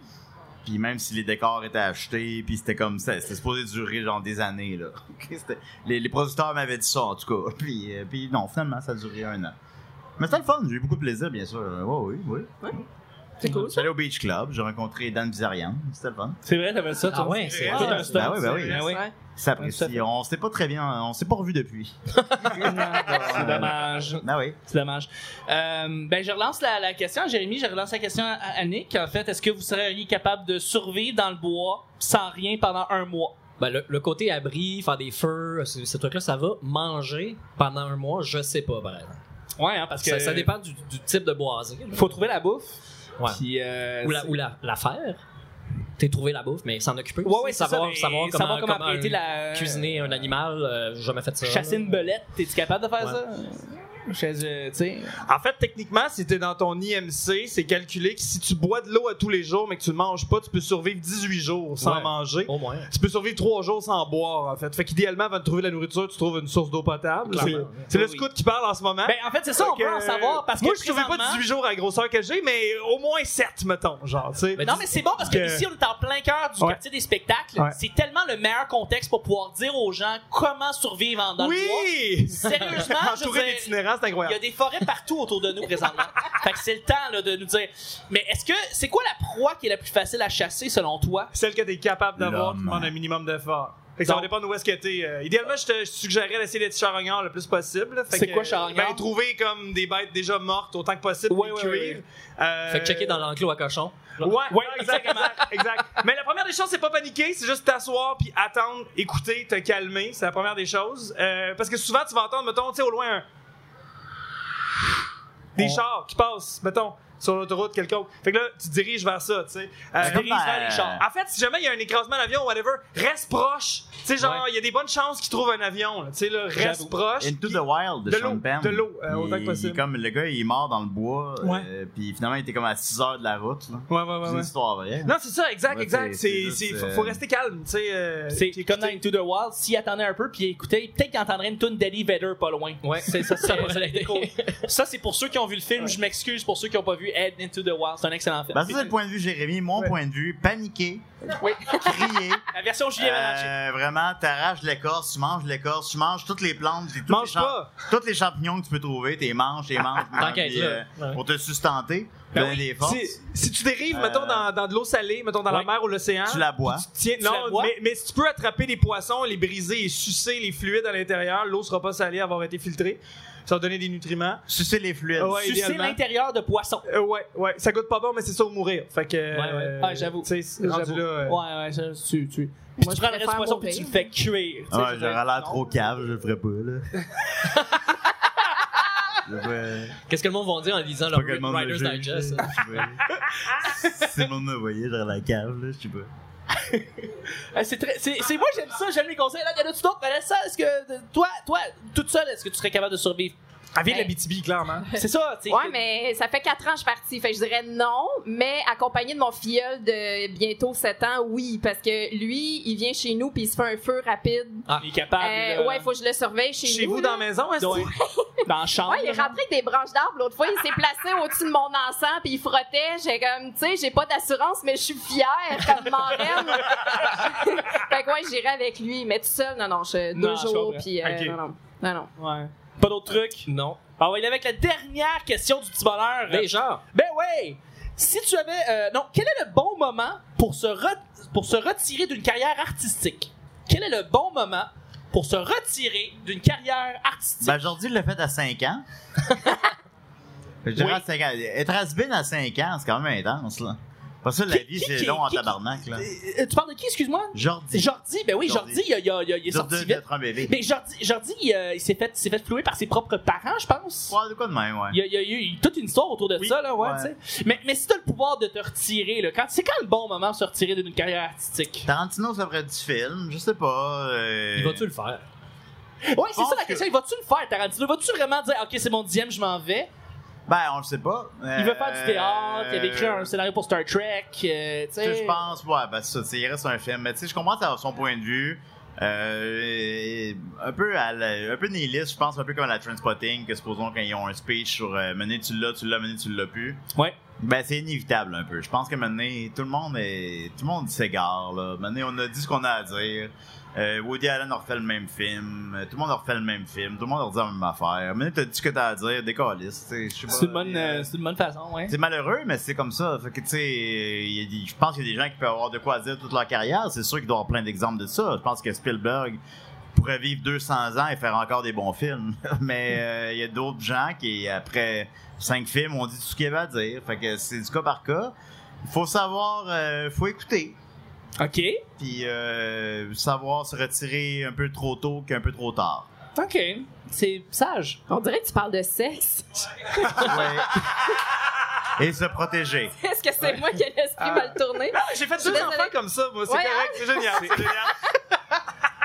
Puis même si les décors étaient achetés, puis c'était comme ça, c'était supposé durer genre des années, là. Ok, c'était- les, les producteurs m'avaient dit ça, en tout cas. Puis, euh, puis non, finalement, ça a duré un an. Mais c'était le fun, j'ai eu beaucoup de plaisir, bien sûr. Euh, ouais, oui, oui.
C'est cool.
J'allais au Beach Club, j'ai rencontré Dan Bizarian, c'était le fun.
C'est vrai, t'avais ça, toi?
Ah ouais, c'est
Tout
vrai.
un stunt,
Ben oui, ben oui.
c'est- oui.
Ouais.
Ça
Ouais, tout
apprécie. On s'est pas très bien, on s'est pas revu depuis.
C'est dommage.
Ah oui.
C'est dommage. Euh, ben, je relance la, la question à Jérémy, je relance la question à- à Nick. En fait, est-ce que vous seriez capable de survivre dans le bois sans rien pendant un mois?
Ben, le, le côté abri, faire des feux, ce, ce truc-là, ça va. Manger pendant un mois, je sais pas, par exemple.
Ouais, hein, parce que.
Ça, ça dépend du, du type de boisé. là.
Faut trouver la bouffe.
Ouais.
Puis, euh,
Ou la,
c'est-
ou la, l'affaire. t'es trouvé la bouffe, mais s'en occuper.
Ouais, ouais, c'est ça,
savoir,
mais
savoir comment,
savoir comment apprêter
un-
la-
cuisiner un animal, euh, j'ai jamais fait ça.
Chasser une belette, t'es-tu capable de faire
Ouais.
ça? Je- je- tu sais.
En fait, techniquement, si t'es dans ton IMC, c'est calculé que si tu bois de l'eau à tous les jours, mais que tu ne manges pas, tu peux survivre 18 jours sans
Ouais.
manger.
Au moins.
Tu peux survivre 3 jours sans boire, en fait. Fait qu'idéalement, avant de trouver la nourriture, tu trouves une source d'eau potable. C'est-
Clairement,
C'est le
Oui,
scout qui parle en ce moment.
Ben, en fait, c'est ça, on
Fait
veut
que,
en savoir parce que.
Moi, je ne trouvais pas
présentement-
18 jours à la grosseur que j'ai, mais au moins 7, mettons. Genre, tu sais.
Mais
Non, mais c'est bon parce que
Que-
ici, on est en plein cœur du
Ouais.
quartier des spectacles.
Ouais.
C'est tellement le meilleur contexte pour pouvoir dire aux gens comment survivre en- dans le bois.
oui!
Sérieusement, je veux
Entouré
dire,
d'itinérants, c'est
il y a
incroyable.
des forêts partout autour de nous présentement. fait que c'est le temps là, de nous dire. Mais est-ce que c'est quoi la proie qui est la plus facile à chasser selon toi?
Celle que t'es capable d'avoir, tu
L'homme.
demandes un minimum d'effort. Fait que ça va
Donc-
dépendre où est-ce que t'es. Euh, idéalement, je te je te suggérais d'essayer d'être charognard le plus possible. là. Fait
C'est
que,
quoi, charognard?
Ben, trouver comme des bêtes déjà mortes autant que possible
Ouais,
pour
ouais,
les
ouais,
cuire. Euh,
Fait que checker dans l'enclos à cochon.
Ouais, ouais, exact, exact, exact. Mais la première des choses, c'est pas paniquer, c'est juste t'asseoir puis attendre, écouter, te calmer. C'est la première des choses. Euh, parce que souvent, tu vas entendre, mettons, tu sais, au loin, un... des chars qui passent, mettons, sur l'autoroute quelconque. Fait que là, tu te diriges vers ça, tu sais. Euh,
C'est comme
dirige vers les
dans-
chars.
en fait, si jamais il y a un écrasement d'avion ou whatever, reste proche. Tu sais, genre, il
Ouais.
y a des bonnes chances qu'ils trouvent un avion. là. Tu sais, là, reste proche.
Into
Puis-
the Wild de,
De
Sean
l'eau,
Penn.
de l'eau, euh, autant que
Il-
possible.
Comme le gars, il est mort dans le bois. euh,
Ouais.
puis finalement, il était comme à 6 heures de la route. là.
Ouais, ouais, ouais,
C'est une
ouais.
histoire vraie.
Non, c'est ça, exact,
Ouais,
exact.
c'est- c'est
C'est, c'est-
juste,
faut,
euh,
faut rester calme, tu sais. euh,
C'est
puis
comme dans
écouter.
Into the Wild, s'il attendait un peu puis il écoutait, peut-être qu'il entendrait une tune d'Eddie Vedder pas loin.
Ouais, c'est ça, ça pourrait l'aider.
Ça, c'est pour ceux qui ont vu le film. Je m'excuse pour ceux qui n'ont pas vu Ed Into the Wild. C'est un excellent film.
Ben, ça, c'est le point de vue, Jérémy. Mon point de vue, paniquer,
Oui.
crier.
La version Julien Bernatchez.
euh, vraiment, t'arraches l'écorce, tu manges l'écorce, tu manges toutes les plantes, puis tous les
Mange
champ-
pas!
toutes les champignons que tu peux trouver, t'es manges, t'es manges, manges,
qu'à être
puis,
là.
euh,
Ouais.
pour te sustenter, donner des forces.
Ben Si, si tu dérives,
Euh,
mettons, dans, dans de l'eau salée, mettons, dans la
ouais.
mer ou l'océan,
Tu la bois.
tiens-
tu la
non,
bois?
mais, mais si tu peux attraper les poissons, les briser et sucer les fluides à l'intérieur, l'eau sera pas salée, avoir été filtrée. Ça va donner des nutriments.
Sucer les fluides.
Ah Ouais,
Sucer
idéalement.
l'intérieur de poisson.
Euh, ouais, ouais. Ça goûte pas bon, mais c'est ça au mourir. Fait que. euh,
Ouais, Ah, j'avoue.
Tu sais, rendu là. euh,
Ouais, ouais, ça, tu, tu. Puis
Moi,
tu prends
je
le reste
préfère
du poisson puis tu
mourir.
le fais cuire. tu sais, je
Ouais,
veux dire.
j'aurais l'air trop cave, je le ferais pas, là. Je ferais-
Qu'est-ce que le monde va dire en lisant
pas
leur
que le monde me
Riders
juge,
Digest? hein.
là, je sais pas. Si le monde me voyait, j'aurais la cave, là, je sais pas.
Euh, C'est très, c'est, c'est moi j'aime ça, j'aime les conseils. Là, y en a-tu d'autres, Vanessa? Est-ce que euh, toi, toi, toute seule, est-ce que tu serais capable de survivre?
Elle vient
Ouais.
de la BTB, clairement.
C'est ça, tu sais.
Ouais, mais ça fait quatre ans que je suis partie. Fait que je dirais non, mais accompagné de mon filleul de bientôt 7 ans, oui. Parce que lui, il vient chez nous puis il se fait un feu rapide.
Il est capable.
Euh,
Ah, là.
ouais, faut que je le surveille chez,
Chez
nous.
vous,
là.
dans la maison, est-ce
Donc,
que-
dans la chambre.
Ouais, il est rentré avec des branches d'arbre. L'autre fois, il s'est placé au-dessus de mon encens puis il frottait. J'ai comme, tu sais, j'ai pas d'assurance, mais je suis fière comme marraine. fait que ouais, j'irai avec lui. Mais tout seul, non, non, je, deux
Non, je
jours
comprends.
puis euh,
Ok.
non, non, non, non.
Ouais. Pas d'autres trucs?
Non.
Ah ouais, il est avec la dernière question du petit bonheur.
Déjà.
Ben ouais! Si tu avais. euh, non, quel est le bon moment pour se, re- pour se retirer d'une carrière artistique? Quel est le bon moment pour se retirer d'une carrière artistique?
Ben, aujourd'hui, il l'a fait à 5 ans. je dirais à 5 ans. Être has-been à 5 ans, c'est quand même intense, là. Parce que la
Qui-
vie,
qui-
c'est
qui-
long en
qui-
tabarnak, là.
Euh, tu parles de qui, excuse-moi? C'est
Jordi.
Jordi. Ben oui,
Jordi.
Jordi, il, a- il a- il a- il est
Jordi
sorti vite.
d'être un bébé.
Mais Jordi, Jordi il, euh, il s'est fait, il s'est fait flouer par ses propres parents, je pense.
Ouais, de quoi de même, ouais.
Il y, a, il y a eu toute une histoire autour de
Oui,
ça, là, ouais, tu
ouais.
sais. Mais, mais si t'as le pouvoir de te retirer, là, quand, c'est quand le bon moment de se retirer d'une carrière artistique?
Tarantino, ça ferait du film, je sais pas. euh,
Il va-tu le faire?
Ouais, c'est
pense
ça la
que-
question. Il Va-tu le faire, Tarantino? Va-tu vraiment dire, OK, c'est mon dixième, je m'en vais?
Ben, on le sait pas. Euh,
Il veut faire du théâtre, il avait écrit un scénario pour Star Trek, euh, tu
Tu sais,
sais.
Euh, je pense, ouais, ben ça, c'est- il reste un film. Mais tu sais, je comprends ça, son point de vue. Euh, un peu à la- un peu nihiliste, je pense, un peu comme à la Transpotting, que supposons quand ils ont un speech sur euh, mener tu l'as, tu l'as, mener tu l'as plus.
Ouais.
Ben c'est inévitable un peu. Je pense que maintenant tout le monde est, tout le monde s'égare là. Maintenant on a dit ce qu'on a à dire. Euh, Woody Allen a refait le même film. Euh, Tout le monde a refait le même film. Tout le monde a redit la même affaire. Maintenant t'as dit ce que t'as à dire. Décaliste.
C'est une, bonne, euh, c'est une bonne façon, ouais.
C'est malheureux, mais c'est comme ça. Fait que, tu sais, euh, il y a des- je pense qu'il y a des gens qui peuvent avoir de quoi dire toute leur carrière. C'est sûr qu'il doit y avoir plein d'exemples de ça. Je pense que Spielberg pourrait vivre 200 ans et faire encore des bons films. mais euh, il y a d'autres gens qui, après cinq films, ont dit tout ce qu'il y avait à dire. Fait que c'est du cas par cas. Il faut savoir, euh, faut écouter.
OK.
Puis euh, savoir se retirer un peu trop tôt qu'un peu trop tard.
OK. C'est sage.
On dirait que tu parles de sexe.
Ouais. et se protéger.
Est-ce que c'est moi qui ai l'esprit
Ah.
mal tourné?
Ah, J'ai fait
Je suis
deux
désolée.
enfants comme ça, moi. C'est
Ouais, hein?
correct. C'est génial. C'est génial.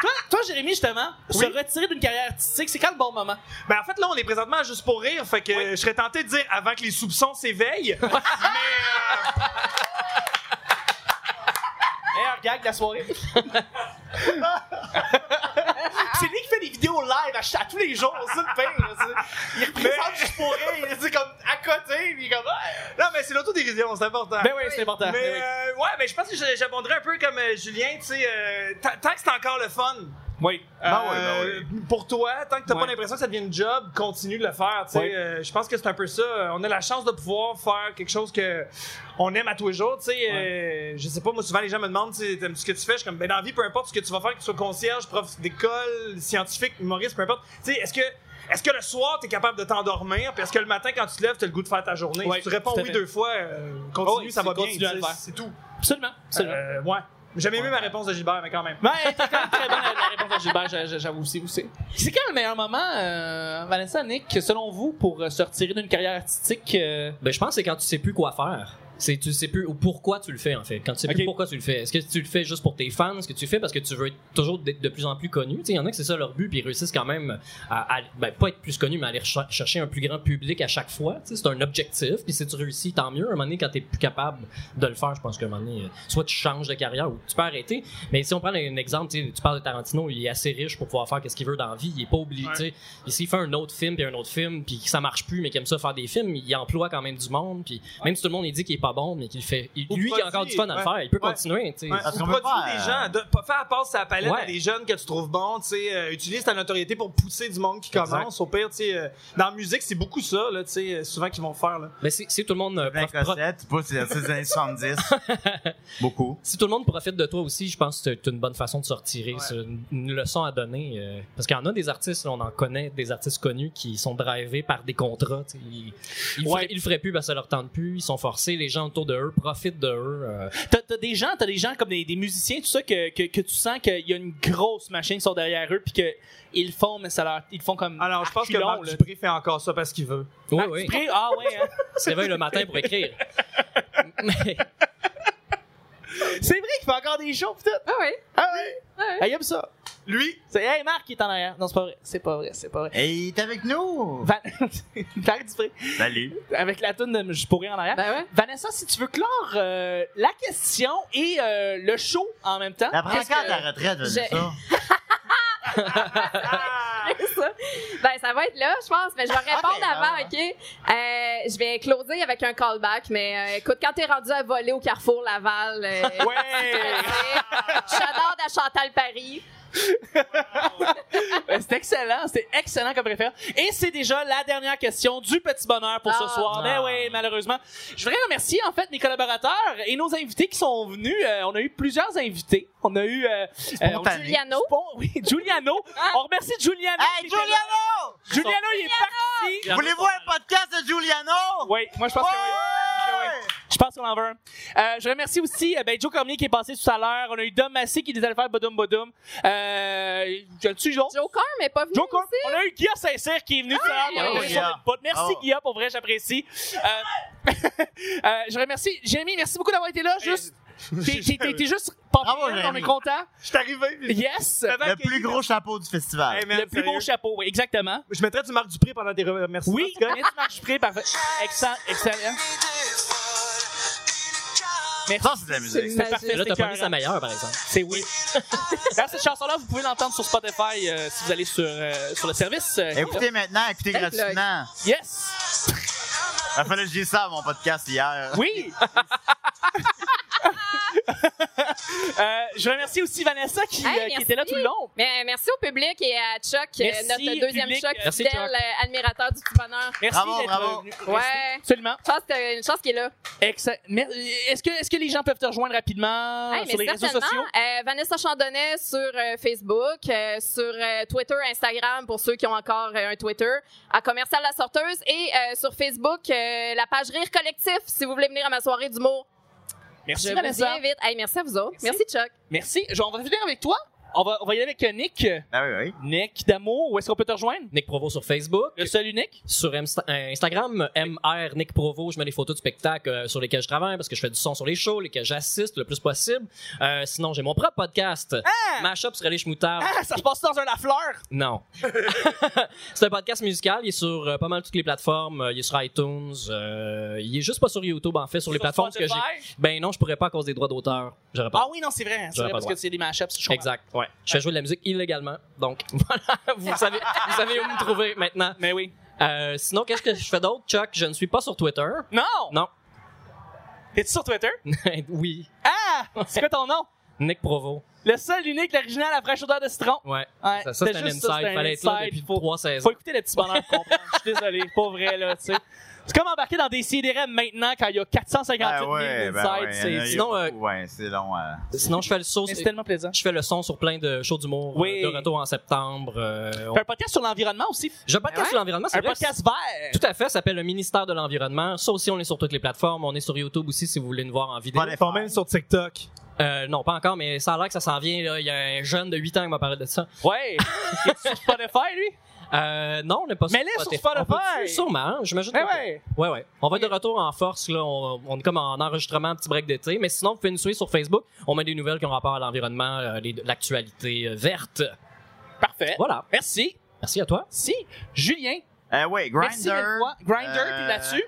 Toi, toi, Jérémy, justement, se retirer d'une carrière artistique, c'est quand le bon moment?
Ben, en fait, là, on est présentement à juste pour rire. Fait que je serais tenté de dire avant que les soupçons s'éveillent. mais. euh,
Meilleur gag de la soirée. c'est lui qui fait des vidéos live à, ch- à tous les jours, c'est le pire. là, c'est- Il représente juste pour rire, il est comme à côté, puis il est comme. Ah!
Non, mais c'est l'autodérision, c'est important.
Ben oui, c'est important.
Mais
Ben oui.
euh, ouais, mais je pense que je- j'abonderais un peu comme euh, Julien, tu sais, euh, tant tant que c'est encore le fun.
Oui.
Ben oui, ben
euh, Pour toi, tant que t'as
bah Ouais.
pas l'impression que ça devient une job, continue de le faire. tu sais.
Ouais.
Euh, je pense que c'est un peu ça. Euh, On a la chance de pouvoir faire quelque chose que on aime à tous les jours. tu sais. Euh, je sais pas, moi souvent les gens me demandent, tu sais, t'aimes ce que tu fais. Je suis comme, ben dans la vie, peu importe ce que tu vas faire, que tu sois concierge, prof d'école, scientifique, humoriste, peu importe. Tu sais, est-ce que est-ce que le soir t'es capable de t'endormir, puis est-ce que le matin quand tu te lèves t'as le goût de faire ta journée
Ouais,
Si Tu réponds
tout à
oui
fait.
deux fois, euh, continue,
Oh,
ça
tu
va bien.
continues
tu
à le
sais,
faire.
C'est tout.
Absolument. absolument.
Euh, ouais. J'ai jamais aimé ma réponse de Gilbert, mais quand même.
Ben, t'as quand même très bonne la, la réponse à Gilbert, j'a- j'a- j'avoue aussi. aussi. C'est quand le meilleur moment, euh, Vanessa, Nick, selon vous, pour euh, se retirer d'une carrière artistique? euh,
Ben, je pense que c'est quand tu sais plus quoi faire. C'est tu sais plus ou pourquoi tu le fais en fait. Quand tu sais
Ok.
plus pourquoi tu le fais. Est-ce que tu le fais juste pour tes fans Est-ce que tu le fais parce que tu veux être- toujours être de plus en plus connu Tu sais, il y en a que c'est ça leur but, puis ils réussissent quand même à, à- ben, pas être plus connu, mais aller recher- chercher un plus grand public à chaque fois. Tu sais, c'est un objectif. Puis si tu réussis, tant mieux. Un moment donné, quand t'es plus capable de le faire, je pense qu'un moment donné, euh, soit tu changes de carrière ou tu peux arrêter. Mais si on prend un exemple, tu sais, tu parles de Tarantino, il est assez riche pour pouvoir faire qu'est-ce qu'il veut dans la vie. Il est pas obligé.
Ouais.
tu sais, et s'il fait un autre film, puis un autre film, puis que ça marche plus, mais qu'il aime ça faire des films, il emploie quand même du monde. Puis même si tout le monde il dit qu'il est pas bon, mais qu'il fait. il-
Ou
lui, il a
produit,
encore du fun à
ouais.
le faire, il peut
Ouais.
continuer. tu sais.
Ouais,
Parce
ou
qu'on peut
produis
pas,
des
euh,
gens, de- pas- faire passe sa palette à
Ouais.
des jeunes que tu trouves bons, tu sais, euh, utilise ta notoriété pour pousser du monde qui commence. Au pire, tu sais, euh, dans la musique, c'est beaucoup ça, là, tu sais, euh, souvent qu'ils vont faire, là.
Mais si, si tout le monde. euh,
Plein
prof- prof-
Cossette, pousse les années 70. Beaucoup.
si tout le monde profite de toi aussi, je pense que c'est une bonne façon de se retirer. C'est une, une leçon à donner. euh, parce qu'il y en a des artistes, là, on en connaît, des artistes connus qui sont drivés par des contrats. tu sais. Ils, ils, le
Ouais.
feraient- ils le feraient plus parce que ça leur tente plus. Ils sont forcés. Les gens autour de eux profitent de eux. euh,
T'as, t'as des gens, t'as des gens comme des, des musiciens, tout ça, que, que, que tu sens qu'il y a une grosse machine qui sont derrière eux, puis que ils le font, mais ça leur, ils le font comme.
Alors, je pense que
Arculon,
Marc
là.
Dupré fait encore ça parce qu'il veut.
oui,
Ah,
oui.
tu pries? Ah ouais. hein.
Ils se réveillent le matin pour écrire. Mais-
C'est vrai qu'il fait encore des shows, pis tout.
Ah oui.
Ah ouais.
Ah ouais.
Ah, il aime ça.
Lui,
C'est hey Marc qui est en arrière. Non, c'est pas vrai. C'est pas vrai. C'est pas vrai.
Et il est avec nous!
Van... Marc Dupré,
Salut!
avec la toune de Je pourrais en arrière.
Ben ouais.
Vanessa, si tu veux clore euh, la question et euh, le show en même temps.
La
Qu'est-ce
brancard
que-
de la retraite,
j'ai-
Vanessa.
ça. Ben, ça va être là, je pense, mais je vais
Ah,
répondre
ben,
avant,
ben,
OK? Euh, je vais closer avec un callback, mais euh, écoute, quand t'es rendu à voler au Carrefour Laval, euh,
Ouais!
j'adore à Chantal Paris.
Euh, C'est excellent, c'est excellent comme préfère. Et c'est déjà la dernière question du petit bonheur pour ce
Ah.
soir. Mais
Ah.
oui, malheureusement. Je voudrais remercier en fait mes collaborateurs et nos invités qui sont venus. Euh, on a eu plusieurs invités. On a eu euh,
Spontané.
euh,
Giuliano.
Spon- oui, Giuliano. On remercie Giuliano.
Hey,
qui était là.
Giuliano!
Giuliano, il est parti.
Voulez-vous un podcast de Giuliano?
Oui, moi je pense que oui. Je pense qu'on en veut un. Euh, je remercie aussi euh, ben, Joe Cormier qui est passé tout à l'heure. On a eu Dom Massé qui nous allait faire Bodum Bodum. Euh, je le suis, Joe.
Joker, mais pas venu.
Joe Corp,
aussi.
on a eu Guilla Saint-Cyr qui est venu tout à l'heure pour
oui.
la question
Guilla.
de pote. Merci
Oh.
Guilla, pour vrai, j'apprécie. Euh, euh, je remercie Jérémy, merci beaucoup d'avoir été là. Juste, t'es- t'es- t'es t'es juste pas
Bravo,
pire, on est
Jérémy.
content.
je suis arrivé. puis-
Yes,
Avant
Le
que-
plus gros chapeau du festival.
Hey, man,
le plus
sérieux.
beau chapeau, oui, exactement.
Je mettrais du Marc Dupré pendant tes remerciements.
Oui,
en tout cas.
mais tu marches prêt, parfait. Excellent, excellent. Merci.
Ça, c'est de la musique.
C'est parfait,
Là,
c'est
t'as pas mis sa
écœurant.
meilleure, par exemple.
C'est oui. D'ailleurs, cette chanson-là, vous pouvez l'entendre sur Spotify euh, si vous allez sur, euh, sur le service. euh,
Écoutez maintenant, écoutez
Hey,
gratuitement.
Yes!
Il fallait que je dise ça à mon podcast hier.
Oui! Euh, je remercie aussi Vanessa qui,
Hey,
euh, qui
merci.
était là tout le long.
Mais euh, merci au public et à Chuck, euh,
Merci,
notre deuxième
public.
Chuck,
Merci,
fidèle
Chuck.
euh, admirateur du petit bonheur.
Merci
Bravo,
d'être
bravo.
venu. Merci.
Ouais.
Absolument.
Je pense que t'as une chance qu'il est là.
Excellent. Mer- Est-ce que, est-ce que les gens peuvent te rejoindre rapidement
Hey,
euh,
mais
sur les réseaux
certainement,
sociaux?
euh, Vanessa Chandonnet sur euh, Facebook, euh, sur euh, Twitter, Instagram pour ceux qui ont encore euh, un Twitter, à Commercial La Sorteuse et euh, sur Facebook, euh, la page Rire Collectif si vous voulez venir à ma soirée d'humour.
Merci
Je vous
Vanessa.
y invite. Hey, merci à vous autres. Merci, Chuck.
Merci. Je, on va finir avec toi. On va, on va y aller avec euh, Nick.
Ah oui, oui.
Nick Damo, où est-ce qu'on peut te rejoindre?
Nick Provo sur Facebook.
Le seul unique?
Sur Insta- euh, Instagram, MR Nick Provo, je mets des photos de spectacles euh, sur lesquels je travaille parce que je fais du son sur les shows, lesquels j'assiste le plus possible. Euh, sinon, j'ai mon propre podcast, Mashup sur les chmoutards.
Ah, ça se passe dans un lafleur!
Non. c'est un podcast musical. Il est sur euh, pas mal toutes les plateformes. Euh, Il est sur iTunes. euh, il est juste pas sur YouTube, en fait, sur les plateformes que j'ai.
Spotify?
Ben non, je pourrais pas à cause des droits d'auteur. J'aurais pas.
Ah oui, non, c'est vrai. C'est
J'aurais
vrai
pas
parce
le
que
droit.
c'est des mashups. je comprends.
Exact. Ouais. Je fais jouer de la musique illégalement. Donc, voilà. Vous savez, vous savez où me trouver maintenant.
Mais oui.
Euh, sinon, qu'est-ce que je fais d'autre, Chuck? Je ne suis pas sur Twitter.
Non!
Non.
T'es-tu sur Twitter?
Mm. oui.
Ah! C'est quoi ton nom?
Nick Provo.
Le seul unique, l'original, la fraîche odeur de citron.
Ouais.
Ouais,
Ça, ça
c'était
c'est un
juste
inside.
ça, c'était un
Fallait être là
inside,
depuis
faut-
trois
Faut
saisons.
écouter le petit bonheur pour comprendre. Je suis désolé, pas vrai, là, tu sais. C'est comme embarquer dans des CDRM maintenant quand il y a 458
Ah
000
ouais,
insides.
ben ouais,
c'est-
il y en a-
sinon, euh,
ouais, c'est long. euh.
Sinon, je fais le saut.
mais c'est tellement plaisant.
Je fais le son sur plein de shows d'humour
Oui.
euh, de retour en septembre. euh, on-
Fais Un podcast sur l'environnement aussi.
J'ai un podcast
Ben Ouais.
sur l'environnement, c'est
Un
vrai que
podcast vert.
Tout à fait, ça s'appelle le ministère de l'Environnement. Ça aussi, on est sur toutes les plateformes. On est sur YouTube aussi si vous voulez nous voir en vidéo.
Bon, les
Ils font même sur TikTok.
Euh, non, pas encore, mais ça a l'air que ça s'en vient. là. Il y a un jeune de 8 ans qui m'a parlé de ça.
Ouais. Il est sur Spotify, lui?
Euh, non, on n'est pas
Mais laisse sur Spotify.
On peut-tu? Sûrement, j'imagine.
Eh
qu'on peut.
ouais.
Ouais, ouais. On va être de retour en force. Là. On, on est comme en enregistrement, un petit break d'été. Mais sinon, vous pouvez nous suivre sur Facebook. On met des nouvelles qui ont rapport à l'environnement, euh, les- l'actualité euh, verte.
Parfait.
Voilà.
Merci.
Merci à toi.
Si. Julien,
Euh, ouais,
merci mille
Grinder,
fois. Grindr,
Euh,
t'es là-dessus.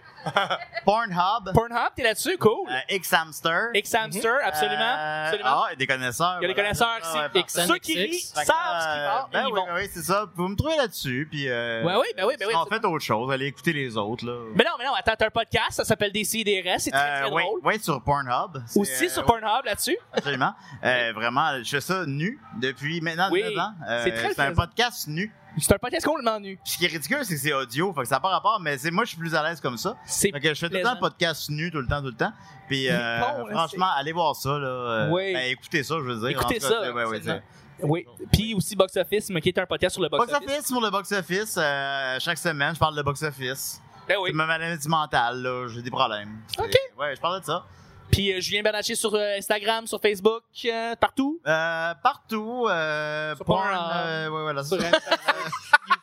Pornhub,
Pornhub, t'es là-dessus. Cool.
euh, Xhamster.
Xhamster, absolument.
Euh,
absolument.
Ah, des connaisseurs.
Il y a des
voilà.
connaisseurs
Ah, ouais,
ici. Ceux qui rient savent ce
XNXX.
qui parle.
Ben
et
oui,
ils vont.
ben oui, c'est ça. Vous me trouvez là-dessus, puis. Euh,
Ouais, oui, ben oui, ben oui,
En
c'est-
fait, autre chose. Allez écouter les autres, là.
Mais non, mais non, attends, t'as un podcast, ça s'appelle DCDRS, c'est très, très
Euh, ouais,
drôle.
ouais, sur Pornhub. C'est,
Aussi
euh,
sur
ouais,
Pornhub là-dessus.
Absolument. Euh, vraiment, je fais ça nu depuis maintenant
Oui,
9 ans. Euh,
c'est très
un
plaisant.
podcast nu.
C'est un podcast complètement nu.
Ce qui est ridicule, c'est que c'est audio. Fait que ça n'a pas rapport, mais c'est, moi, je suis plus à l'aise comme ça.
C'est
Fait que je fais tout le
plaisant.
temps podcast nu, tout le temps, tout le temps. Puis, euh,
con, là,
franchement, allez voir ça, là. Euh,
hein, Oui.
ben, écoutez ça, je veux dire.
Écoutez
En tout
ça,
c'est- ouais, ouais,
absolument.
c'est-
Oui. Puis aussi Box Office, mais qui est un podcast sur le box,
Box office pour le box office. euh, chaque semaine, je parle de box office.
Ben
C'est
oui.
ma maladie mentale, là. J'ai des problèmes.
Ok.
C'est- Ouais, je parle de ça.
Puis euh, Julien Bernatchez sur euh, Instagram, sur Facebook, euh, partout.
Euh, partout, euh,
Sur
porn,
Pornhub.
euh, ouais, voilà,
Sur
ça.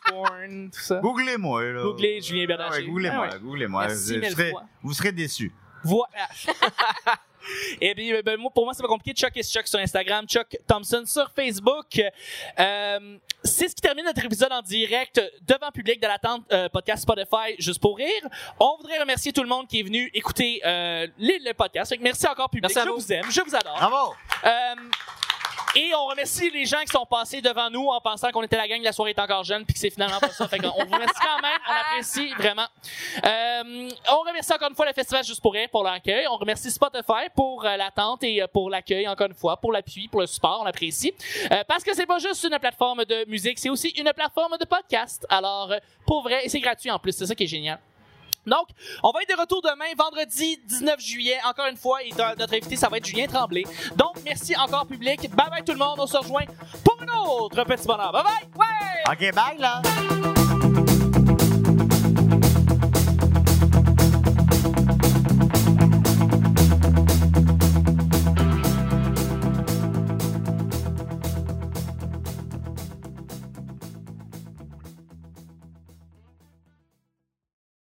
Porn, tout ça.
Googlez-moi, là.
Googlez Julien Bernatchez.
Ouais, Googlez-moi,
Ah ouais.
googlez-moi.
Merci
Vous- vous
mille
serez-
fois.
Vous serez déçus.
Voilà. Et bien, ben, moi, pour moi, c'est pas compliqué. Chuck is Chuck sur Instagram, Chuck Thompson sur Facebook. Euh, c'est ce qui termine notre épisode en direct devant public de l'attente euh, podcast Spotify juste pour rire. On voudrait remercier tout le monde qui est venu écouter euh, les- le podcast. Fait que merci encore public.
Merci à
je
vous.
vous aime, je vous adore.
Bravo!
Euh, et on remercie les gens qui sont passés devant nous en pensant qu'on était la gang, la soirée est encore jeune, puis que c'est finalement pas ça. Fait qu'on on vous remercie quand même, on apprécie vraiment. Euh, on remercie encore une fois le Festival Juste pour Rire pour l'accueil. On remercie Spotify pour euh, l'attente et euh, pour l'accueil, encore une fois, pour l'appui, pour le support, on l'apprécie. Euh, parce que c'est pas juste une plateforme de musique, c'est aussi une plateforme de podcast. Alors, euh, pour vrai, et c'est gratuit en plus, c'est ça qui est génial. Donc, on va être de retour demain, vendredi 19 juillet. Encore une fois, et euh, notre invité, ça va être Julien Tremblay. Donc, merci encore, public. Bye bye tout le monde. On se rejoint pour un autre petit bonheur. Bye bye. Ouais!
Ok, bye, là!